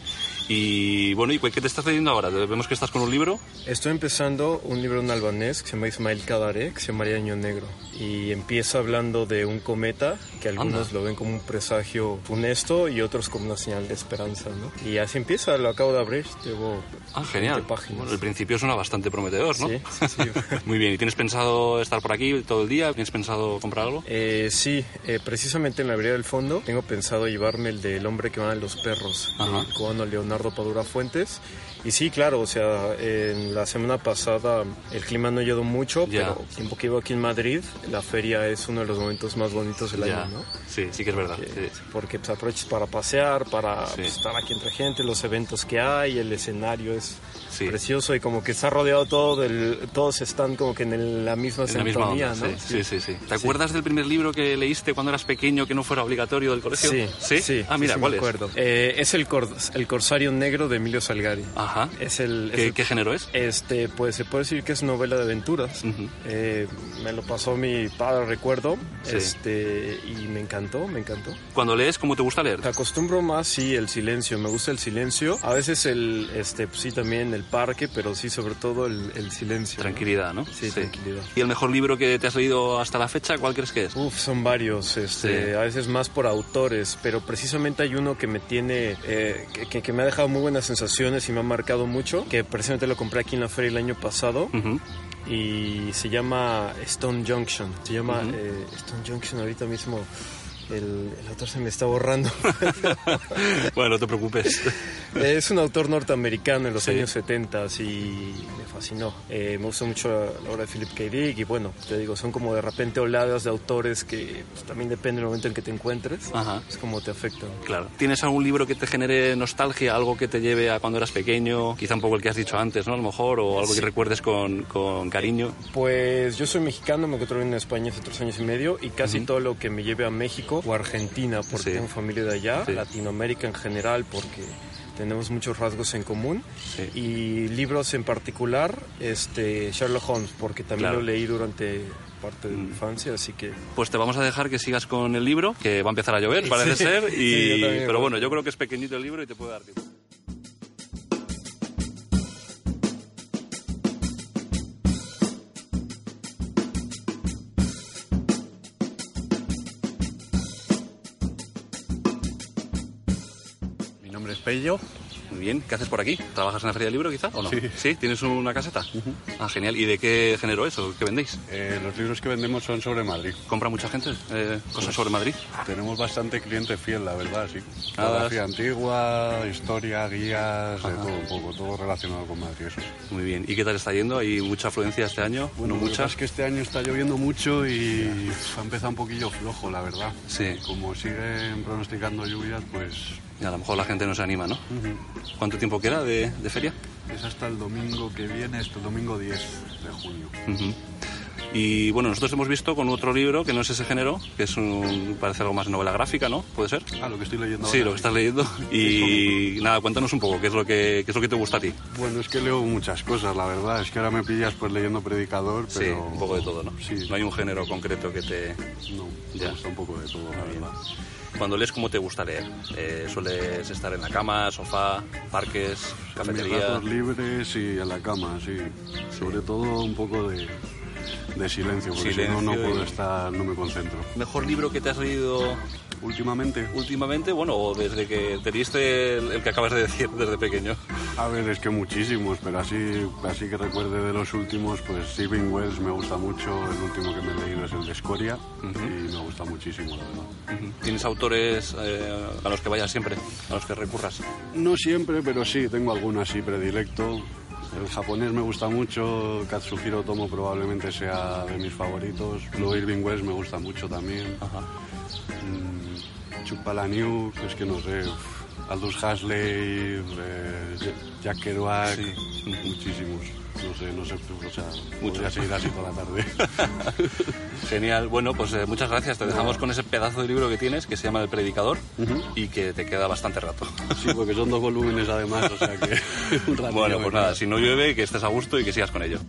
[SPEAKER 2] Y bueno, ¿y qué te estás leyendo ahora? Vemos que estás con un libro.
[SPEAKER 16] Estoy empezando un libro en albanés que se llama Ismail Kadare, que se llama Año Negro. Y empieza hablando de un cometa que algunos
[SPEAKER 2] Anda.
[SPEAKER 16] lo ven como un presagio funesto y otros como una señal de esperanza, ¿no? Y así empieza, lo acabo de abrir, llevo
[SPEAKER 2] Ah, genial.
[SPEAKER 16] 20 páginas.
[SPEAKER 2] Bueno, el principio suena bastante prometedor, ¿no?
[SPEAKER 16] Sí,
[SPEAKER 2] Muy bien, ¿y tienes pensado estar por aquí todo el día? ¿Tienes pensado comprar algo?
[SPEAKER 16] Eh, sí, eh, precisamente en la vereda del fondo tengo pensado llevarme el del hombre que van a los perros, el cubano Leonardo Padura Fuentes. Y sí, claro, o sea, en la semana pasada el clima no ayudó mucho,
[SPEAKER 2] Ya.
[SPEAKER 16] pero el tiempo que vivo aquí en Madrid, la feria es uno de los momentos más bonitos del
[SPEAKER 2] Ya.
[SPEAKER 16] año, ¿no?
[SPEAKER 2] Sí, sí que es verdad. sí.
[SPEAKER 16] Porque pues, aprovechas para pasear, para
[SPEAKER 2] Sí.
[SPEAKER 16] pues, estar aquí entre gente, los eventos que hay, el escenario es precioso y como que está rodeado todo, del, todos están como que en el- la misma
[SPEAKER 2] En la misma
[SPEAKER 16] sintonía,
[SPEAKER 2] onda,
[SPEAKER 16] ¿no?
[SPEAKER 2] sí, sí, sí, sí. ¿Te acuerdas del primer libro que leíste cuando eras pequeño que no fuera obligatorio del colegio?
[SPEAKER 16] Sí,
[SPEAKER 2] sí. Ah,
[SPEAKER 16] sí,
[SPEAKER 2] mira,
[SPEAKER 16] sí, me
[SPEAKER 2] ¿cuál es?
[SPEAKER 16] acuerdo. Eh, es el, cor- el Corsario Negro de Emilio Salgari.
[SPEAKER 2] Ajá.
[SPEAKER 16] Es el,
[SPEAKER 2] ¿Qué- qué género es?
[SPEAKER 16] Este, pues se puede decir que es novela de aventuras. Eh, me lo pasó mi padre, recuerdo.
[SPEAKER 2] Sí.
[SPEAKER 16] Este, y me encantó, me encantó.
[SPEAKER 2] Cuando lees, ¿cómo te gusta leer?
[SPEAKER 16] Te acostumbro más, sí, el silencio. Me gusta el silencio. A veces el, este, pues, sí, también el parque, pero sí, sobre todo el, el silencio.
[SPEAKER 2] Tranquilidad, ¿no?
[SPEAKER 16] Sí, tranquilidad.
[SPEAKER 2] ¿Y el mejor libro que te has leído hasta la fecha, cuál crees que es?
[SPEAKER 16] Uf, son varios, este,
[SPEAKER 2] Sí.
[SPEAKER 16] a veces más por autores, pero precisamente hay uno que me tiene, eh, que- que, que me ha dejado muy buenas sensaciones y me ha marcado mucho, que precisamente lo compré aquí en la feria el año pasado. Y se llama Stone Junction. Se llama
[SPEAKER 2] Ujú.
[SPEAKER 16] eh, Stone Junction ahorita mismo. El, el autor se me está borrando.
[SPEAKER 2] bueno, no te preocupes.
[SPEAKER 16] Eh, es un autor norteamericano en los
[SPEAKER 2] Sí.
[SPEAKER 16] años 70 y me fascinó. Eh, me gusta mucho la obra de Philip K. Dick y bueno, te digo, son como de repente oladas de autores que pues, también depende del momento en que te encuentres.
[SPEAKER 2] Ajá.
[SPEAKER 16] Es como te afectan.
[SPEAKER 2] Claro. ¿Tienes algún libro que te genere nostalgia, algo que te lleve a cuando eras pequeño? Quizá un poco el que has dicho antes, ¿no? A lo mejor, o algo
[SPEAKER 16] Sí.
[SPEAKER 2] que recuerdes con, con cariño.
[SPEAKER 16] Pues yo soy mexicano, me encuentro en España hace tres años y medio y casi
[SPEAKER 2] Ujú.
[SPEAKER 16] todo lo que me lleve a México o Argentina, porque tengo familia de allá,
[SPEAKER 2] Sí.
[SPEAKER 16] Latinoamérica en general, porque tenemos muchos rasgos en común y libros en particular, este Sherlock Holmes, porque también
[SPEAKER 2] Claro. Mm.
[SPEAKER 16] lo leí durante parte de mi infancia, así que
[SPEAKER 2] Pues te vamos a dejar que sigas con el libro, que va a empezar a llover, parece
[SPEAKER 16] Sí,
[SPEAKER 2] ser.
[SPEAKER 16] sí, yo
[SPEAKER 2] Y...
[SPEAKER 16] también.
[SPEAKER 2] Pero bueno, yo creo que es pequeñito el libro y te puede dar tiempo.
[SPEAKER 17] Mi nombre es Pello.
[SPEAKER 2] Muy bien, ¿qué haces por aquí? ¿Trabajas en la Feria del Libro quizá o no?
[SPEAKER 17] Sí.
[SPEAKER 2] ¿Tienes una caseta? Ah, genial. ¿Y de qué género eso? ¿Qué vendéis?
[SPEAKER 17] Eh, los libros que vendemos son sobre Madrid.
[SPEAKER 2] ¿Compra mucha gente eh, cosas sobre Madrid?
[SPEAKER 17] Tenemos bastante cliente fiel, la verdad, sí.
[SPEAKER 2] Ah,
[SPEAKER 17] Fotografía antigua, historia, guías, de todo un poco, todo relacionado con Madrid. Eso.
[SPEAKER 2] Muy bien. ¿Y qué tal está yendo? ¿Hay mucha afluencia este año?
[SPEAKER 17] Bueno,
[SPEAKER 2] ¿No
[SPEAKER 17] lo que pasa
[SPEAKER 2] mucha?
[SPEAKER 17] es que este año está lloviendo mucho y ha empezado un poquillo flojo, la verdad.
[SPEAKER 2] Sí.
[SPEAKER 17] Como siguen pronosticando lluvias, pues
[SPEAKER 2] Y a lo mejor la gente no se anima, ¿no? ¿Cuánto tiempo queda de, de feria?
[SPEAKER 17] es hasta el domingo que viene, hasta el domingo 10 de junio.
[SPEAKER 2] Ujú. Y bueno, nosotros hemos visto con otro libro que no es ese género, que es un, parece algo más novela gráfica, ¿no? ¿Puede ser?
[SPEAKER 17] Ah, lo que estoy leyendo
[SPEAKER 2] Sí,
[SPEAKER 17] ahora.
[SPEAKER 2] lo que estás leyendo. Y nada, cuéntanos un poco, ¿qué es lo que, qué es lo que te gusta a ti?
[SPEAKER 17] Bueno, es que leo muchas cosas, la verdad. Es que ahora me pillas pues leyendo Predicador,
[SPEAKER 2] Sí,
[SPEAKER 17] pero...
[SPEAKER 2] un poco de todo, ¿no?
[SPEAKER 17] Sí.
[SPEAKER 2] No hay un género concreto que te...
[SPEAKER 17] No,
[SPEAKER 2] ya.
[SPEAKER 17] gusta un poco de todo,
[SPEAKER 2] la verdad. Cuando lees, ¿cómo te gusta leer? Eh, ¿Sueles estar en la cama, sofá, parques,
[SPEAKER 17] En mis
[SPEAKER 2] cafetería?
[SPEAKER 17] ratos libres y en la cama, sí. Sobre todo un poco de, de silencio, porque si no, no
[SPEAKER 2] Silencio y-
[SPEAKER 17] puedo estar, no me concentro.
[SPEAKER 2] ¿Mejor libro que te has leído
[SPEAKER 17] últimamente?
[SPEAKER 2] Últimamente, bueno, o desde que te leíste el, el que acabas de decir desde pequeño.
[SPEAKER 17] A ver, es que muchísimos, pero así, así que recuerde de los últimos, pues Steven Wells me gusta mucho, el último que me he leído es el de Escoria y me gusta muchísimo, la verdad.
[SPEAKER 2] ¿Tienes autores eh, a los que vayas siempre, a los que recurras?
[SPEAKER 17] No siempre, pero sí, tengo alguno así predilecto. El japonés me gusta mucho, Katsuhiro Tomo probablemente sea de mis favoritos. Luego Irving West me gusta mucho también. Mm, Chupalanew, es que no sé, uf, Aldous Huxley, eh, Ja- Jack Kerouac, muchísimos. No sé, no sé, o sea, podría seguir así toda la tarde.
[SPEAKER 2] Genial, bueno, pues eh, muchas gracias. Te dejamos con ese pedazo de libro que tienes, que se llama El Predicador, y que te queda bastante rato.
[SPEAKER 17] Sí, porque son dos volúmenes además, o sea que... un ratillo
[SPEAKER 2] Bueno,
[SPEAKER 17] me
[SPEAKER 2] pues
[SPEAKER 17] queda.
[SPEAKER 2] nada, si no llueve, que estés a gusto y que sigas con ello.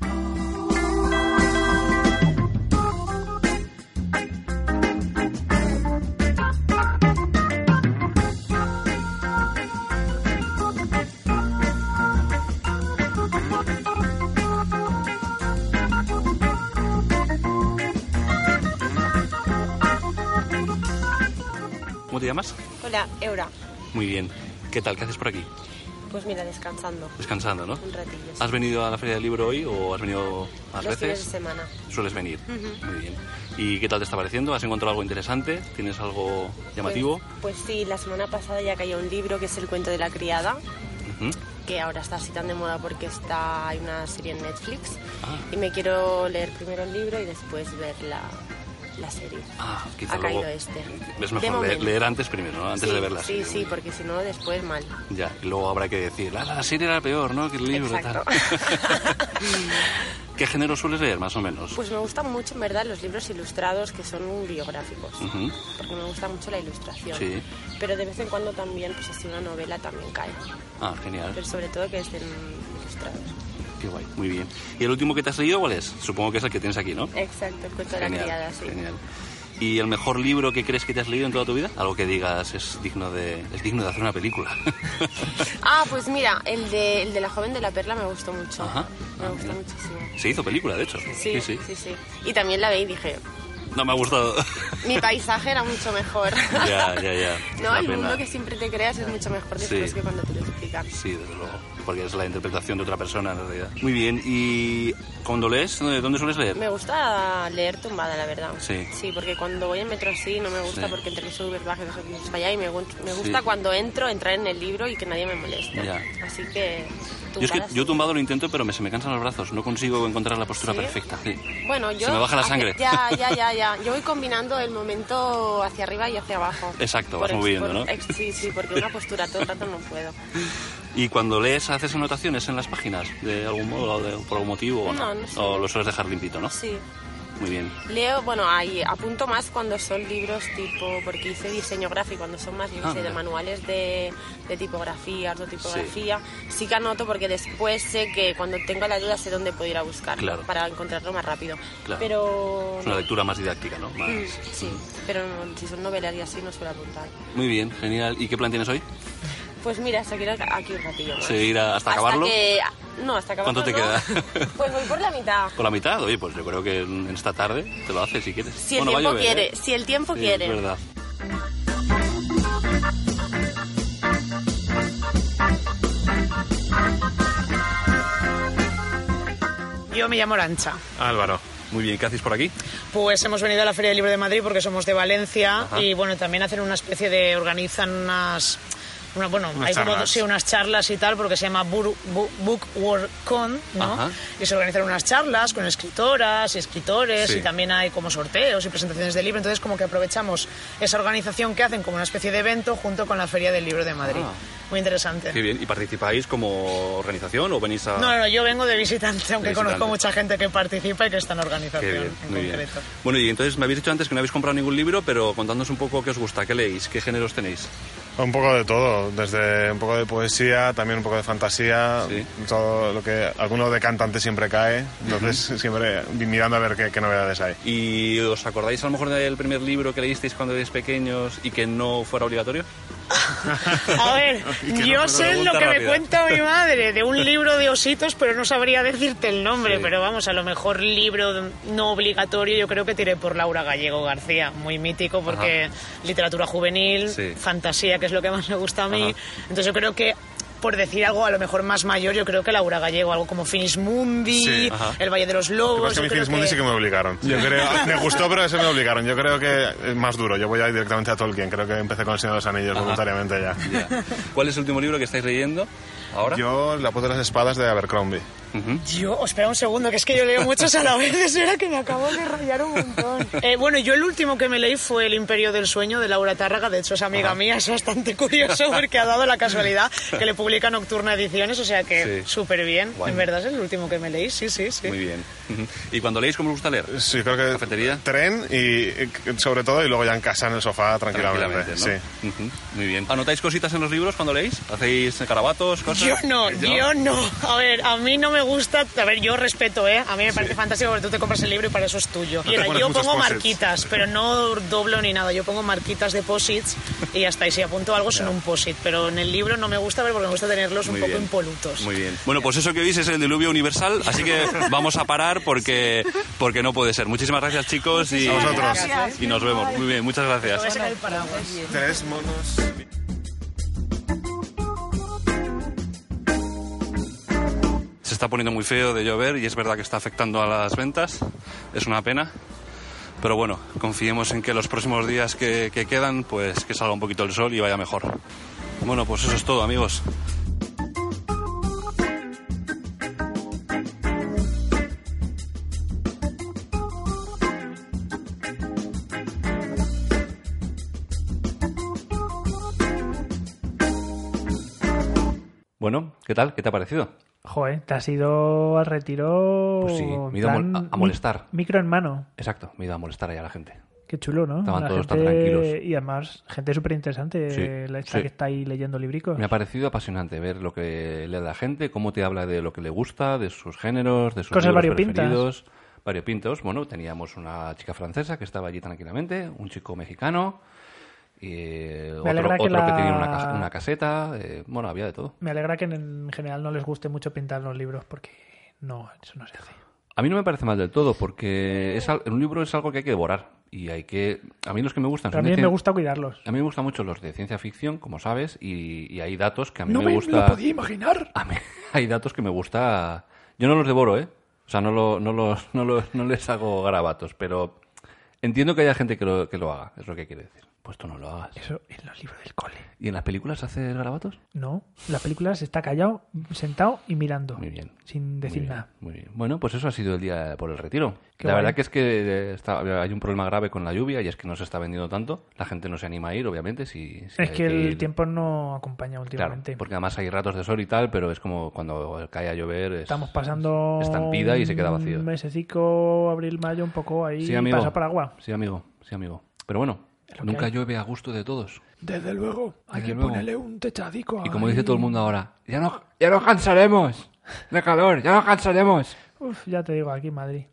[SPEAKER 2] ¿Cómo te llamas?
[SPEAKER 18] Hola, Eura.
[SPEAKER 2] Muy bien. ¿Qué tal? ¿Qué haces por aquí?
[SPEAKER 18] Pues mira, descansando.
[SPEAKER 2] Descansando, ¿no?
[SPEAKER 18] Un ratillo.
[SPEAKER 2] ¿Has venido a la Feria del Libro hoy o has venido más
[SPEAKER 18] Los fines de
[SPEAKER 2] veces?
[SPEAKER 18] semana.
[SPEAKER 2] Sueles venir.
[SPEAKER 18] Ujú. Pues,
[SPEAKER 2] Muy bien. ¿Y qué tal te está pareciendo? ¿Has encontrado algo interesante? ¿Tienes algo llamativo?
[SPEAKER 18] Pues, pues sí, la semana pasada ya cayó un libro que es El cuento de la criada,
[SPEAKER 2] Ujú.
[SPEAKER 18] que ahora está así tan de moda porque está hay una serie en Netflix.
[SPEAKER 2] Ah.
[SPEAKER 18] Y me quiero leer primero el libro y después ver la, la serie.
[SPEAKER 2] Ah, quizá
[SPEAKER 18] ha caído
[SPEAKER 2] luego-
[SPEAKER 18] este.
[SPEAKER 2] Es
[SPEAKER 18] De
[SPEAKER 2] mejor leer,
[SPEAKER 18] momento.
[SPEAKER 2] leer antes primero, ¿no? Antes
[SPEAKER 18] Sí,
[SPEAKER 2] de verla.
[SPEAKER 18] Sí, sí, porque si no, después mal.
[SPEAKER 2] Ya, y luego habrá que decir, "Ah, la serie era peor, ¿no? Que el libro
[SPEAKER 18] Exacto.
[SPEAKER 2] tal". ¿Qué género sueles leer, más o menos?
[SPEAKER 18] Pues me gustan mucho, en verdad, los libros ilustrados que son biográficos.
[SPEAKER 2] Ujú.
[SPEAKER 18] Porque me gusta mucho la ilustración.
[SPEAKER 2] Mm. Sí.
[SPEAKER 18] Pero de vez en cuando también, pues así una novela también cae.
[SPEAKER 2] Ah, genial.
[SPEAKER 18] Pero sobre todo que estén ilustrados.
[SPEAKER 2] Qué guay, muy bien. ¿Y el último que te has leído cuál es? Supongo que es el que tienes aquí, ¿no?
[SPEAKER 18] Exacto, el cuento de la criada, sí.
[SPEAKER 2] genial. ¿Y el mejor libro que crees que te has leído en toda tu vida? Algo que digas es digno de, es digno de hacer una película.
[SPEAKER 18] Ah, pues mira, el de, el de la joven de la perla me gustó mucho.
[SPEAKER 2] Ah,
[SPEAKER 18] Me gustó muchísimo.
[SPEAKER 2] Se hizo película, de hecho.
[SPEAKER 18] Sí, sí, sí, Y también la veí y dije,
[SPEAKER 2] No me ha gustado.
[SPEAKER 18] mi paisaje era mucho mejor.
[SPEAKER 2] ya, ya, ya.
[SPEAKER 18] no,
[SPEAKER 2] Una
[SPEAKER 18] el mundo
[SPEAKER 2] pena.
[SPEAKER 18] que siempre te creas es mucho mejor
[SPEAKER 2] Sí.
[SPEAKER 18] después que cuando te lo explican.
[SPEAKER 2] Sí, desde luego. Porque es la interpretación de otra persona, en realidad. Muy bien. ¿Y cuando lees, dónde dónde sueles leer?
[SPEAKER 18] Me gusta leer tumbada, la verdad.
[SPEAKER 2] Sí.
[SPEAKER 18] porque cuando voy en metro así no me gusta
[SPEAKER 2] Sí.
[SPEAKER 18] porque entre subes, bajas, bajas, subes para allá y me, gu- me gusta
[SPEAKER 2] Sí.
[SPEAKER 18] cuando entro entrar en el libro y que nadie me moleste.
[SPEAKER 2] Ya.
[SPEAKER 18] Así que
[SPEAKER 2] Yo es que
[SPEAKER 18] tumbadas.
[SPEAKER 2] yo tumbado lo intento, pero me, se me cansan los brazos. No consigo encontrar la postura
[SPEAKER 18] ¿Sí?
[SPEAKER 2] perfecta. Sí.
[SPEAKER 18] Bueno, yo
[SPEAKER 2] Se me baja la
[SPEAKER 18] hacia-
[SPEAKER 2] sangre.
[SPEAKER 18] Ya, ya, ya, ya. Yo voy combinando el momento hacia arriba y hacia abajo.
[SPEAKER 2] Exacto, vas
[SPEAKER 18] ex-
[SPEAKER 2] moviendo, ¿no?
[SPEAKER 18] ex- sí, sí, porque una postura todo el rato no puedo.
[SPEAKER 2] ¿Y cuando lees, haces anotaciones en las páginas? ¿De algún modo, o de- por algún motivo? o
[SPEAKER 18] No, no sé.
[SPEAKER 2] O lo sueles dejar limpito, ¿no?
[SPEAKER 18] Sí.
[SPEAKER 2] Muy bien.
[SPEAKER 18] Leo, bueno, ahí apunto más cuando son libros tipo, porque hice diseño gráfico, cuando son más, yo qué
[SPEAKER 2] Ah,
[SPEAKER 18] sé, de
[SPEAKER 2] mira.
[SPEAKER 18] manuales de, de tipografía, ortotipografía, sí. que anoto porque después sé que cuando tengo la duda sé dónde puedo ir a buscar
[SPEAKER 2] Claro.
[SPEAKER 18] para encontrarlo más rápido.
[SPEAKER 2] Claro.
[SPEAKER 18] Pero...
[SPEAKER 2] Es una lectura más didáctica, ¿no? Más-
[SPEAKER 18] Mm, Sí, pero no, si son novelas y así no suelo apuntar.
[SPEAKER 2] Muy bien, genial. ¿Y qué plan tienes hoy?
[SPEAKER 18] Pues mira, hasta que aquí un ratillo más.
[SPEAKER 2] ¿Seguir a- hasta acabarlo?
[SPEAKER 18] que- ah, No, hasta acabarlo
[SPEAKER 2] ¿Cuánto te
[SPEAKER 18] no.
[SPEAKER 2] queda?
[SPEAKER 18] Pues voy por la mitad.
[SPEAKER 2] ¿Por la mitad? Oye, pues yo creo que en esta tarde te lo haces si quieres.
[SPEAKER 18] Si el
[SPEAKER 2] Bueno, va a
[SPEAKER 18] tiempo
[SPEAKER 2] llover,
[SPEAKER 18] quiere,
[SPEAKER 2] ¿eh?
[SPEAKER 18] si el tiempo
[SPEAKER 2] Sí, es
[SPEAKER 18] quiere.
[SPEAKER 2] verdad.
[SPEAKER 19] Yo me llamo Arancha.
[SPEAKER 2] Álvaro. Muy bien, ¿qué hacéis por aquí?
[SPEAKER 19] Pues hemos venido a la Feria del Libro de Madrid porque somos de Valencia
[SPEAKER 2] Ajá.
[SPEAKER 19] y bueno, también hacen una especie de organizan unas Una- bueno,
[SPEAKER 20] Unas
[SPEAKER 19] hay como
[SPEAKER 20] charlas.
[SPEAKER 19] sí, unas charlas y tal, porque se llama Bur- Bu- Book World Con, ¿no?
[SPEAKER 20] Ajá.
[SPEAKER 19] Y se organizan unas charlas con escritoras y escritores
[SPEAKER 20] Sí.
[SPEAKER 19] y también hay como sorteos y presentaciones de libro. Entonces, como que aprovechamos esa organización que hacen como una especie de evento junto con la Feria del Libro de Madrid.
[SPEAKER 2] Ah.
[SPEAKER 19] Muy interesante.
[SPEAKER 2] Qué bien. ¿Y participáis como organización o venís a...?
[SPEAKER 19] No, no, yo vengo de visitante, aunque
[SPEAKER 2] visitante.
[SPEAKER 19] conozco mucha gente que participa y que está en
[SPEAKER 2] Qué
[SPEAKER 19] organización
[SPEAKER 2] bien,
[SPEAKER 19] en
[SPEAKER 2] muy bien.
[SPEAKER 19] concreto.
[SPEAKER 2] Bueno, y entonces me habéis dicho antes que no habéis comprado ningún libro, pero contándonos un poco qué os gusta, qué leéis, qué géneros tenéis.
[SPEAKER 20] Un poco de todo, desde un poco de poesía, también un poco de fantasía, todo lo que alguno de cantante siempre cae, entonces siempre mirando a ver qué, qué novedades hay.
[SPEAKER 2] ¿Y os acordáis a lo mejor del primer libro que leísteis cuando erais pequeños y que no fuera obligatorio?
[SPEAKER 19] A ver,
[SPEAKER 2] Y que no
[SPEAKER 19] yo
[SPEAKER 2] me lo
[SPEAKER 19] sé lo
[SPEAKER 2] pregunta
[SPEAKER 19] que me
[SPEAKER 2] rápida.
[SPEAKER 19] cuenta mi madre de un libro de ositos, pero no sabría decirte el nombre. Pero vamos, a lo mejor libro no obligatorio, yo creo que tiré por Laura Gallego García, muy mítico, porque
[SPEAKER 20] Ajá.
[SPEAKER 19] literatura juvenil,
[SPEAKER 20] Sí.
[SPEAKER 19] fantasía, que es lo que más me gusta a mí.
[SPEAKER 20] Ajá.
[SPEAKER 19] Entonces yo creo que. Por decir algo a lo mejor más mayor, yo creo que Laura Gallego, algo como Finis Mundi,
[SPEAKER 20] Sí, ajá.
[SPEAKER 19] El Valle de los
[SPEAKER 20] Lo que pasa
[SPEAKER 19] Lobos.
[SPEAKER 20] es que a
[SPEAKER 19] yo Oh,
[SPEAKER 20] mí
[SPEAKER 19] creo
[SPEAKER 20] Finis Mundi
[SPEAKER 19] que-
[SPEAKER 20] sí que me obligaron. Yo creo, me gustó, pero ese me obligaron. Yo creo que es más duro. Yo voy a ir directamente a Tolkien. Creo que empecé con El Señor de los Anillos voluntariamente ya.
[SPEAKER 2] ¿Cuál es el último libro que estáis leyendo ahora?
[SPEAKER 20] Yo, La Puerta de las Espadas de Abercrombie.
[SPEAKER 19] Yo, os espera un segundo, que es que yo leo muchos a la vez, es verdad que me acabo de rayar un montón. Eh, bueno, yo el último que me leí fue El Imperio del Sueño de Laura Tárraga, de hecho es amiga
[SPEAKER 20] Ajá.
[SPEAKER 19] mía, es bastante curioso porque ha dado la casualidad que le publica Nocturna Ediciones, o sea que
[SPEAKER 2] Sí.
[SPEAKER 19] súper bien,
[SPEAKER 2] Guay.
[SPEAKER 19] en verdad es el último que me leí, sí, sí, sí.
[SPEAKER 2] Muy bien. Ujú. ¿Y cuando leéis, cómo os gusta leer?
[SPEAKER 20] Sí, creo que...
[SPEAKER 2] ¿Cafetería?
[SPEAKER 20] Tren y, y sobre todo, y luego ya en casa, en el sofá, tranquilamente.
[SPEAKER 2] Tranquilamente, ¿no? Ujú. Muy bien. ¿Anotáis cositas en los libros cuando leéis? ¿Hacéis carabatos, cosas?
[SPEAKER 19] Yo no, yo no. A ver, a mí no me gusta. A ver, yo respeto, ¿eh? A mí me parece fantástico porque tú te compras el libro y para eso es tuyo.
[SPEAKER 20] No
[SPEAKER 19] Y
[SPEAKER 20] te
[SPEAKER 19] era,
[SPEAKER 20] pones
[SPEAKER 19] yo
[SPEAKER 20] muchos
[SPEAKER 19] pongo
[SPEAKER 20] posits.
[SPEAKER 19] marquitas, pero no doblo ni nada. Yo pongo marquitas de posits y ya está. Y si apunto algo son un posit. Pero en el libro no me gusta ver porque me gusta tenerlos un
[SPEAKER 2] Muy
[SPEAKER 19] poco
[SPEAKER 2] bien.
[SPEAKER 19] impolutos.
[SPEAKER 2] Muy bien. Bueno, pues eso que oís es el diluvio universal, así que vamos a parar porque, porque no puede ser. Muchísimas gracias, chicos. Y,
[SPEAKER 20] A vosotros. Gracias.
[SPEAKER 2] Y nos vemos. Muy bien, muchas gracias.
[SPEAKER 19] Lo ves en el paraguas.
[SPEAKER 1] pues,
[SPEAKER 20] Tres monos.
[SPEAKER 2] Se está poniendo muy feo de llover y es verdad que está afectando a las ventas. Es una pena. Pero bueno, confiemos en que los próximos días que, que quedan, pues que salga un poquito el sol y vaya mejor. Bueno, pues eso es todo, amigos. Bueno, ¿qué tal? ¿Qué te ha parecido?
[SPEAKER 1] Joder, te has ido al retiro.
[SPEAKER 2] Pues sí,
[SPEAKER 1] en
[SPEAKER 2] me he ido a mol-
[SPEAKER 1] plan
[SPEAKER 2] a molestar.
[SPEAKER 1] mi- Micro en mano.
[SPEAKER 2] Exacto, me he ido a molestar ahí a la gente.
[SPEAKER 1] Qué chulo, ¿no?
[SPEAKER 2] Estaban
[SPEAKER 1] La
[SPEAKER 2] todos tan
[SPEAKER 1] gente-
[SPEAKER 2] tranquilos.
[SPEAKER 1] Y además, gente súper interesante
[SPEAKER 2] Sí,
[SPEAKER 1] la esta
[SPEAKER 2] sí.
[SPEAKER 1] que está ahí leyendo libricos.
[SPEAKER 2] Me ha parecido apasionante ver lo que lee la gente, cómo te habla de lo que le gusta, de sus géneros, de sus
[SPEAKER 1] Cosas
[SPEAKER 2] libros
[SPEAKER 1] variopintas.
[SPEAKER 2] preferidos, variopintos. Bueno, teníamos una chica francesa que estaba allí tranquilamente, un chico mexicano, y eh, otro,
[SPEAKER 1] alegra que
[SPEAKER 2] otro que,
[SPEAKER 1] la-
[SPEAKER 2] tenía una, ca- una caseta. eh, bueno, había de todo.
[SPEAKER 1] Me alegra que en- en general no les guste mucho pintar los libros porque no, eso no se hace.
[SPEAKER 2] A mí no me parece mal del todo, porque es al- un libro es algo que hay que devorar. Y hay que... A mí los que me gustan...
[SPEAKER 1] Pero a
[SPEAKER 2] son
[SPEAKER 1] mí
[SPEAKER 2] de
[SPEAKER 1] me
[SPEAKER 2] cien-
[SPEAKER 1] gusta cuidarlos.
[SPEAKER 2] A mí me gustan mucho los de ciencia ficción, como sabes, y, y hay datos que a mí
[SPEAKER 1] No
[SPEAKER 2] me,
[SPEAKER 1] me lo
[SPEAKER 2] gusta...
[SPEAKER 1] podía imaginar.
[SPEAKER 2] A mí hay datos que me gusta... Yo no los devoro, ¿eh? O sea, no, lo- no, los, no, los- no les hago garabatos, pero entiendo que haya gente que lo, que lo haga, es lo que quiere decir. Pues tú no lo hagas.
[SPEAKER 1] Eso en los libros del cole.
[SPEAKER 2] ¿Y en las películas haces garabatos?
[SPEAKER 1] No, las películas está callado, sentado y mirando.
[SPEAKER 2] Muy bien.
[SPEAKER 1] Sin decir
[SPEAKER 2] Muy bien,
[SPEAKER 1] nada.
[SPEAKER 2] Muy bien. Bueno, pues eso ha sido el día por el retiro.
[SPEAKER 1] Qué
[SPEAKER 2] la
[SPEAKER 1] guay.
[SPEAKER 2] verdad que es que eh, está- hay un problema grave con la lluvia y es que no se está vendiendo tanto. La gente no se anima a ir, obviamente. Si, si
[SPEAKER 1] Es
[SPEAKER 2] hay
[SPEAKER 1] que
[SPEAKER 2] ir.
[SPEAKER 1] el tiempo no acompaña últimamente.
[SPEAKER 2] Claro, pues, porque además hay ratos de sol y tal, pero es como cuando cae a llover. es-
[SPEAKER 1] Estamos pasando.
[SPEAKER 2] Estampida y se queda vacío.
[SPEAKER 1] Un mesecico, abril, mayo, un poco ahí.
[SPEAKER 2] Sí, amigo.
[SPEAKER 1] Pasa paraguas.
[SPEAKER 2] Sí, amigo. Sí, amigo. Pero bueno,
[SPEAKER 1] que
[SPEAKER 2] nunca
[SPEAKER 1] hay.
[SPEAKER 2] llueve a gusto de todos.
[SPEAKER 1] Desde luego.
[SPEAKER 2] hay Desde que luego. ponerle
[SPEAKER 1] un techadico.
[SPEAKER 2] Y como dice todo el mundo ahora, ya no, ya nos cansaremos de calor, ya nos cansaremos.
[SPEAKER 1] Uf, ya te digo, aquí en Madrid.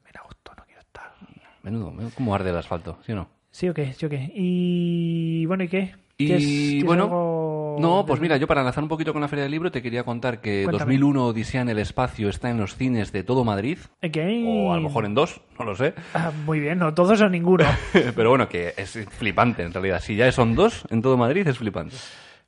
[SPEAKER 2] Menudo, menudo cómo arde el asfalto, ¿sí o no?
[SPEAKER 1] Sí o qué, sí o qué. Y bueno, ¿y qué? ¿Tienes-
[SPEAKER 2] Y
[SPEAKER 1] tienes
[SPEAKER 2] bueno,
[SPEAKER 1] algo
[SPEAKER 2] no,
[SPEAKER 1] de-
[SPEAKER 2] pues mira, yo para enlazar un poquito con la Feria del Libro te quería contar que
[SPEAKER 1] Cuéntame.
[SPEAKER 2] 2001 Odisea en el Espacio está en los cines de todo Madrid,
[SPEAKER 1] Again.
[SPEAKER 2] o a lo mejor en dos, no lo sé,
[SPEAKER 1] Ah, muy bien, no todos o ninguno.
[SPEAKER 2] pero bueno, que es flipante en realidad. Si ya son dos en todo Madrid es flipante.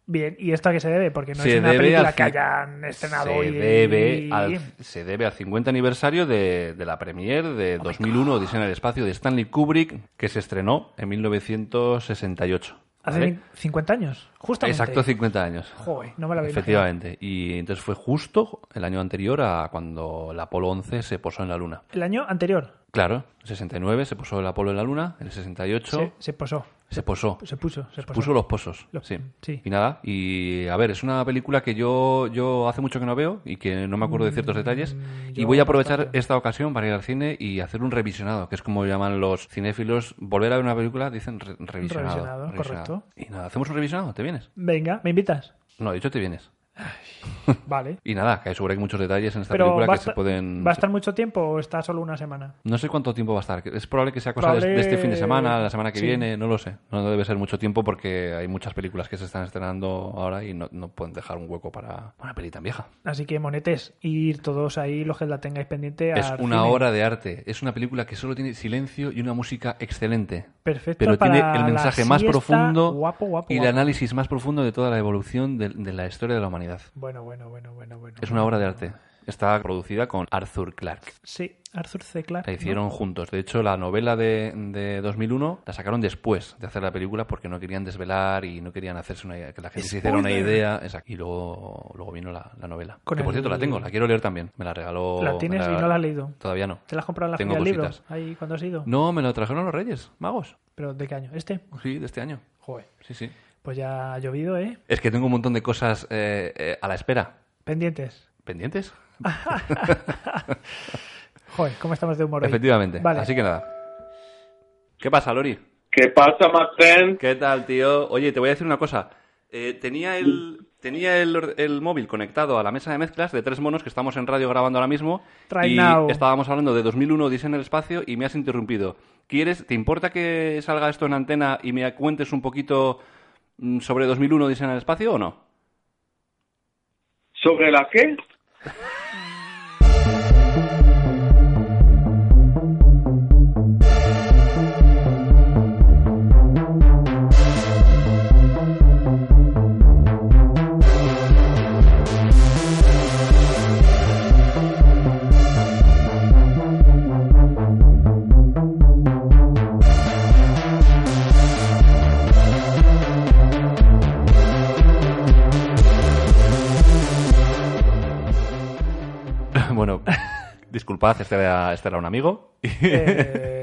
[SPEAKER 1] bien, ¿y esto a qué se debe? Porque no
[SPEAKER 2] Se
[SPEAKER 1] es una
[SPEAKER 2] debe
[SPEAKER 1] película
[SPEAKER 2] al
[SPEAKER 1] que
[SPEAKER 2] ci-
[SPEAKER 1] hayan estrenado
[SPEAKER 2] se
[SPEAKER 1] hoy.
[SPEAKER 2] Debe al, se debe al 50 aniversario de, de la premier
[SPEAKER 1] Oh
[SPEAKER 2] de 2001 Odisea en el Espacio de Stanley Kubrick, que se estrenó en 1968.
[SPEAKER 1] Hace
[SPEAKER 2] ¿vale?
[SPEAKER 1] cin- 50 años, justamente.
[SPEAKER 2] Exacto 50 años.
[SPEAKER 1] Joder, no me lo había imaginado.
[SPEAKER 2] Efectivamente. Y entonces fue justo el año anterior a cuando el Apolo 11 se posó en la Luna.
[SPEAKER 1] El año anterior
[SPEAKER 2] Claro, el 69 se posó el Apolo en la Luna, el 68
[SPEAKER 1] se, se posó.
[SPEAKER 2] se posó.
[SPEAKER 1] Se puso, se posó.
[SPEAKER 2] Puso los pozos.
[SPEAKER 1] Los-
[SPEAKER 2] sí.
[SPEAKER 1] sí.
[SPEAKER 2] Y nada, y a ver, es una película que yo, yo hace mucho que no veo y que no me acuerdo de ciertos detalles. Y
[SPEAKER 1] Mm, yo
[SPEAKER 2] voy a aprovechar esta ocasión para ir al cine y hacer un revisionado, que es como llaman los cinéfilos. Volver a ver una película, dicen re- revisionado.
[SPEAKER 1] Revisionado, correcto.
[SPEAKER 2] Y nada, hacemos un revisionado, ¿te vienes?
[SPEAKER 1] Venga, ¿me invitas?
[SPEAKER 2] No, de hecho te vienes.
[SPEAKER 1] Vale.
[SPEAKER 2] Y nada, que seguro que hay muchos detalles en esta
[SPEAKER 1] Pero
[SPEAKER 2] película
[SPEAKER 1] va a,
[SPEAKER 2] que se
[SPEAKER 1] estar-
[SPEAKER 2] pueden...
[SPEAKER 1] ¿va a estar mucho tiempo o está solo una semana?
[SPEAKER 2] No sé cuánto tiempo va a estar. Es probable que sea cosa de-
[SPEAKER 1] Probable-
[SPEAKER 2] de este fin de semana, la semana que
[SPEAKER 1] sí.
[SPEAKER 2] viene, no lo sé. No debe ser mucho tiempo porque hay muchas películas que se están estrenando ahora y no, no pueden dejar un hueco para una peli tan vieja.
[SPEAKER 1] Así que monetes, ir todos ahí los que la tengáis pendiente.
[SPEAKER 2] Es
[SPEAKER 1] al
[SPEAKER 2] una
[SPEAKER 1] cine.
[SPEAKER 2] obra de arte. Es una película que solo tiene silencio y una música excelente.
[SPEAKER 1] Perfecta
[SPEAKER 2] Pero
[SPEAKER 1] para
[SPEAKER 2] tiene el
[SPEAKER 1] la
[SPEAKER 2] mensaje más
[SPEAKER 1] siesta,
[SPEAKER 2] profundo
[SPEAKER 1] guapo, guapo,
[SPEAKER 2] y el
[SPEAKER 1] guapo.
[SPEAKER 2] análisis más profundo de toda la evolución de, de la historia de la humanidad.
[SPEAKER 1] Bueno, bueno, bueno, bueno, bueno.
[SPEAKER 2] Es una obra de arte. Está producida con Arthur Clarke.
[SPEAKER 1] Sí, Arthur C. Clarke.
[SPEAKER 2] La hicieron
[SPEAKER 1] ¿no?
[SPEAKER 2] juntos. De hecho, la novela de, de 2001 la sacaron después de hacer la película porque no querían desvelar y no querían hacerse una idea, que la gente se hiciera una
[SPEAKER 1] Spoiler.
[SPEAKER 2] idea. Exacto. Y luego, luego vino la, la novela.
[SPEAKER 1] Con
[SPEAKER 2] que por
[SPEAKER 1] el-
[SPEAKER 2] cierto, la tengo, la quiero leer también. Me la regaló.
[SPEAKER 1] ¿La tienes
[SPEAKER 2] me
[SPEAKER 1] y no la has leído?
[SPEAKER 2] Todavía no.
[SPEAKER 1] ¿Te la has comprado en la
[SPEAKER 2] Tengo
[SPEAKER 1] feria de libros?
[SPEAKER 2] cositas.
[SPEAKER 1] Ahí, ¿Cuándo has ido?
[SPEAKER 2] No, me lo trajeron los Reyes Magos.
[SPEAKER 1] ¿Pero de qué año? ¿Este?
[SPEAKER 2] Sí, de este año.
[SPEAKER 1] Joder.
[SPEAKER 2] Sí, sí.
[SPEAKER 1] Pues ya ha llovido, ¿eh?
[SPEAKER 2] Es que tengo un montón de cosas eh, eh, a la espera.
[SPEAKER 1] Pendientes.
[SPEAKER 2] ¿Pendientes?
[SPEAKER 1] Joder, ¿cómo estamos de humor hoy?
[SPEAKER 2] Efectivamente.
[SPEAKER 1] Vale.
[SPEAKER 2] Así que nada. ¿Qué pasa, Lori?
[SPEAKER 21] ¿Qué pasa, Marcel?
[SPEAKER 2] ¿Qué tal, tío? Oye, te voy a decir una cosa. Eh, tenía el, tenía el, or- el móvil conectado a la mesa de mezclas de tres monos que estamos en radio grabando ahora mismo.
[SPEAKER 1] Try
[SPEAKER 2] y
[SPEAKER 1] now.
[SPEAKER 2] estábamos hablando de 2001 Odisea en el espacio y me has interrumpido. ¿Quieres, ¿Te importa que salga esto en antena y me cuentes un poquito mm, sobre 2001 Odisea en el espacio o no?
[SPEAKER 21] ¿Sobre la qué?
[SPEAKER 2] bueno, disculpad, este era, este era un amigo.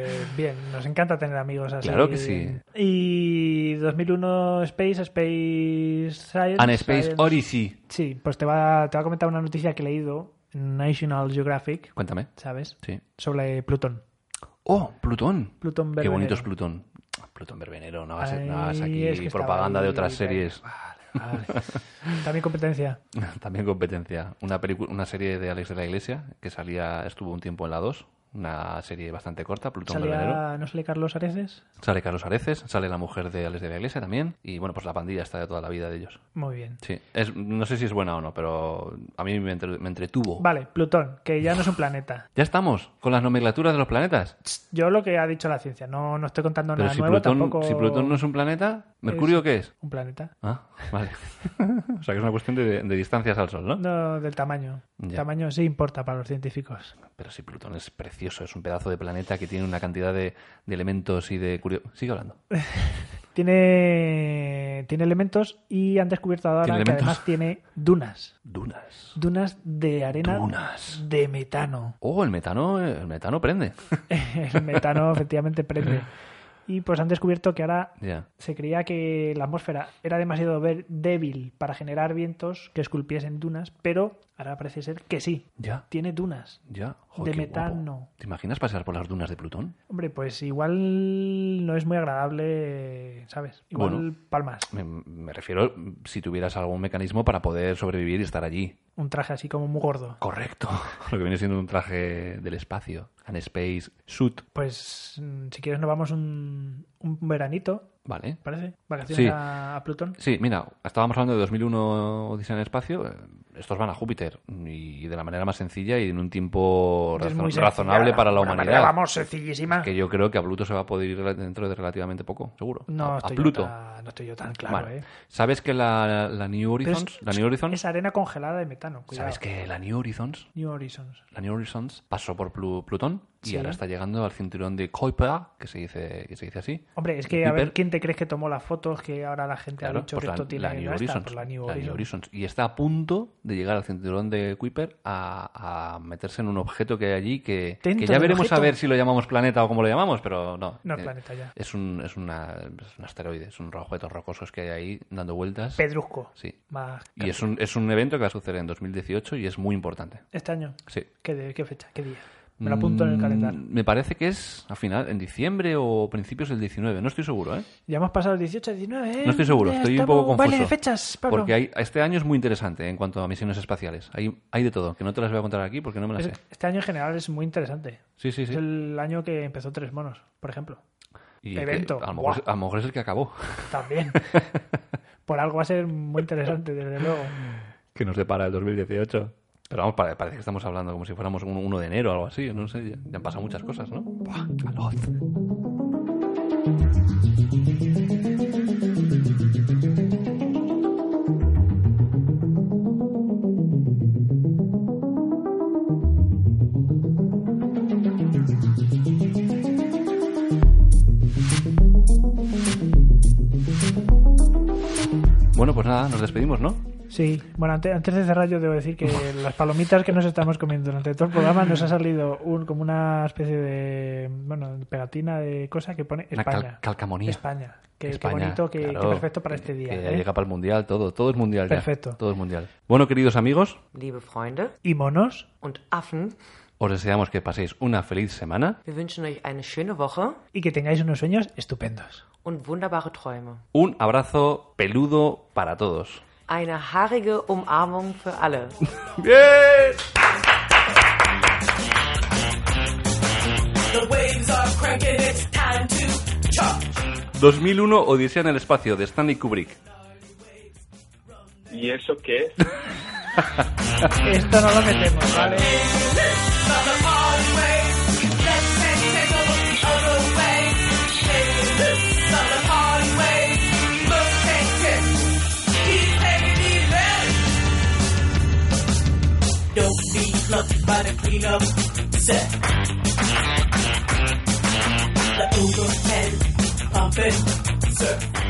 [SPEAKER 1] Eh, bien, nos encanta tener amigos así.
[SPEAKER 2] Claro que sí.
[SPEAKER 1] Y 2001 Space, Space Science.
[SPEAKER 2] An Space
[SPEAKER 1] Science-
[SPEAKER 2] Odyssey.
[SPEAKER 1] Sí, pues te va, te va a comentar una noticia que he leído en National Geographic,
[SPEAKER 2] Cuéntame.
[SPEAKER 1] ¿sabes?
[SPEAKER 2] Sí.
[SPEAKER 1] Sobre Plutón.
[SPEAKER 2] Oh, Plutón.
[SPEAKER 1] Plutón
[SPEAKER 2] Qué
[SPEAKER 1] verbenero.
[SPEAKER 2] bonito es Plutón. Plutón verbenero, no hagas, no hagas
[SPEAKER 1] Ay,
[SPEAKER 2] aquí
[SPEAKER 1] es que estaba
[SPEAKER 2] propaganda de
[SPEAKER 1] ahí,
[SPEAKER 2] otras
[SPEAKER 1] claro.
[SPEAKER 2] series.
[SPEAKER 1] Vale. También competencia.
[SPEAKER 2] También competencia. Una, pelicu- una serie de Alex de la Iglesia que salía, estuvo un tiempo en la 2. Una serie bastante corta, Plutón Verbenero.
[SPEAKER 1] Salía, ¿No sale Carlos Areces?
[SPEAKER 2] Sale Carlos Areces, sale la mujer de Alex de la Iglesia también. Y bueno, pues la pandilla está de toda la vida de ellos.
[SPEAKER 1] Muy bien.
[SPEAKER 2] Sí, es, no sé si es buena o no, pero a mí me, entre- me entretuvo.
[SPEAKER 1] Vale, Plutón, que ya no es un planeta.
[SPEAKER 2] Ya estamos con las nomenclaturas de los planetas.
[SPEAKER 1] Yo lo que ha dicho la ciencia, no, no estoy contando
[SPEAKER 2] Pero
[SPEAKER 1] nada
[SPEAKER 2] si
[SPEAKER 1] nuevo
[SPEAKER 2] Plutón,
[SPEAKER 1] tampoco.
[SPEAKER 2] si Plutón no es un planeta, ¿Mercurio qué es?
[SPEAKER 1] Un planeta.
[SPEAKER 2] Ah, vale. o sea que es una cuestión de, de distancias al Sol, ¿no?
[SPEAKER 1] No, del tamaño.
[SPEAKER 2] Ya.
[SPEAKER 1] Tamaño sí importa para los científicos.
[SPEAKER 2] Pero si Plutón es precioso, es un pedazo de planeta que tiene una cantidad de, de elementos y de curio- Sigue hablando.
[SPEAKER 1] Tiene, tiene elementos y han descubierto ahora que
[SPEAKER 2] ¿Tiene elementos?
[SPEAKER 1] además tiene dunas.
[SPEAKER 2] Dunas.
[SPEAKER 1] Dunas de arena
[SPEAKER 2] Dunas.
[SPEAKER 1] de metano.
[SPEAKER 2] Oh, el metano, el metano prende.
[SPEAKER 1] El metano efectivamente prende. Y pues han descubierto que ahora
[SPEAKER 2] Ya.
[SPEAKER 1] se creía que la atmósfera era demasiado ver- débil para generar vientos que esculpiesen dunas, pero ahora parece ser que sí.
[SPEAKER 2] Ya.
[SPEAKER 1] Tiene dunas.
[SPEAKER 2] Ya. Jo,
[SPEAKER 1] de
[SPEAKER 2] qué guapo.
[SPEAKER 1] metano.
[SPEAKER 2] ¿Te imaginas pasar por las dunas de Plutón?
[SPEAKER 1] Hombre, pues igual no es muy agradable, ¿sabes? Igual
[SPEAKER 2] Bueno.
[SPEAKER 1] palmas.
[SPEAKER 2] Me, me refiero si tuvieras algún mecanismo para poder sobrevivir y estar allí.
[SPEAKER 1] Un traje así como muy gordo.
[SPEAKER 2] Correcto. Lo que viene siendo un traje del espacio. An space suit.
[SPEAKER 1] Pues mm, si quieres nos vamos un, un veranito,
[SPEAKER 2] Vale.
[SPEAKER 1] ¿parece? Vacaciones
[SPEAKER 2] Sí.
[SPEAKER 1] a, a Plutón.
[SPEAKER 2] Sí, mira, estábamos hablando de 2001 Odisea en el espacio. eh, Estos van a Júpiter y de la manera más sencilla y en un tiempo
[SPEAKER 1] Es
[SPEAKER 2] razon-
[SPEAKER 1] muy sencilla,
[SPEAKER 2] razonable para la
[SPEAKER 1] una manera,
[SPEAKER 2] humanidad.
[SPEAKER 1] Vamos, sencillísima.
[SPEAKER 2] Que yo creo que a Pluto se va a poder ir rela- dentro de relativamente poco, seguro.
[SPEAKER 1] No,
[SPEAKER 2] a, a
[SPEAKER 1] estoy yo
[SPEAKER 2] Pluto.
[SPEAKER 1] tan- no estoy yo tan claro,
[SPEAKER 2] Vale.
[SPEAKER 1] ¿eh?
[SPEAKER 2] ¿Sabes que la, la New
[SPEAKER 1] Pero
[SPEAKER 2] Horizons, la New Horizons,
[SPEAKER 1] Es arena congelada de metano, cuidado.
[SPEAKER 2] ¿sabes que la New Horizons,
[SPEAKER 1] New Horizons.
[SPEAKER 2] la New Horizons pasó por Plu- Plutón y
[SPEAKER 1] Sí.
[SPEAKER 2] ahora está llegando al cinturón de Kuiper, que se dice, que se dice así.
[SPEAKER 1] Hombre, es que
[SPEAKER 2] De
[SPEAKER 1] a ver
[SPEAKER 2] Piper.
[SPEAKER 1] quién te crees que tomó las fotos que ahora la gente
[SPEAKER 2] Claro,
[SPEAKER 1] ha dicho
[SPEAKER 2] pues
[SPEAKER 1] que
[SPEAKER 2] la-
[SPEAKER 1] esto tiene
[SPEAKER 2] la New
[SPEAKER 1] no está,
[SPEAKER 2] Horizons,
[SPEAKER 1] pues la New
[SPEAKER 2] la New
[SPEAKER 1] Horizons.
[SPEAKER 2] Horizons. Y está a punto de llegar al cinturón de Kuiper a, a meterse en un objeto que hay allí que,
[SPEAKER 1] Dentro
[SPEAKER 2] que ya
[SPEAKER 1] del
[SPEAKER 2] veremos a
[SPEAKER 1] objeto.
[SPEAKER 2] ver si lo llamamos planeta o cómo lo llamamos, pero no.
[SPEAKER 1] No es
[SPEAKER 2] Eh,
[SPEAKER 1] planeta ya.
[SPEAKER 2] Es un, es, una, es un asteroide, es un objeto rocosos que hay ahí dando vueltas.
[SPEAKER 1] Pedrusco.
[SPEAKER 2] Sí.
[SPEAKER 1] Más
[SPEAKER 2] Y es un, es un evento que va a suceder en 2018 y es muy importante.
[SPEAKER 1] Este año.
[SPEAKER 2] Sí.
[SPEAKER 1] ¿Qué, de- qué fecha? ¿Qué día? Me lo apunto en el
[SPEAKER 2] Mm,
[SPEAKER 1] calendario.
[SPEAKER 2] Me parece que es al final, en diciembre o principios del 19, no estoy seguro, ¿eh?
[SPEAKER 1] Ya hemos pasado el 18, 19. ¿eh?
[SPEAKER 2] No estoy seguro,
[SPEAKER 1] Ya
[SPEAKER 2] estoy un
[SPEAKER 1] estamos-
[SPEAKER 2] poco confuso.
[SPEAKER 1] Vale, de fechas, Pablo.
[SPEAKER 2] Porque hay, este año es muy interesante en cuanto a misiones espaciales. Hay, hay de todo, que no te las voy a contar aquí porque no me las sé.
[SPEAKER 1] Es- Este año en general es muy interesante.
[SPEAKER 2] Sí, sí, sí.
[SPEAKER 1] Es el año que empezó Tres Monos, por ejemplo.
[SPEAKER 2] Y que
[SPEAKER 1] evento.
[SPEAKER 2] a, lo
[SPEAKER 1] Buah,
[SPEAKER 2] mejor, es- a lo mejor es el que acabó,
[SPEAKER 1] También. por algo va a ser muy interesante, desde luego.
[SPEAKER 2] que nos depara el 2018. Pero vamos, pare- parece que estamos hablando como si fuéramos un 1 de enero o algo así, no sé, ya, ya han pasado muchas cosas, ¿no? Buah, calor. Bueno, pues nada, nos despedimos, ¿no?
[SPEAKER 1] Sí, bueno, ante- antes de cerrar yo debo decir que las palomitas que nos estamos comiendo durante todo el programa nos ha salido un, como una especie de, bueno, pegatina de cosa que pone
[SPEAKER 2] Una cal-
[SPEAKER 1] España.
[SPEAKER 2] calcamonía.
[SPEAKER 1] España. Que, que
[SPEAKER 2] España,
[SPEAKER 1] bonito, que, que
[SPEAKER 2] claro,
[SPEAKER 1] perfecto para este día.
[SPEAKER 2] que ya
[SPEAKER 1] ¿eh?
[SPEAKER 2] llega para el mundial, todo, todo es mundial ya.
[SPEAKER 1] Perfecto.
[SPEAKER 2] Todo es mundial. Bueno, queridos amigos,
[SPEAKER 13] Liebe Freunde
[SPEAKER 1] ¿Y monos?
[SPEAKER 13] und Affen,
[SPEAKER 2] os deseamos que paséis una feliz semana,
[SPEAKER 13] wir wünschen euch eine schöne Woche
[SPEAKER 1] Y que tengáis unos sueños estupendos.
[SPEAKER 13] und wunderbare Träume.
[SPEAKER 2] un abrazo peludo para todos.
[SPEAKER 13] Eine haarige Umarmung für alle.
[SPEAKER 2] Bien.
[SPEAKER 3] The waves are cranking, it's time to chop.
[SPEAKER 2] 2001 Odisea en el espacio de Stanley Kubrick.
[SPEAKER 22] ¿Y eso qué es?
[SPEAKER 1] Esto no lo metemos, ¿vale?
[SPEAKER 3] Don't be fluffed by the cleanup set. The Uber head pumping, sir.